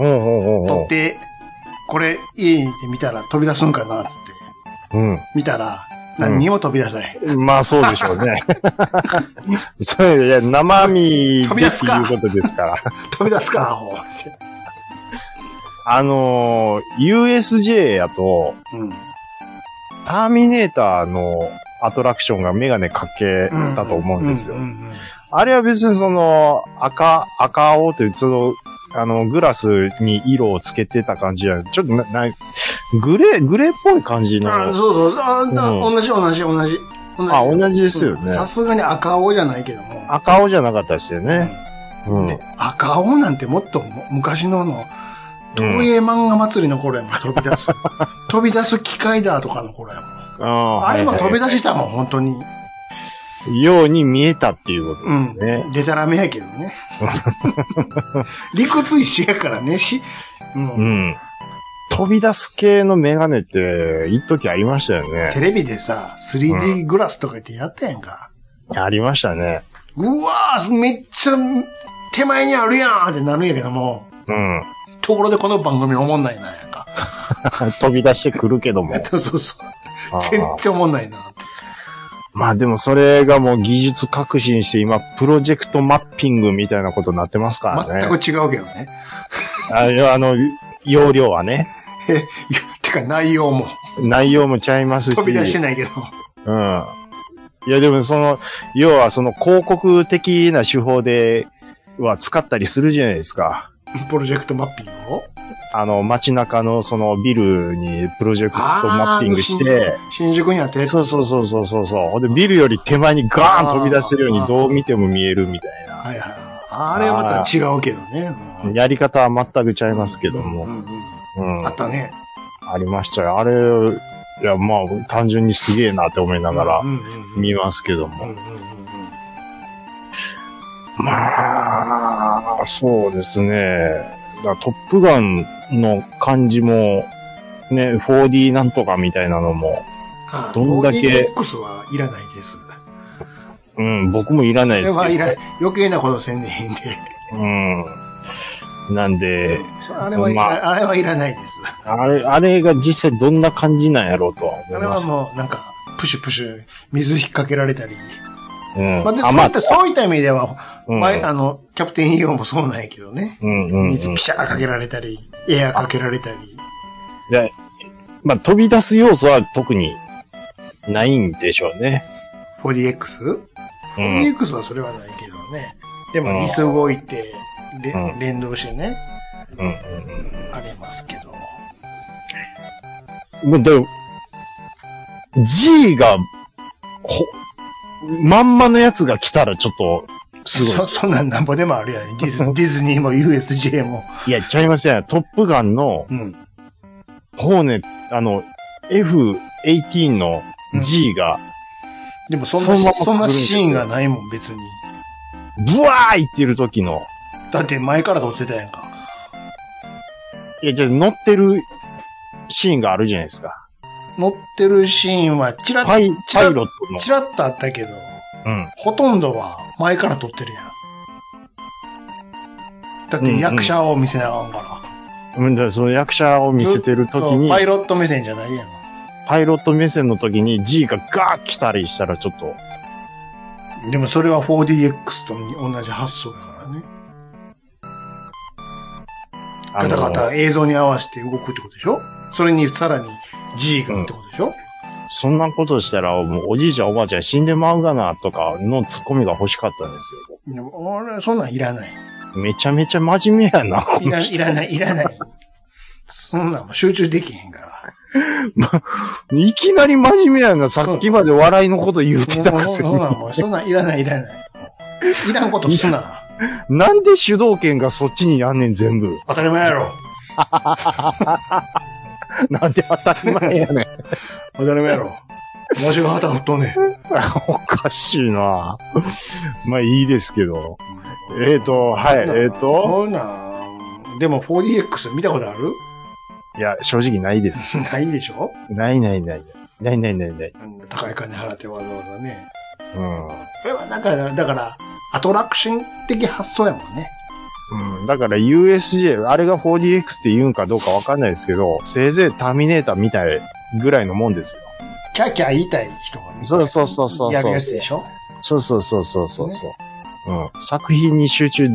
S3: ら、
S5: うんうんうんう
S3: 撮
S5: ん
S3: っ。て、これ家に行って見たら飛び出すんかなっつって。見たら、何にも飛び出さない。
S5: うん。まあそうでしょう ね。それ、いや、生身で
S3: 飛
S5: って
S3: び出すか
S5: いうことですから。
S3: 飛び出すか、アホ。
S5: あのー、USJ やと、
S3: うん。
S5: ターミネーターのアトラクションがメガネかけたと思うんですよ
S3: う。ん
S5: あれは別にその、赤、赤青って、その、あの、グラスに色をつけてた感じや、ちょっとな、ない、グレー、グレーっぽい感じ
S3: うん
S5: の、
S3: あ
S5: あ、
S3: そうそう。あだ
S5: うん
S3: 同じ同じ同じ。
S5: 同じ
S3: で
S5: ですよね。
S3: さすがに赤青じゃないけども。
S5: 赤青じゃなかったですよね。う。
S3: うんんで赤青なんてもっとも昔のあの、東映漫画祭りの頃やもん、飛 び出す。飛び出す機械だとかの頃やもん。
S5: あ
S3: あれも飛び
S5: 出
S3: 出してたもん、本当に。
S5: ように見えたっていうこと
S3: う
S5: です
S3: ん。
S5: ね。
S3: でたらめやけどね。 理屈一緒やからね、し、う。
S5: うんん。飛び出す系のメガネって、一時ありましたよね。
S3: テレビでさ、3D グラスとか言ってやったやんか。
S5: ありましたね。
S3: うわーめっちゃ、手前にあるやんってなるんやけども、
S5: うん。
S3: ところでこの番組おもんないなんやんか。
S5: 飛び出してくるけども。
S3: そうそうそう。
S5: あー
S3: 全然おもんないなって。
S5: まあでもそれがもう技術革新して今、プロジェクトマッピングみたいなことになってますから
S3: 全
S5: ね。
S3: く違うけどね。
S5: あいやあの、容量はね。
S3: え、いやてか内容も
S5: 内容もちゃいますし。
S3: 飛び出してないけど。
S5: うん。いやでもその、要はその広告的な手法では使ったりするじゃないですか。
S3: プロジェクトマッピングを
S5: あの、街中のそのビルにプロジェクトマッピングし
S3: あ
S5: て、
S3: ー。新宿にあって、
S5: そうそうそうそうそうそう。ほんで、ビルより手前にガーン飛び出せるようにどう見ても見えるみたいな。
S3: はいはい。あれはまた違うけどね。うん
S5: やり方は全くちゃいますけど
S3: う
S5: も。
S3: んうん
S5: うん。
S3: あったね。
S5: ありましたよ。あれ、いや、まあ、単純にすげえなって思いながら
S3: うんうんうん
S5: 見ますけど
S3: うん
S5: も。
S3: うんうん
S5: まあ、そうですね。だからトップガンの感じも、ね、4D なんとかみたいなのも、
S3: あ
S5: どんだけ
S3: ボディボックスはいらないです。
S5: うん、僕もいらない
S3: こ
S5: です
S3: れ
S5: けど。
S3: はいら余計なことせんでいいんで。
S5: うん。なんで、
S3: そうあれはい
S5: ま
S3: らあれはいらないです。
S5: あれ、あれが実際どんな感じなんやろうとは
S3: あ
S5: 思い
S3: れ
S5: ま
S3: は
S5: す。
S3: もうなんか、プシュプシュ、水引っ掛けられたり。
S5: うん。
S3: まあ、で
S5: あ、
S3: そう
S5: ま
S3: い
S5: あ
S3: った、そういった意味では、
S5: うん
S3: 前、あの、キャプテンイオンもそうなんやけどね。
S5: うんうん、うん
S3: 水ピシャーかけられたり、エアーかけられたり。
S5: でまあ、飛び出す要素は特にないんでしょうね。
S3: 4DX?4DX
S5: うん。
S3: はそれはないけどね。で
S5: うん
S3: も、椅子動いて、れ
S5: うん
S3: 連動してね、
S5: うんうん
S3: ありますけど。
S5: うん。もうでも、G が、ほ、まんまのやつが来たらちょっと、すごいで
S3: そ、
S5: すよ。
S3: そんなんなんぼでもあるやん。ディズディズニーも USJ も。
S5: いや、ちゃいましたよ。トップガンの、
S3: うん。
S5: ほうね、あの、F18 の G が、
S3: でもそん
S5: そ
S3: な、
S5: のまま
S3: そんなシーンがないもん、別に。
S5: ブワーいってる時の、
S3: だって前から撮ってたやんか。
S5: いや、じゃあ乗ってるシーンがあるじゃないですか。
S3: 乗ってるシーンは、チラッ、
S5: パイ、
S3: ちら
S5: パイロットの。
S3: チラッとあったけど、
S5: うん。
S3: ほとんどは前から撮ってるやん。だって役者を見せなあかんから。
S5: うんだからその役者を見せてる時に、
S3: パイロット目線じゃないやん。
S5: パイロット目線の時に G がガーッ来たりしたらちょっと、
S3: でもそれは 4DX と同じ発想だからね。
S5: あ
S3: ガ
S5: の
S3: タガタ映像に合わせて動くってことでしょそれにさらに G がってことでしょ、
S5: そんなことしたら、もうおじいちゃんおばあちゃん死んでまうがな、とかのツッコミが欲しかったんです
S3: でも俺、そんなんいらない。
S5: よ。めちゃめちゃ真面目やな、こ
S3: い
S5: の
S3: ら
S5: 人
S3: いらない、いらない。そんなんもう集中できへんから。
S5: いきなり真面目やな、さっきまで笑いのこと言ってた
S3: もう
S5: くせ
S3: そ
S5: に
S3: ん。なんもう、そんなんいらない、いらない。いらんことすな。
S5: なんで主導権がそっちにあんねん、全部。
S3: 当たり前やろ。
S5: なんで当たり前やねん。
S3: 当たり前やろ。わしが旗振っとんねん。
S5: おかしいなまあいいですけど。えっ、ー、と、はい、えっ、ー、と、
S3: そんなん、でも 4DX 見たことある
S5: いや、正直ないです。
S3: ないでしょ
S5: ないないない。ないないないない。
S3: 高い金払ってわざわざね。
S5: うん。
S3: これはだから、だから、アトラクション的発想やもんね。
S5: うん、だから USJ、あれが 4DX って言うんかどうかわかんないですけど、せいぜいターミネーターみたいぐらいのもんですよ。
S3: キャーキャー言いたい人がね
S5: そうそうそうそうそう
S3: やるやつでしょ
S5: そうそうそうそうそうそう、うん。作品に集中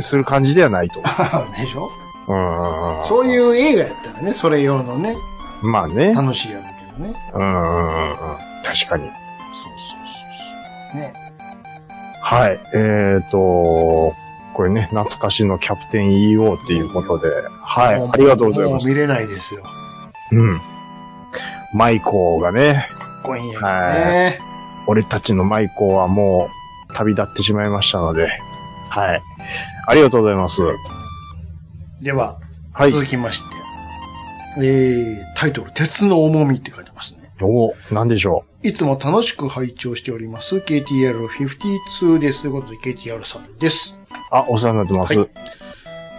S5: する感じでは ないと思
S3: でしょ
S5: う。うん。。
S3: そういうう映画やったらね、それ用のね、
S5: まあね。
S3: 楽しいやろうけどね。
S5: うんうんうんうん。確かに。
S3: そうそうそうそう。ね。
S5: はい。えっ、ー、と、これね、懐かしのキャプテン EO っていうことで、はい。
S3: も
S5: ありがとうございま
S3: も
S5: す。
S3: う見れないですよ。か
S5: うん。マイコーがね、
S3: っこいいんやけどね。
S5: 俺たちのマイコーはもう旅立ってしまいましたので、はい。ありがとうございます。
S3: では、
S5: はい。
S3: 続きまして。えー、タイトル、鉄の重みって書いてますね。
S5: おお、なんでしょ
S3: いつも楽しく拝聴しております。KTR52 です。ということで、KTR さんです。
S5: う。あ、お世話になってます。
S3: は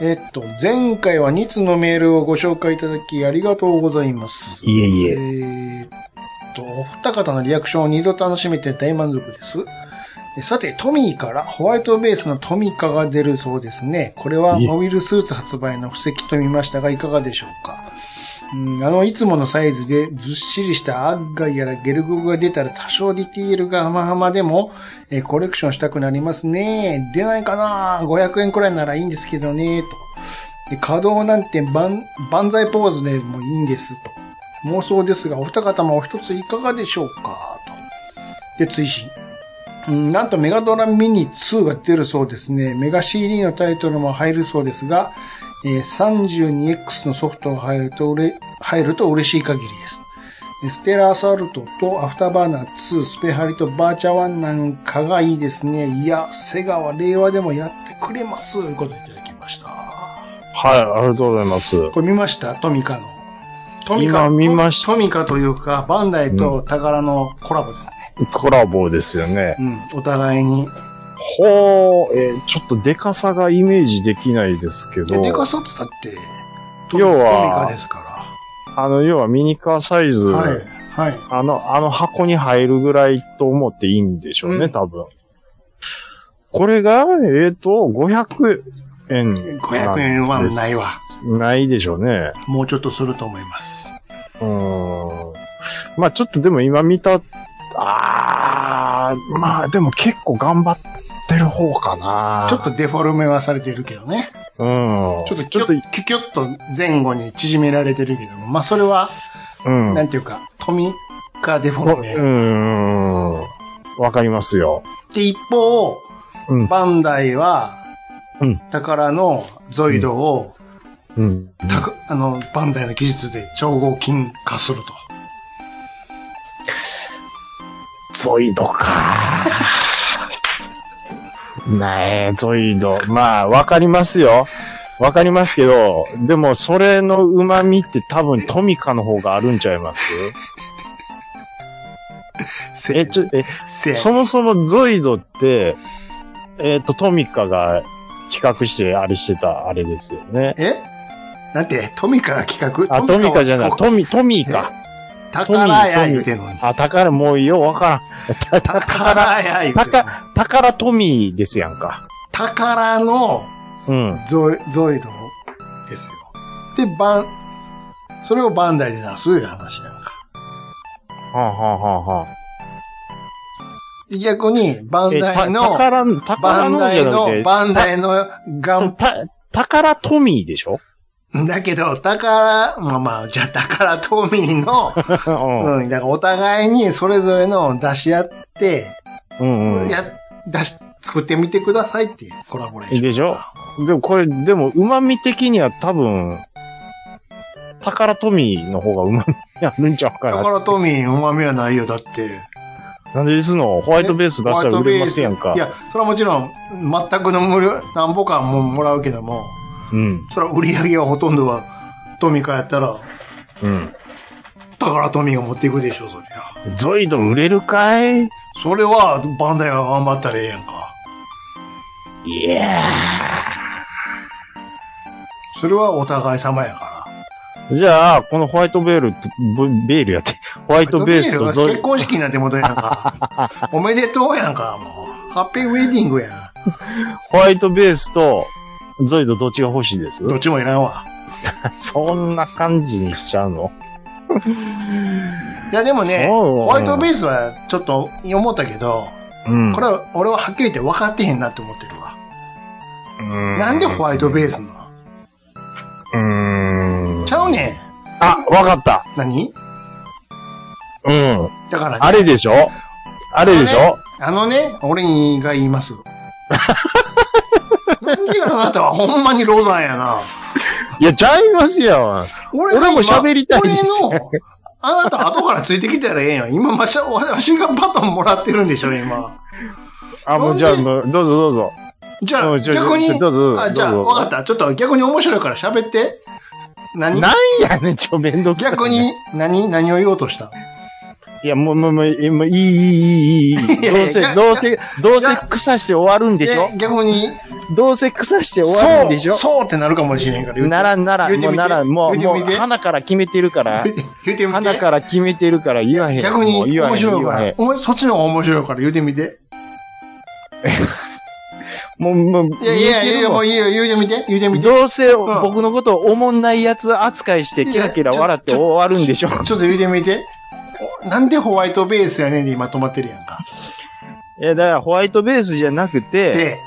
S3: えっと、前回は2通のメールをご紹介いただきありがとうございます。
S4: いえい
S3: え
S4: え。
S3: ーっと、お二方のリアクションを二度楽しめて大満足です。えさて、トミーからホワイトベースのトミカが出るそうですね。これはモビルスーツ発売の布石と見ましたがいかがでしょうかうんあの、いつものサイズでずっしりしたアッガイやらゲルゴグが出たら多少ディティールが浜浜でも、えーコレクションしたくなりますね。出ないかな ?500 円くらいならいいんですけどね、と。で、稼働なんて万、万歳ポーズでもいいんです、と。妄想ですが、お二方もお一ついかがでしょうかと。で、追伸。うん、なんとメガドラミニ2が出るそうですね。メガ CD のタイトルも入るそうですが、えー 32X のソフトが入るとうれ、入ると嬉しい限りです。でステラアサルトとアフターバーナー2、スペハリとバーチャ1なんかがいいですね。いや、セガは令和でもやってくれます。ということでいただきました。
S5: はい、ありがとうございます。
S3: これ見ましたトミカの。ト
S5: 今見ました
S3: トミカというか、バンダイとタカラのコラボですね。
S5: コラボですよね。
S3: うん。お互いに。
S5: ほう、えーちょっとデカさがイメージできないですけ
S3: で、
S5: ど、
S3: でかさっつったって、トミ
S5: 要は
S3: トミカですか
S5: あの、要はミニカーサイズ、
S3: ら。はい。はい。
S5: あの、あの箱に入るぐらいと思っていいんでしょうね、
S3: うん
S5: 多分。これが、えっ、と、500円。
S3: 500円はないわ。
S5: ないでしょうね。
S3: もうちょっとすると思います。
S5: うーん。まあちょっとでも今見た、あー、まあでも結構頑張ってる方かな。
S3: ちょっとデフォルメはされてるけどね。
S5: うん。
S3: ちょっとキ
S5: ち
S3: ュ
S5: ょっ
S3: ッ、キュキュッと前後に縮められてるけども、まあそれは、
S5: と、うん。
S3: なんていうか、トミカデフォルメ。
S5: うーん。わかりますよ。
S3: で、一方、
S5: うん
S3: バンダイは、
S5: うん
S3: 宝のゾイドを、
S5: うん。
S3: たかあの、バンダイの技術で超合金化すると。
S5: ゾイドか。 ねえ、ゾイド。まあ、わかりますよ。わかりますけど、でも、それの旨味って多分トミカの方があるんちゃいます
S3: せ
S5: え、ちょ、え、
S3: せ
S5: そもそもゾイドって、えっ、と、トミカが企画して、あれしてた、あれですよね。
S3: えなんて、トミカが企画
S5: あ、トミカじゃない、ト。ミ、トミカ。
S3: 宝や
S5: トミ
S3: 言うてんのに。
S5: あ、宝、もうようわからん。た
S3: 宝や言 うてんのに。
S5: 宝トミーですやんか。
S3: 宝の
S5: うん。
S3: ゾイゾイドですよ。で、バン、それをバンダイで出すいう話なんか。
S5: はあ、はあはあはあ、
S3: で逆に、バン
S5: え
S3: ダイ
S5: た
S3: の、
S5: 宝の、宝
S3: バン
S5: の
S3: ダ
S5: じ
S3: イ
S5: ゃな
S3: の、バンダイのガン
S5: くて、た、宝トミーでしょ
S3: だけど、宝、まあまあ、じゃあ宝トミーの、
S5: うん。
S3: うん、だからお互いにそれぞれのを出し合って、
S5: うんうん。
S3: や、出し、作ってみてくださいっていうコラボレーション。
S5: でしょでもこれ、でも、旨味的には多分、宝トミーの方が旨味あるんちゃうか
S3: だ
S5: な。
S3: からトミー、旨味はないよ、だって。
S5: なんでですのホワイトベース出したら売れますやんか。
S3: いや、それはもちろん、全くの無料、なんぼかももらうけども、
S5: うん。
S3: それは売り上げはほとんどは、トミーからやったら、
S5: うん。
S3: 宝トミーを持っていくでしょ、そりゃ。
S5: ゾイド売れるかい
S3: それは、バンダイが頑張ったらええやんか。
S5: いや
S3: それはお互い様やか
S5: ー。
S3: ら。
S5: じゃあ、このホワイトベールと、ブベールやって、ホワイトベースとゾイ
S3: 結婚式なんてことやんか。 おめでとうやんか、もう。ハッピーウェディングやん。
S5: ホワイトベースと、ゾイドどっちが欲しいです
S3: どっちもいらんわ。
S5: そんな感じにしちゃうの
S3: いや、でもね、
S5: そう
S3: ホワイトベースはちょっと思ったけど、
S5: うん。
S3: これは俺ははっきり言って分かってへんなって思ってるわ。なんでホワイトベースなの
S5: うーん
S3: ち。ゃうねん。
S5: あ、わかった。
S3: 何
S5: うん。
S3: だからね、
S5: あれでしょあれでしょ
S3: あのね、俺が言います。 なんであなたはほんまにロザンやな。
S5: いや、ちゃいますよ。
S3: 俺が今
S5: 俺も喋りたいです
S3: 俺の、あなた後からついてきたらええやん。今、ましゃ、私がバトンもらってるんでしょ、今。
S5: あ、もうじゃあ、もうどうぞどうぞ。
S3: じゃ
S5: う
S3: あ、
S5: んちょちょ
S3: 逆に、
S5: どうぞどうぞ
S3: あ、じゃあ、
S5: どうぞ
S3: わかった。ちょっと逆に面白いから喋って。何
S5: なんやねん、ちょ、めんどくさい。
S3: 逆に、何何を言おうとした
S5: いや、もう、もう、もう、えもういい、いい、いい、いい、いい。
S3: や
S5: どうせ
S3: いや、
S5: どうせ、どう
S3: い
S5: せ
S3: や
S5: 草して終わるんでしょ
S3: え逆に、
S5: どうせ草して終わる
S3: そ
S5: ん
S3: う
S5: でしょ
S3: そうってなるかもしれんから。言うて
S5: ならんなら
S3: 言
S5: ん、もう
S3: うてみて
S5: ならん、もう、
S3: 言う
S5: も
S3: て
S5: う、
S3: みて
S5: 花から決めてるから
S3: 言、うて言うてみ
S5: 花
S3: て。
S5: から決めてるから言わへん。
S3: 逆に
S5: もう言わへ
S3: 面
S5: ん。
S3: 白いか
S5: 言わへ
S3: ら
S5: ん。。
S3: お前そっちの方が面白いから言うてみて。
S5: もう、もう、
S3: いやいやいやいや、もういいよ、言うてみて。言うてみて。
S5: どうせ
S3: ん
S5: 僕のことをおもんないやつ扱いしてキラキラ笑って
S3: いやちょ
S5: 終わるんでしょ。
S3: ちょっと言うてみて。おなんでホワイトベースやねんで今止まってるやんか。
S5: いや、だからホワイトベースじゃなくて、
S3: で、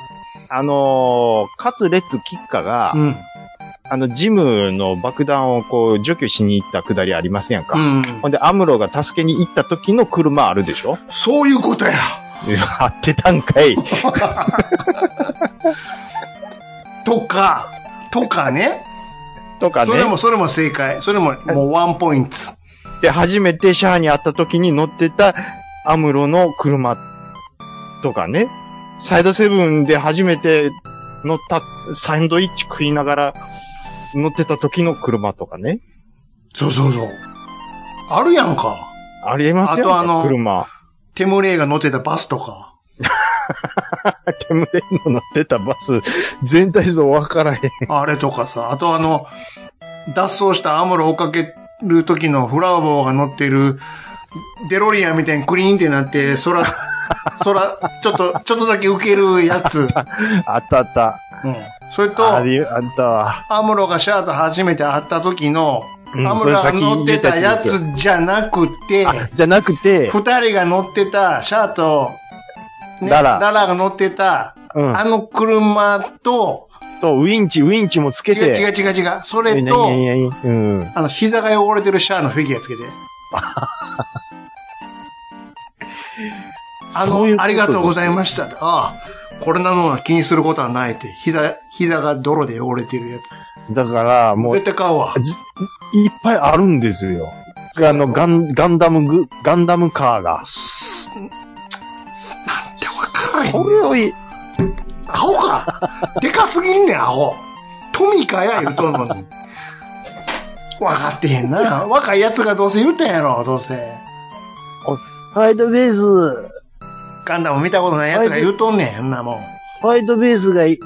S5: あのー、カツレツキッカが、
S3: うん。
S5: あの、ジムの爆弾をこう除去しに行ったくだりありますやん
S3: う
S5: か。
S3: ん。
S5: ほんで、アムロが助けに行った時の車あるでしょ
S3: そういうことや。
S5: 合ってたんかい。
S3: とか、とかね。
S5: とか
S3: そ
S5: ね。
S3: れも、それも正解。それも、もうワンポイント。
S5: で、初めてシャアに会った時に乗ってたアムロの車とかね。サイドセブンで初めて乗った、サンドイッチ食いながら乗ってた時の車とかね。
S3: そうそうそう。あるやんか。
S5: ありえますよ、
S3: あとあの
S5: 車。
S3: テムレイが乗ってたバスとか。
S5: テムレイの乗ってたバス、全体像わからへん。
S3: あれとかさ、あとあの、脱走したアムロを追っかける時のフラウボーが乗ってる、デロリアンみたいにクリーンってなって、 空、空、ちょっと、ちょっとだけ受けるやつ。
S5: あったあった。
S3: うん。それと、
S5: ありあったわ。
S3: アムロがシャアと初めて会った時の、
S5: うん
S3: アムロが乗ってたや
S5: それ先に言ったやつです
S3: つじゃなくて、
S5: あ、じゃなくて、
S3: 二人が乗ってたシャアと、ね
S5: ララ
S3: ララが乗ってた、
S5: うん。
S3: あの車と、
S5: と、ウィンチ、ウィンチもつ
S3: 違
S5: け
S3: う
S5: て。
S3: 違う違う違う、それ
S5: い
S3: と、
S5: やいやいやいやうん。
S3: あの、膝が汚れてるシャアのフィギュアつけて。あの、
S5: そういうことです
S3: ありがとうございました。ああ、これなのは気にすることはないって。膝、膝が泥で汚れてるやつ。
S5: だから、もう、
S3: 絶対買うわ。
S5: ずいっぱいあるんですよ。あの、ガン、ガンダムグ、ガンダムカーが。
S3: すなんてわからへん
S5: こ
S3: ねん。
S5: れをい、
S3: アホか。でかすぎんねん、アホ。トミカや言うとんのに。わかってへんな。若いやつがどうせ言ったんやろ、どうせ。
S5: ファイトベース、フ
S3: ガンダム見たことないやつが言うとんねん、そんなもん。
S5: ァイトベースがいい、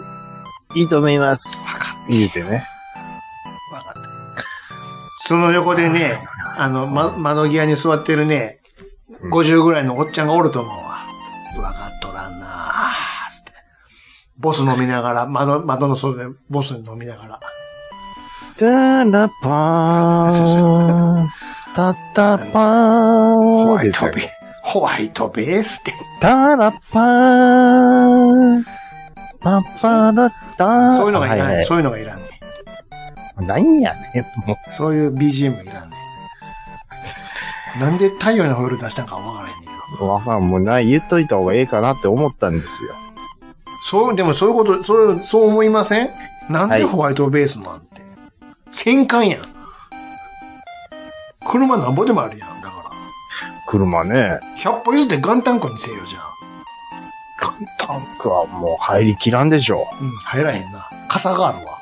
S5: いいと思います。言うてね。
S3: その横でね、あの、ま、窓際に座ってるね、50ぐらいのおっちゃんがおると思うわ。わかっとらんなあってボス飲みながら、窓、窓の外でボス飲みながら。
S5: タラパーン、タッタパ
S3: ホ
S5: ーン
S3: ワイ
S5: です
S3: ト
S5: よ
S3: ベー。ス、ホワイトベースって。
S5: タラパーン、パッパラッターン。
S3: そういうのがいらん、
S5: はは
S3: そういうのがいらんね。
S5: なんやねん、もう。
S3: そういう BGM いらんね。 なんで太陽のホイール出したんかわからへんねんけど。
S5: わかん、もうない、言っといた方がええかなって思ったんですよ。
S3: そう、でもそういうこと、そういう、そう思いませんなん
S5: はい
S3: でホワイトベースなんて。戦艦やん。車なんぼでもあるやん。だか
S5: 車ね。
S3: ら。100歩譲って元旦湖にせよ、じゃあ。
S5: タンクはもう入りきらんでしょ。
S3: うん、入らへんな。傘があるわ。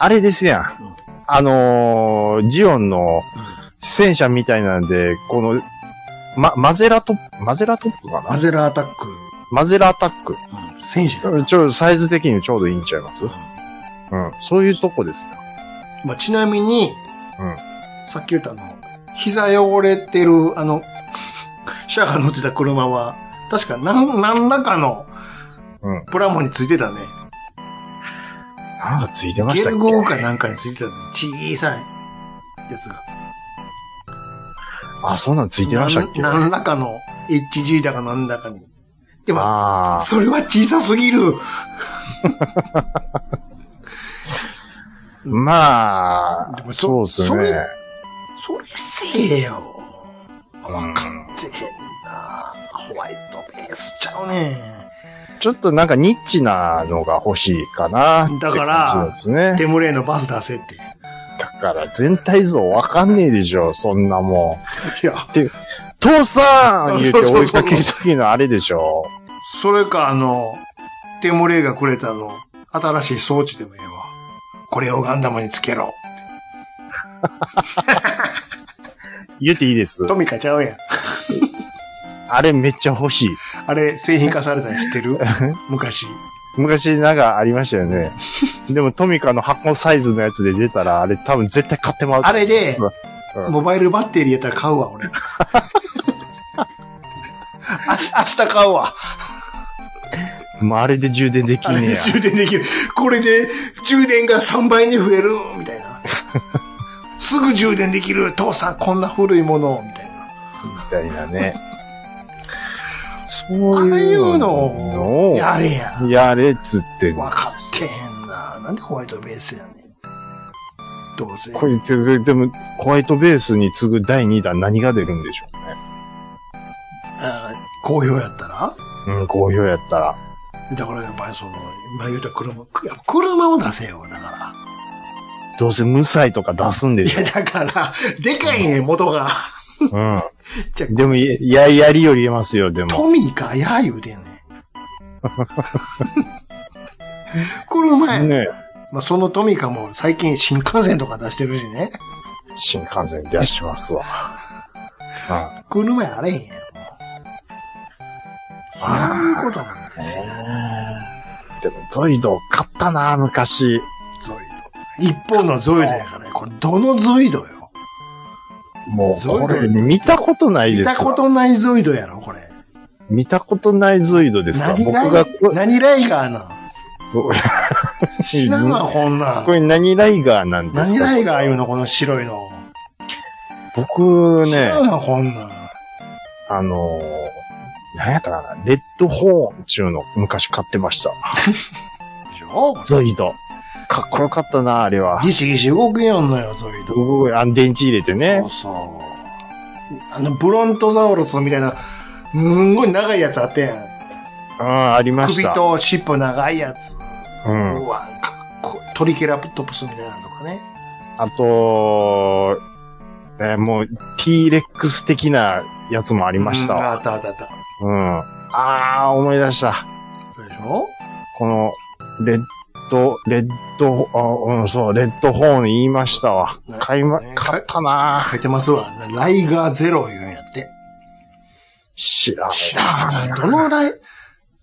S5: あれですやん。あのー、ジオンの戦車みたいなんで、この、ま、マゼラトップ、マゼラトップか
S3: マ
S5: な
S3: ゼラアタック、
S5: マゼラアタック。
S3: うん、戦士だな
S5: ちょ、サイズ的にちょうどいいんちゃいますうん。そういうとこですよ。
S3: まあ、ちなみに、
S5: うん
S3: さっき言ったあの、膝汚れてる、あの、 シャアが乗ってた車は、確か何、何らかの
S5: うん、
S3: プラモについてたね。
S5: なんかついてまし
S3: ゲ
S5: たっ
S3: ル
S5: け
S3: ゴかなんかについてたね。小さいやつが。
S5: あ、そんなんついてましたっけ
S3: なん何らかの HG だかなんだかに。でも、
S5: あ
S3: それは小さすぎる。
S5: あ。ま
S3: で
S5: あ、
S3: もそ
S5: そうっす
S3: それ
S5: ね。
S3: それせえよ。
S5: うん
S3: ってへんなホワイトベースちゃうね
S5: ちょっとなんかニッチなのが欲しいかな。
S3: だから
S5: そうですね。
S3: テムレイのバス出せって。
S5: だから全体像わかんねえでしょ、そんなも
S3: いや、
S5: ん。父さん言うて
S3: そうそうそ
S5: 追
S3: う
S5: いかける時のあれでしょ。
S3: それかあの、テムレイがくれたあの、新しい装置でもええわ。これをガンダムにつけろ。
S5: 言っていいです。
S3: トミカちゃうやん。
S5: あれめっちゃ欲しい。
S3: あれ、製品化されたの知っ てる昔。
S5: 昔なんかありましたよ ね。でもトミカの箱サイズのやつで出たら、あれ多分絶対買ってまう。
S3: あれで
S5: う、ん
S3: モバイルバッテリーやったら買うわ、 俺。あし明日買うわ。
S5: まあ、あれで充電でき
S3: あ
S5: ん
S3: れ
S5: ね
S3: で
S5: や。
S3: 充電できる。これで充電が3倍に増える、みた いな。すぐ充電できる。父さん、こんな古いものを、みたいな。
S5: みたいなね。そう
S3: ああい
S5: いうう
S3: のをやれや。
S5: やれっつってんの
S3: わかってへんな。なんでホワイトベースやねん。どうせ。
S5: こいつ、でも、ホワイトベースに次ぐ第2弾何が出るんでしょ
S3: あ好評やったら
S5: うね。うん、好評やったら。
S3: だからやっぱりその、今言うた車、くやっぱ車を出せよ、だか
S5: どうせ無罪とか出すんで
S3: ら。い
S5: しょ
S3: や、。だから、でかいね、元が。
S5: う
S3: じゃあ
S5: ん。でも、いや、やりより言えますよ、でも。
S3: トミーか、や言うてんねん。車や。
S5: ね
S3: まあ、そのトミカも最近新幹線とか出してるしね。
S5: 新幹線出します わ。あ
S3: 車やあれへんやん。そういう
S5: あ
S3: ことなんですよ。
S5: ー。でも、ゾイド買ったな、昔。
S3: ゾイド。一方のゾイドやからね。これ、どのゾイドよ。
S5: もう、
S3: ゾイド
S5: これ、見たことないで
S3: 見
S5: すわ
S3: たことないゾイドやろ、これ。
S5: 見たことないゾイドですわ。
S3: 何
S5: 僕
S3: ラ
S5: が
S3: イ
S5: こ、
S3: 何ライガ ーなん
S5: 僕
S3: 知らんわ、こんなん
S5: こ。れ何ライガーなんです
S3: 何
S5: か
S3: ライガー言うの、この白いの。
S5: 僕
S3: 知
S5: ね
S3: ら、んわ、こんなん。
S5: あのー、何やったかな、レッドホーン中の昔買ってました。
S3: でしょ
S5: ゾイド。かっこよかったな、あれは。
S3: ギシギシ動くよんのよ、ゾイド。
S5: 僕あの電池入れてね
S3: そう。そう。あの、ブロントザウルスみたいな、すんごい長いやつあってん。
S5: うん、ありまし
S3: 首
S5: た。
S3: と尻尾長いやつ。
S5: う。
S3: うんわ、かっこいいトリケラプトプスみたいなのとかね。
S5: あと、えーもう、T-Rex 的なやつもありまし
S3: うん
S5: た。
S3: あったあったあった。
S5: うん。あー、思い出した。
S3: そうでしょ
S5: この、レッド、レッド、あうん、そう、レッドホーン言いましたわ
S3: ね。
S5: 買いま
S3: ね、
S5: 買ったなぁ
S3: 書いてますわ。ライガーゼロ言うんやって。
S5: 知らん。
S3: 知らんわ。どのライ、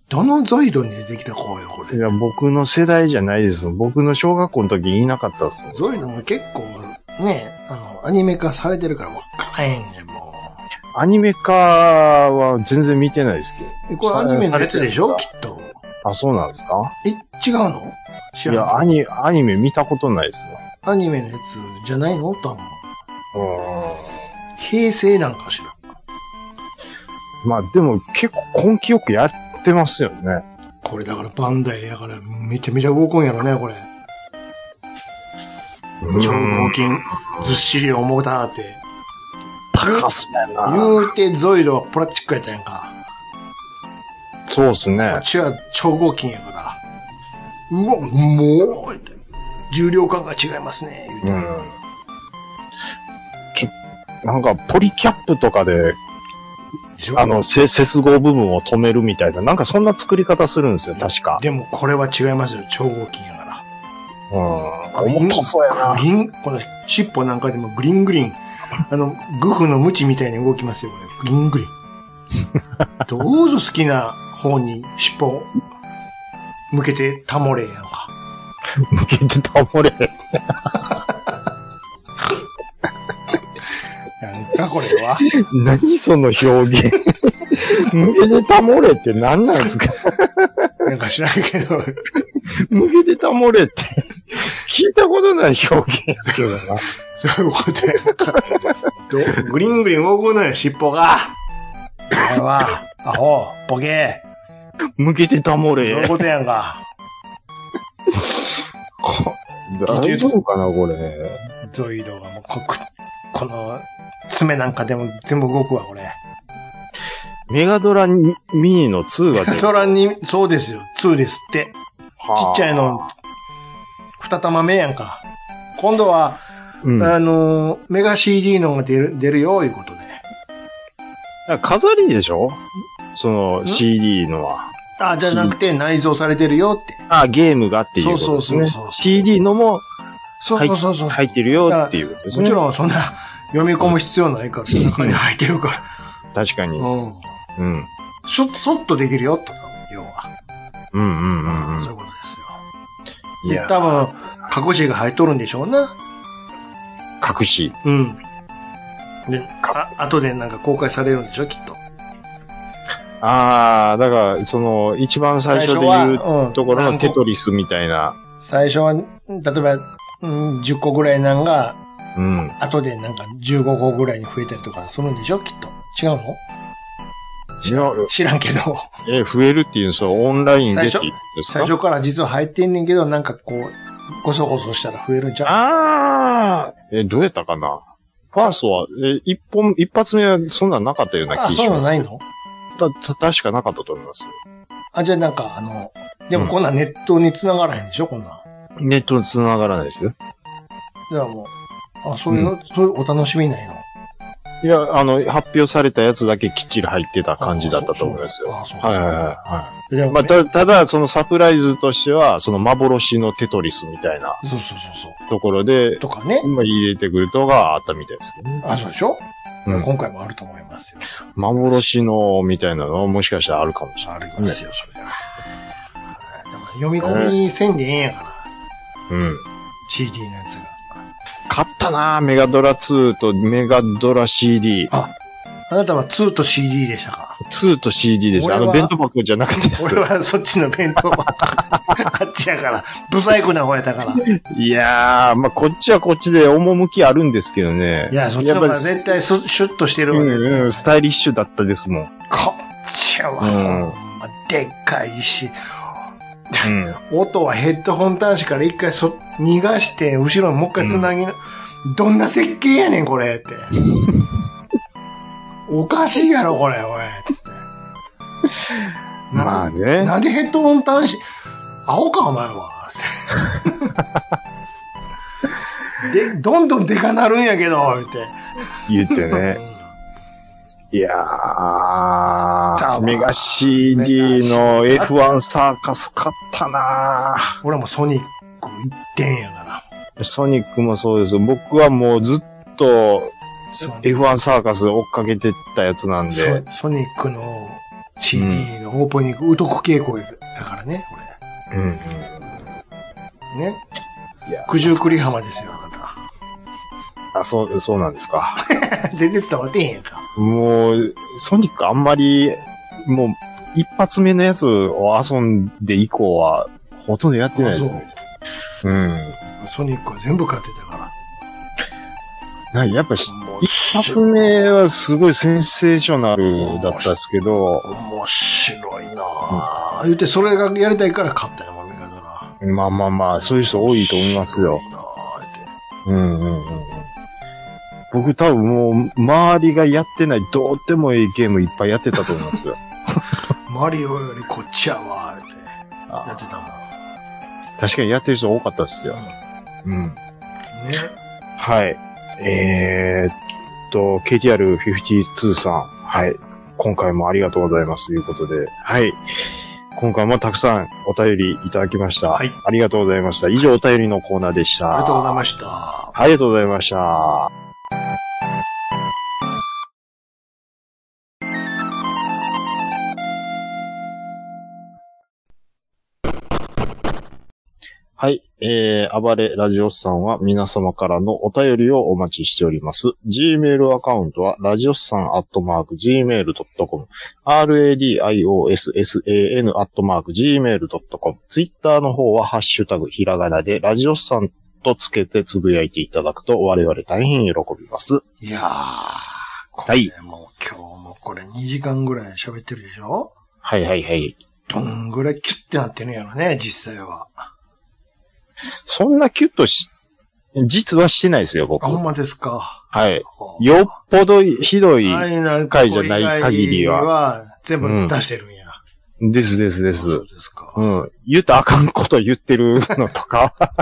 S3: どのゾイドに出てきた子よ、こ
S5: い
S3: れ。
S5: や、僕の世代じゃないです。僕の小学校の時言いなかったです。
S3: ゾイドも結構、ね、あの、アニメ化されてるから分からへんねん、も
S5: アニメ化は全然見てないですけど。
S3: う。これアニメのやつでしょ
S5: さ
S3: きっと。
S5: あ、そうなんですか
S3: え、違うの知
S5: い
S3: ら
S5: や、
S3: ん
S5: アニ、アニメ見たことないです
S3: アニメのやつじゃないの多分。
S5: わ。
S3: 平成なんかしら。
S5: うん。まあ、でも結構根気よくやってますよね。
S3: これだからバンダイやからめちゃめちゃ動くんやろね、これ。
S5: うん
S3: 超合金、ずっしり重たーって。
S5: 高そうやな。
S3: 言うてゾイドはプラスチックやったやんか。
S5: そうです
S3: こ
S5: ね
S3: っ。ちは超合金やから。うわ、もう言うて重量感が違いますね、言うて。
S5: うんちょ、なんか、ポリキャップとかで、
S3: でしょ
S5: あの、せ接合部分を止めるみたいな、なんかそんな作り方するんですよ、確か。
S3: でもこれは違いますよ、超合金やから。
S5: うん。重たそうやな
S3: グ。リン、この尻尾なんかでもグリングリン。あの、グフのムチみたいに動きますよ、これ。グリングリン。 どうぞ好きな方に尻尾を向けてたもれやんか。
S5: 向けて倒れ。
S3: なんかこれは。
S5: 何その表 現。向けて倒れって何なんですか
S3: なんか知らんけど。
S5: 向けて倒れって。聞いたことない表現やけどな。
S3: そういうことやんか。どグリングリン動くのよ、尻尾が。お前は、アホ、ボケ、
S5: 向けて倒
S3: そういう
S5: れ。
S3: ことやんか。
S5: 大丈夫かな、これ。
S3: ゾイドがもうこ、ここの、爪なんかでも全部動くわ、これ。
S5: メガドラミニの2が出 る。
S3: そらに、そうですよ。2ですって。ちっちゃいの
S5: はあ。、
S3: 二玉目やんか。今度は、
S5: うん
S3: あのー、メガ CD のが出る、出るよ、いうことで。
S5: だから飾りでしょその CD のは。
S3: あ、じゃなくて内蔵されてるよって。
S5: あ、ゲームがっていうことですね。
S3: そうそうそうそう
S5: CD のも
S3: そうそうそうそう。
S5: 入ってるよっていうことです
S3: も
S5: ね。
S3: ちろんそんな読み込む必要ないから、中に入ってるか
S5: 確かに
S3: ら。。うん。
S5: うん。
S3: しょ、そっとできるよ、と。要は。
S5: うんうんうん
S3: そういううことで
S5: ん。
S3: すよ。
S5: い
S3: で、
S5: や、
S3: 多分、隠しが入っとるんでしょうな。
S5: 隠し。
S3: うん。で、あ、後でなんか公開されるんでしょ、きっと。
S5: ああ、だから、その、一番最初で言う
S3: は、うん
S5: ところのテ
S3: 何個
S5: トリスみたいな。
S3: 最初は、例えば、うん、10個ぐらいなんが、
S5: うん。
S3: 後でなんか15個ぐらいに増えたりとかするんでしょ、きっと。違うの
S5: いや
S3: 知らんけど。
S5: え、増えるっていう、そう、オンラインでって言うんです
S3: 最
S5: か
S3: 初から実は入ってんねんけど、なんかこう、ごそごそしたら増えるんちゃう
S5: ああえ、どうやったかなファーストは、え、一本、一発目はそんなんなかったような気が
S3: あ、そう
S5: し
S3: いうの
S5: ます。
S3: ないの
S5: た、た、確かなかったと思います。
S3: あ、じゃあなんかあの、でもこんなんネットに繋がらへんでしょ、こんなん。だか
S5: ネットに繋がらないですよ。
S3: らもう、あ、そういうの、そういうお楽しみないの
S5: いや、あの、発表されたやつだけきっちり入ってた感じだったと思いますよ。
S3: あ、そう。
S5: はいはいはい
S3: い。
S5: は
S3: で
S5: い。
S3: も
S5: まあ、た、ただ、そのサプライズとしては、その幻のテトリスみたいな
S3: そうそうそうそ
S5: ところで
S3: う。、とかね。
S5: 今入れてくるとがあったみたいですけどね。
S3: あ、そうでしょ、
S5: うん
S3: 今回もあると思いますよ。
S5: 幻のみたいなのはもしかしたらあるかもしれ
S3: あ
S5: ない
S3: り
S5: で
S3: ますす
S5: ね。
S3: よ、それは。だから読み込みせんでええんやから、
S5: うん。
S3: CD のやつが。
S5: 買ったなぁメガドラ2とメガドラ CD。
S3: あなたは2と CD でしたか
S5: 2と CD でした。あ
S3: 俺
S5: の、
S3: は
S5: 弁当箱じゃなくてです
S3: 俺。はそっちの弁当箱 あっちやから、不細工な方やったから。い
S5: いやー、まあ、こっちはこっちで趣あるんですけどね。
S3: や、そっちの方
S5: や
S3: が
S5: っぱり
S3: 絶対スシュッとしてる
S5: う
S3: わね。
S5: んうん、スタイリッシュだったですもん。
S3: こっちは、
S5: うん
S3: ほんまでっかいし、
S5: うん。
S3: 音はヘッドホン端子から一回そ逃がして、後ろにもう一回繋ぎな、どんな設計やねん、これって。おかしいやろ、これ、おい、つって。なん
S5: まあね。
S3: なんでヘッドホン端子、青か、お前は。で、どんどんでかなるんやけど、言って。
S5: 言ってね。いやー、メガ CD の F1 サーカス買ったなぁ
S3: 俺はもうソニック一点やから。
S5: ソニックもそうです。僕はもうずっと
S3: ソニック
S5: F1 サーカス追っかけてったやつなんで。
S3: ソソニックの CD のオープニング、疎く傾向だからね、こ
S5: うんうん。
S3: れ。ね
S5: いや。
S3: 九十九里浜ですよ、あな
S5: あ、そう、そうなんですか。
S3: た。 全然伝わってへんやんか。
S5: もう、ソニックあんまり、もう、一発目のやつを遊んで以降は、ほとんどやってないですね。うん。
S3: ソニックは全部買ってたか
S5: なんかやっぱし
S3: ら。、もう
S5: 一発目はすごいセンセーショナルだったですけど、
S3: 面白いなぁ。言って、それがやりたいから買ったよ、もみ方ら。
S5: まあまあまあ、そういう人多いと思いますよ。
S3: 面白いなぁ言うて
S5: うんうんうんうん。僕多分もう、周りがやってないどうでもいいゲームいっぱいやってたと思います よ。
S3: マリオよりこっちやわ、言うて。や
S5: あ
S3: ってたもん。
S5: 確かにやってる人多かったですよ。うん。
S3: ね。
S5: はい。えー、っと、KTR52 さん。はい。今回もありがとうございますということで。はい。今回もたくさんお便りいただきました。
S3: はい
S5: ありがとうございました。以上お便りのコーナーでした。
S3: ありがとうございました。
S5: ありがとうございました。はい。えー、暴れラジオスさんは皆様からのお便りをお待ちしております。Gmail アカウントは、ラジオスさんアットマーク Gmail.com、radiossan アットマーク Gmail.com、Twitter の方はハッシュタグひらがなで、ラジオスさんとつけてつぶやいていただくと我々大変喜びます。
S3: いやー、こ
S5: はい
S3: れもう今日もこれ2時間ぐらい喋ってるでしょ
S5: はいはいはい。
S3: どんぐらいキュッてなってるんやろね、実際は。
S5: そんなキュッとし、実はしてないですよ、僕。
S3: あ、ほん
S5: は
S3: まですか。
S5: い。よっぽどひどい、
S3: あれなん
S5: 回じゃない限りは
S3: これ以外は全部出してるんや。
S5: ですですで。
S3: ですそうですか。
S5: うん。言ったらあかんこと言ってるのとか、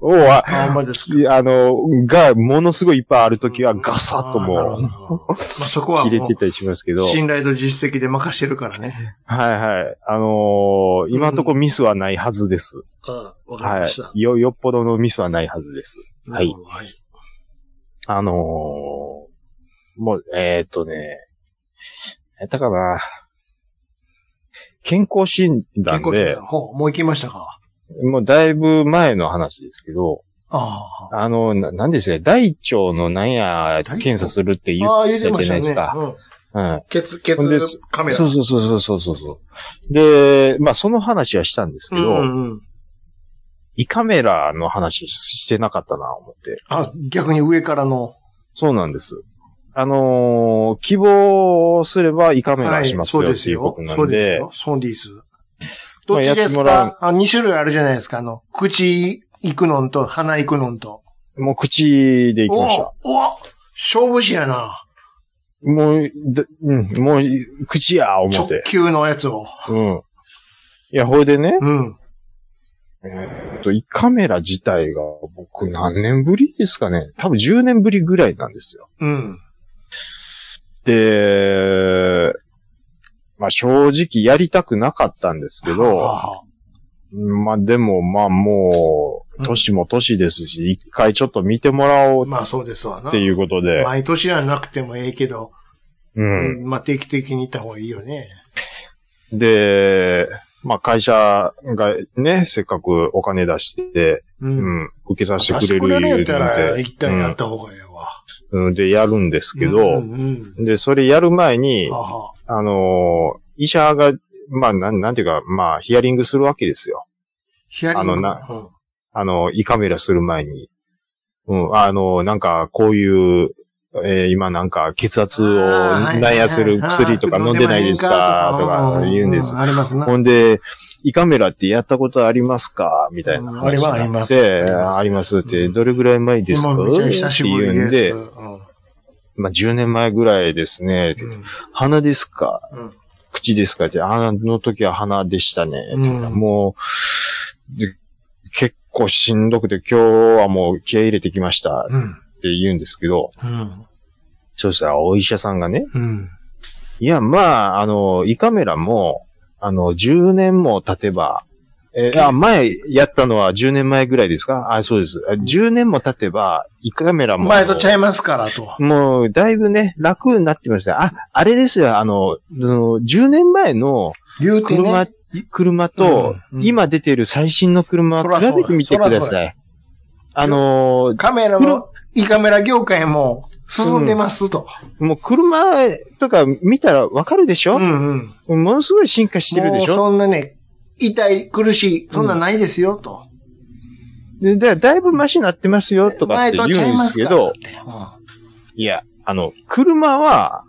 S5: をは、
S3: あ、ほんまですか。
S5: あの、が、ものすごいいっぱいあるときはガサッと
S3: あーな
S5: も
S3: るほどまあそこは
S5: う、切れ
S3: も
S5: てたりしますけ
S3: う
S5: ど、はい
S3: 信頼と実績で任してるからね。
S5: はい。あのー今のところミスはないはずです。
S3: あわかり
S5: は
S3: ました。
S5: い。よ、よっぽどのミスはないはずです。はい
S3: なるほどはい。
S5: あのーもう、えーっ、とね、やったかな。健康診断
S3: 結構
S5: で、
S3: ほう、もう行きましたか。
S5: もうだいぶ前の話ですけど、
S3: あ
S5: あの、ななんですね、大腸のなんや、
S3: 腸
S5: 検査するって
S3: あ。
S5: 言
S3: ああ、言
S5: っ
S3: って
S5: てた
S3: ま
S5: じ
S3: し
S5: ゃな
S3: た
S5: いです
S3: ね
S5: か。。
S3: うん
S5: うん。
S3: 血、血
S5: ほんで
S3: カメラ。
S5: そうそうそうそうそうそう。で、まあその話はしたんですけ
S3: う
S5: ど、
S3: んうんうん。
S5: 胃カメラの話してなかったな、思って。
S3: あ、逆に上からの。
S5: そうなんです。あのー希望すれば胃カメラします
S3: はい
S5: よ
S3: そう
S5: っていうことなん
S3: そうです
S5: で、
S3: よ。そうです。ど
S5: ま
S3: っ
S5: あ
S3: ち
S5: や
S3: で
S5: って
S3: す
S5: もらう
S3: かあ、2種類あるじゃないですか。あの、口行くのんと鼻行くのんと。
S5: もう口で行きました。
S3: おお勝負師やな。
S5: もう、だうん、もう、口や、思っ
S3: 直
S5: て。
S3: 球のやつを。
S5: うん。いや、ほいでね、
S3: うん。
S5: えっと胃カメラ自体が僕何年ぶりですかね。多分10年ぶりぐらいなんですよ。
S3: うん。
S5: で、まあ正直やりたくなかったんですけど、
S3: ああ
S5: まあでもまあも
S3: う
S5: う、
S3: ん
S5: 年も年ですし、一回ちょっと見てもらおう
S3: まあそうですわな。
S5: っていうことで、
S3: 毎年はなくてもええけど、
S5: うん。
S3: まあ定期的に行った方がいいよね。
S5: で、まあ会社がね、せっかくお金出して、
S3: う。
S5: うんん、受けさせ
S3: 出
S5: てくれる言う
S3: れるやった
S5: の
S3: ら、
S5: で
S3: 一旦やった方がええわ。
S5: うん、でやるんですけ
S3: うん
S5: ど、
S3: うん
S5: で、それやる前に
S3: うん。、あ
S5: あのー医者が、まあ、なん、なんていうか、まあ、ヒアリングするわけですよ。
S3: ヒアリング。
S5: あのな
S3: うん
S5: あの、胃カメラする前に。うん、あのーなんか、こういう、えー今なんか、血圧を
S3: あー
S5: なんやする薬とか飲んでないですかとか言うんです。。
S3: はいはいはいあ飲んでまへんかとかうんありますな。
S5: ほんで、胃カメラってやったことありますかみたいな
S3: うんあれ
S5: 話に
S3: は
S5: なって。
S3: あります
S5: でありますって、
S3: うん
S5: どれぐらい前ですか
S3: 今めっちゃ久しぶ
S5: っ
S3: り
S5: て言うんで
S3: う、ん
S5: まあ、10年前ぐらいですね。鼻ですか
S3: うん
S5: 口ですかって、あの時は鼻でしたね。
S3: うん
S5: もう、で結構しんどくて、今日はもう気合い入れてきました
S3: うん。うん
S5: って言うんですけど、
S3: うん。
S5: そうしたらお医者さんがね、
S3: うん。
S5: いや、まあ、あの、胃カメラも、あの、10年も経てば、えーあ、前やったのは10年前ぐらいですかあ、そうです。あ10年も経てば、胃カメラも。
S3: 前とちゃいますからと。
S5: もう、だいぶね、楽になってきました。あ、あれですよ、あの、その10年前の
S3: 言うて
S5: 車、
S3: ね。
S5: 車と、
S3: うんうん
S5: 今出てる最新の車を
S3: そらそ
S5: 比
S3: うや
S5: べてみてくだ
S3: そらそう
S5: さい。あのー
S3: カメラも、いいカメラ業界も進んでますと。
S5: もう車とか見たらわかるでし
S3: う
S5: ょ、
S3: んうん。
S5: ものすごい進化してるでし
S3: もう
S5: ょ
S3: そんなね、痛い、苦しい、そんなんないですよと。
S5: でだだいぶマシになってますよとかっ
S3: 前
S5: て
S3: とちゃ
S5: 言う
S3: い
S5: んで
S3: ますす
S5: け
S3: から
S5: ど
S3: っ、て。うん
S5: いや、あの、車は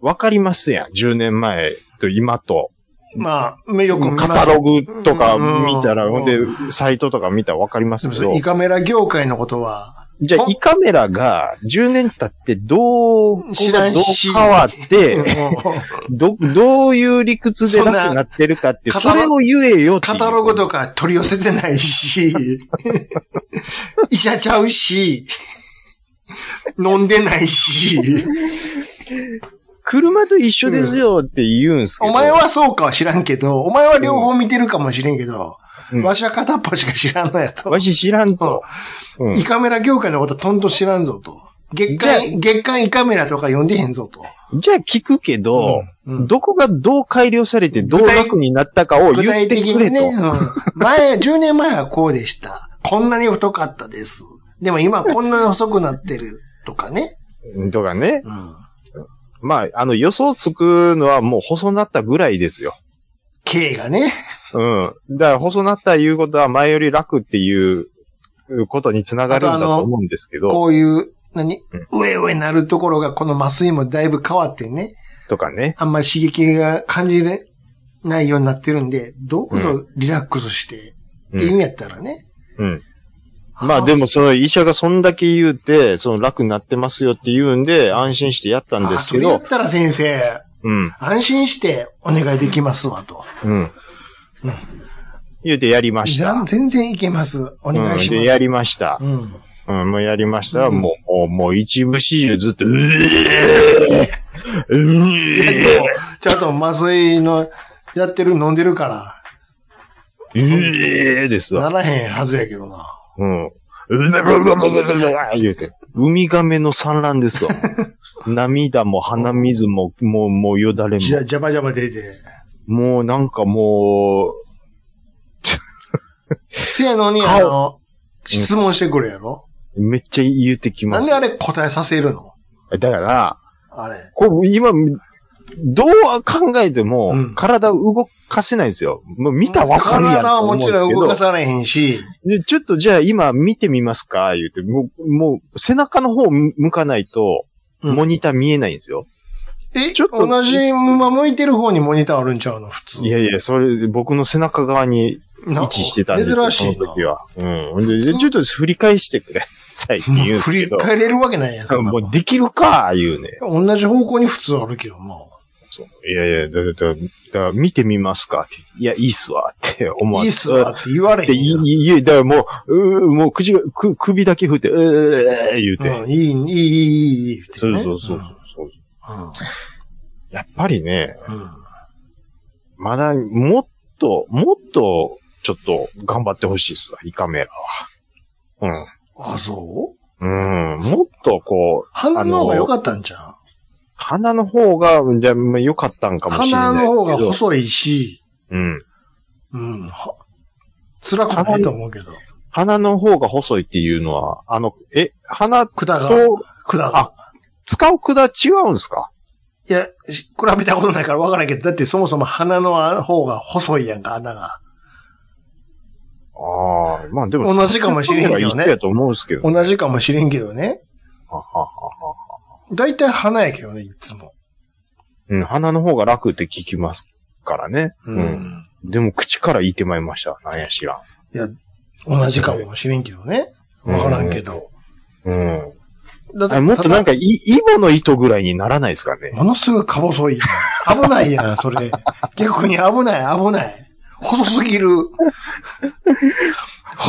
S5: わかりますやん。10年前と今と。
S3: まあ、よく見ます
S5: カタログとか
S3: うん
S5: 見たら、
S3: うん
S5: ほんで、サイトとか見たらわかりますけど、
S3: いいカメラ業界のことは、
S5: じゃあ
S3: ほん
S5: 胃カメラが10年経ってどう、
S3: 知らん
S5: どう
S3: し
S5: 変わって、
S3: うん
S5: ど、どういう理屈で楽になってるかって、
S3: そんな
S5: それを言えよっていう
S3: カタログとか取り寄せてないし、医者ちゃうし、飲んでないし、
S5: 車と一緒ですよって言うんすけど。
S3: お前はそうかは知らんけど、お前は両方見てるかもしれんけど、
S5: うん
S3: わしは片っぽしか知らんのやと。
S5: わし知らんと。うん
S3: イカメラ業界のことはとんと知らんぞと。
S5: じ
S3: 月間、月間イカメラとか読んでへんぞと。
S5: じゃあ聞くけど、
S3: うんうん
S5: どこがどう改良されてどう
S3: 具体
S5: 楽になったかを
S3: 具
S5: 言
S3: 体
S5: って
S3: 的
S5: くれ
S3: にね、う
S5: と。
S3: ん、前、10年前はこうでした。こんなに太かったです。でも今こんなに細くなってるとかね。
S5: とかね。
S3: うん
S5: まあ、あの予想つくのはもう細なったぐらいですよ。
S3: K がね。
S5: うん。だから細なったいうことは前より楽っていうことにつながるんだと思うんですけど、
S3: こういう、
S5: う
S3: 何
S5: ん
S3: 上上なるところが、この麻酔もだいぶ変わってね、
S5: とかね。
S3: あんまり刺激が感じれないようになってるんで、どう
S5: う
S3: ぞリラックスして、
S5: うん
S3: っていうんやったらね。
S5: うん。まあで
S3: も、
S5: もその医者がそんだけ言うて、その楽になってますよって言うんで、安心してやったんで
S3: あ
S5: す
S3: そ
S5: け
S3: れやっ
S5: ど、
S3: たら先生、
S5: うん、
S3: 安心してお願いできますわと。
S5: うん。言うてやりまし
S3: じゃ
S5: た
S3: あ。全然いけます。お願いし
S5: うん、
S3: ま
S5: で、
S3: す。
S5: やりました。
S3: うん。
S5: うん、もうやりました。
S3: うん
S5: もう、もう一部始終ずっと、うえーうえー
S3: ちゃんと麻酔の、やってる、飲んでるから、
S5: うえーですわ。
S3: ならへんはずやけどな。
S5: うん。うえー言うて。ウミガメの産卵ですわ。涙も鼻水も、もう、もうよだれも
S3: じ。ゃ、ジャバジャバ出て。
S5: もうなんかもう、
S3: せやのに、あの、質問してくるやろ
S5: めっちゃ言うてき
S3: な
S5: ま
S3: ん
S5: す
S3: で。あれ答えさせるの
S5: だから、
S3: あれ。
S5: こう、今、どう考えても、
S3: うん
S5: 体を動かせないんですよ。もう見たらわかるやん
S3: 体は
S5: と思う
S3: も
S5: んで
S3: ち
S5: すけど。
S3: ろん動かされへんし、
S5: で、ちょっとじゃあ今見てみますか言うて、もう、もう背中の方向かないと、
S3: うん
S5: モニター見えないんですよ。
S3: え、
S5: ちょっと
S3: 同じま向いてる方にモニターあるんちゃうの普通。
S5: いやいや、それ、僕の背中側に位
S3: な
S5: 置してたんですよ、
S3: 珍しい
S5: その
S3: な
S5: 時。は。うん。で、でちょっと振り返してくれ、最近言うんです
S3: 振
S5: け
S3: り
S5: ど。
S3: 返れるわけないやん。そんな
S5: も
S3: も
S5: うできるか言うね。
S3: ん同じ方向に普通あるけどな。
S5: そういやいや、だ、だ、だ、だから見てみますかって。いや、いいっすわって思わ
S3: いいっすわって言われ
S5: って
S3: へんや
S5: 言
S3: ん。
S5: い、言い、だからもう、うーもう口が、く、首だけ振って、うー言うて。
S3: うん、いい、いい、いい、いい、いい。
S5: そうそうそう
S3: うん
S5: そう。
S3: うん
S5: やっぱりね、
S3: うん
S5: まだ、もっと、もっと、ちょっと、頑張ってほしいっすわ、イカメラは。
S3: あ、そう
S5: うん。うん。もっと、こう、
S3: 鼻の方が良か
S5: っ
S3: ったんじゃん
S5: た。鼻の方が、じゃあ、まあ良かったんかもしれな
S3: 鼻
S5: い。
S3: の方が。細いし、
S5: うん。
S3: うん。は辛くないと思うけど。
S5: 鼻の方が細いっていうのは、あの、え、鼻と、
S3: 管が、管が。
S5: 使う管違うんですか
S3: いや、し比べたことないから分からんけど、だってそもそも鼻の方が細いやんか、穴が。
S5: ああ、まあでも、
S3: 同じかもしれんけどね
S5: 使う方がいいやと思うんですけど。
S3: 同じかもしれんけどね。
S5: はははは
S3: だいたい鼻やけどね、いつも。
S5: うん、鼻の方が楽って聞きますからね。
S3: う。
S5: うんん。でも、口から言ってまいりました。なんやしらん。
S3: いや、同じかもしれんけどね。分からんけど。
S5: うん。
S3: だ
S5: あもっとなん
S3: か、
S5: か、い、イボの糸ぐらいにならないですかね。
S3: ものすごいか細いやん。危ない やん、それ。逆に危ない、危ない。細すぎる。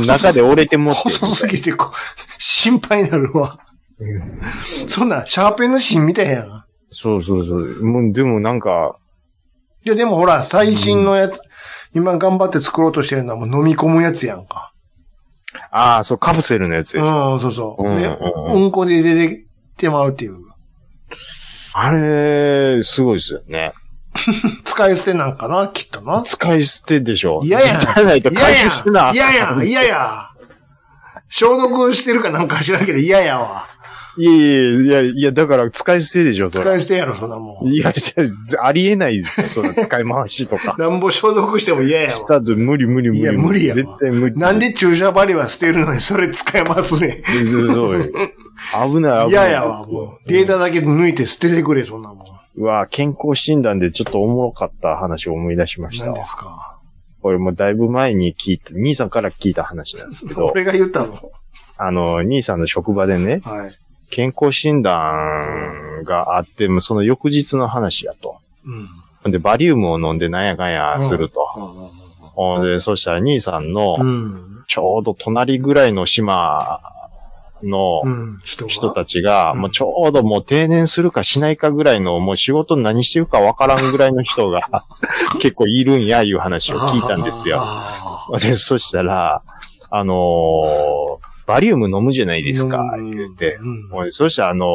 S5: 中で折れてもってる。
S3: 細すぎてこう、 心配になるわ。そんな、シャーペンの芯みたいやん。
S5: そうそうそう。もう、でもなんか、
S3: いや、でもほら、最新のやつ、今頑張って作ろうとしてるのはもう飲み込むやつやんか。
S5: ああ、そう、カプセルのやつ
S3: う
S5: でしょ。
S3: ん、そうそう。
S5: うん
S3: で、
S5: うん
S3: うんこで出てきてまうっていう。
S5: あれ、すごいですよね。
S3: 使い捨てなんかな、きっとな。
S5: 使い捨てでしょ。
S3: 嫌やん
S5: じゃないと
S3: いや
S5: 回
S3: や
S5: 収してな。
S3: ん、いややん、いややん。消毒してるかなんか知らんけど嫌やわ。
S5: いやいやいや、いや、だから使い捨てでしょ、そ
S3: 使
S5: れ。
S3: い捨てやろ、そんなもん。。
S5: いや、いやありえないですよ、その使い回しとか
S3: なんぼ消毒しても嫌や
S5: し
S3: わ。
S5: たと無理無理無理。
S3: いや無理やわ
S5: 絶対無理。
S3: なんで注射針は捨てるのにそれ使えますね。
S5: そう そう危ない危ない。
S3: 嫌やわ、もう。データだけ抜いて捨ててくれ、そんなもん。
S5: うわ健康診断でちょっとおもろかった話を思い出しました
S3: 何
S5: わ
S3: で。すか。
S5: これもうだいぶ前に聞いた、兄さんから聞いた話なんですけ ど、
S3: 俺が言ったの。
S5: あの、兄さんの職場でね、
S3: はい。
S5: 健康診断があって、もうその翌日の話やと。
S3: うん。
S5: で、バリウムを飲んでなんやかんやすると。ほんで、そしたら兄さんの、
S3: うん。
S5: ちょうど隣ぐらいの島の、
S3: うん。人が
S5: 人たちが、
S3: うん
S5: もうちょうどもう定年するかしないかぐらいの、もう仕事何してるかわからんぐらいの人 が結構いるんや、いう話を聞いたんですよ。
S3: あ
S5: で、そしたら、あのーバリウム飲むじゃない
S3: ー
S5: ですか、
S3: うん
S5: 言って。
S3: うん
S5: ほいでそしたら、あのー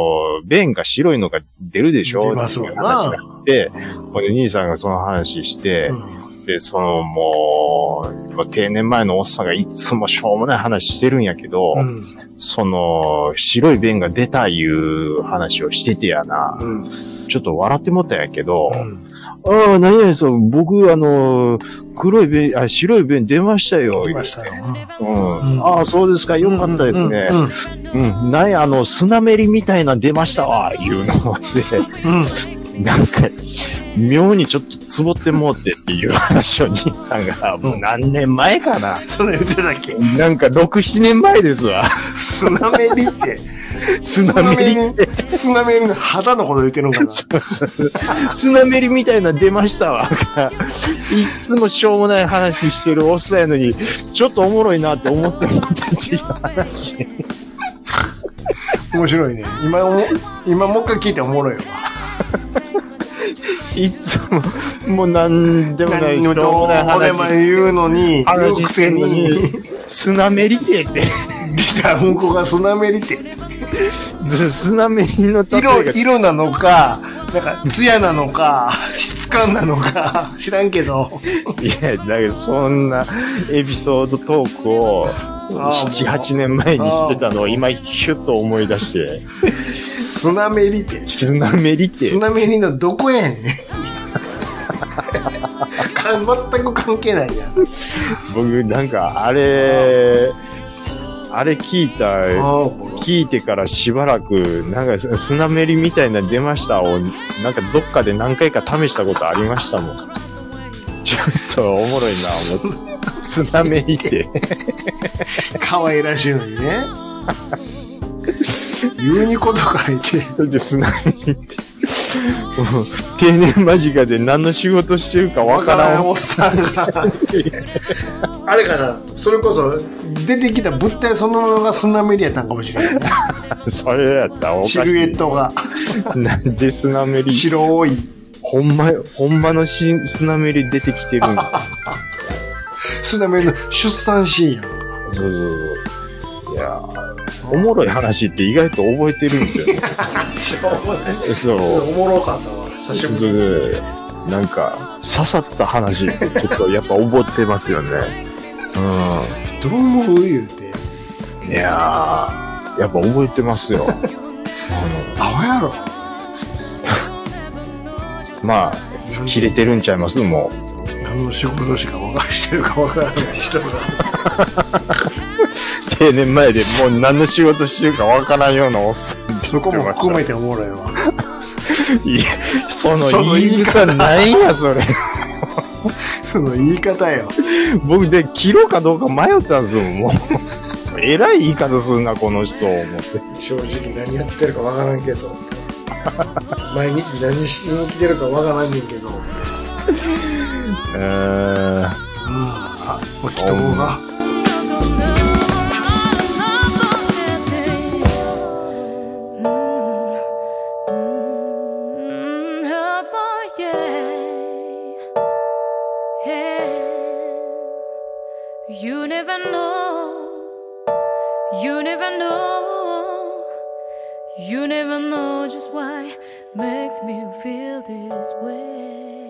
S5: 便が白いのが出るでしょ
S3: 出ますわな
S5: っていう話があって、ほいで兄さんがその話して、
S3: うん
S5: で、そのもう、もう定年前のおっさんがいつもしょうもない話してるんやけど、
S3: うん。
S5: その、白い便が出たいう話をしててやな。
S3: うん。
S5: ちょっと笑ってもったんやけど、
S3: うん
S5: ああ、何々さん、僕、あの、黒い便、あ、白い便出ましたよ。
S3: 来ましたよ。
S5: うん。
S3: ん
S5: ああ、そうですか。よかったですね。
S3: うん。
S5: うん。なんや、あの、砂めりみたいな出ましたわ、いうので、
S3: うん。
S5: なんか、妙にちょっとつぼってもうてっていう話を兄さんが、もう何年前かな。
S3: そんな言ってたっけ
S5: なんか、6、7年前ですわ。
S3: 砂めりって。
S5: 砂めりって。
S3: 砂めりの肌のこと言ってるのかな。
S5: 砂めりみたいなの出ましたわ。いつもしょうもない話してるおっさんやのに、ちょっとおもろいなって思ってもらったっていう話。
S3: 面白いね。今も、今もう一回聞いておもろいわ。
S5: いつも、もうなんでもない、
S3: 何
S5: しょ
S3: の
S5: うも
S3: ど
S5: ないう
S3: でも
S5: 話。
S3: 言うのに、言う
S5: 話
S3: く
S5: して
S3: せ
S5: んの
S3: に
S5: に、、砂めりてって。
S3: 出たうんこが砂めりって。
S4: ずスナメリの例え
S3: 色、
S4: が
S3: 色なのか、なんか、艶なのか、質感なのか、知らんけど。
S5: いや、だけどそんなエピソードトークを
S3: あー
S5: 7、8年前にしてたのを今ヒュッと思い出して、
S3: スナメリって。
S5: スナメリって
S3: ス、ナメリのどこやねん。か全く関係ないやん。
S5: 僕なんかあれ、あれ聞いた、
S3: ああ、これ
S5: 聞いてからしばらく、なんかススナメリみたいな出ましたを、なんかどっかで何回か試したことありましたもん。ちょっとおもろいな、思って。スナメリ って。
S3: 可愛らしいのにね。言うにこと書いて。
S5: それでスナメリって。もう定年間近で何の仕事してるかわからん
S3: おっさんが。あれかな、それこそ、出てきた物体そのものがスナメリやったんかもしれない、ね。
S5: それやったらおかしい。
S3: シルエットが
S5: なんでスナメリ、
S3: 白い。
S5: ほんま、ほんまのしスナメリ出てきてるんだ。
S3: スナメリの出産シーンやん。
S5: そうそうそう。いやーおもろい話って意外と覚えてるんですよね。
S3: しょうもない。
S5: そう。
S3: おもろかったわ。久し
S5: そう
S3: ぶ
S5: そ
S3: り
S5: うそうなんか、刺さった話ってちょっとやっぱ覚えてますよね。
S3: どう思う言うて。
S5: うん。いやー、やっぱ覚えてますよ。
S3: アホやろ。
S5: まあ、切れてるんちゃいますも
S3: 何の仕事しか分かしてるか分からない人が。
S5: う。定年前でもう何の仕事してるかわからんようなおっさんって言ってました。
S3: そこも含めておもろいわ。
S5: いや、その言い草ないや、それ。
S3: その言い方よ。
S5: 僕で、切ろうかどうか迷ったんですよ、もう。 えらい言い方するな、この人、思って。
S3: 正直何やってるか分からんけど。毎日何しに来てるか分からんねんけど。
S5: えー、
S3: うん、あ、起きとこうが。
S8: You never know, you never know, you never know just why makes me feel this way.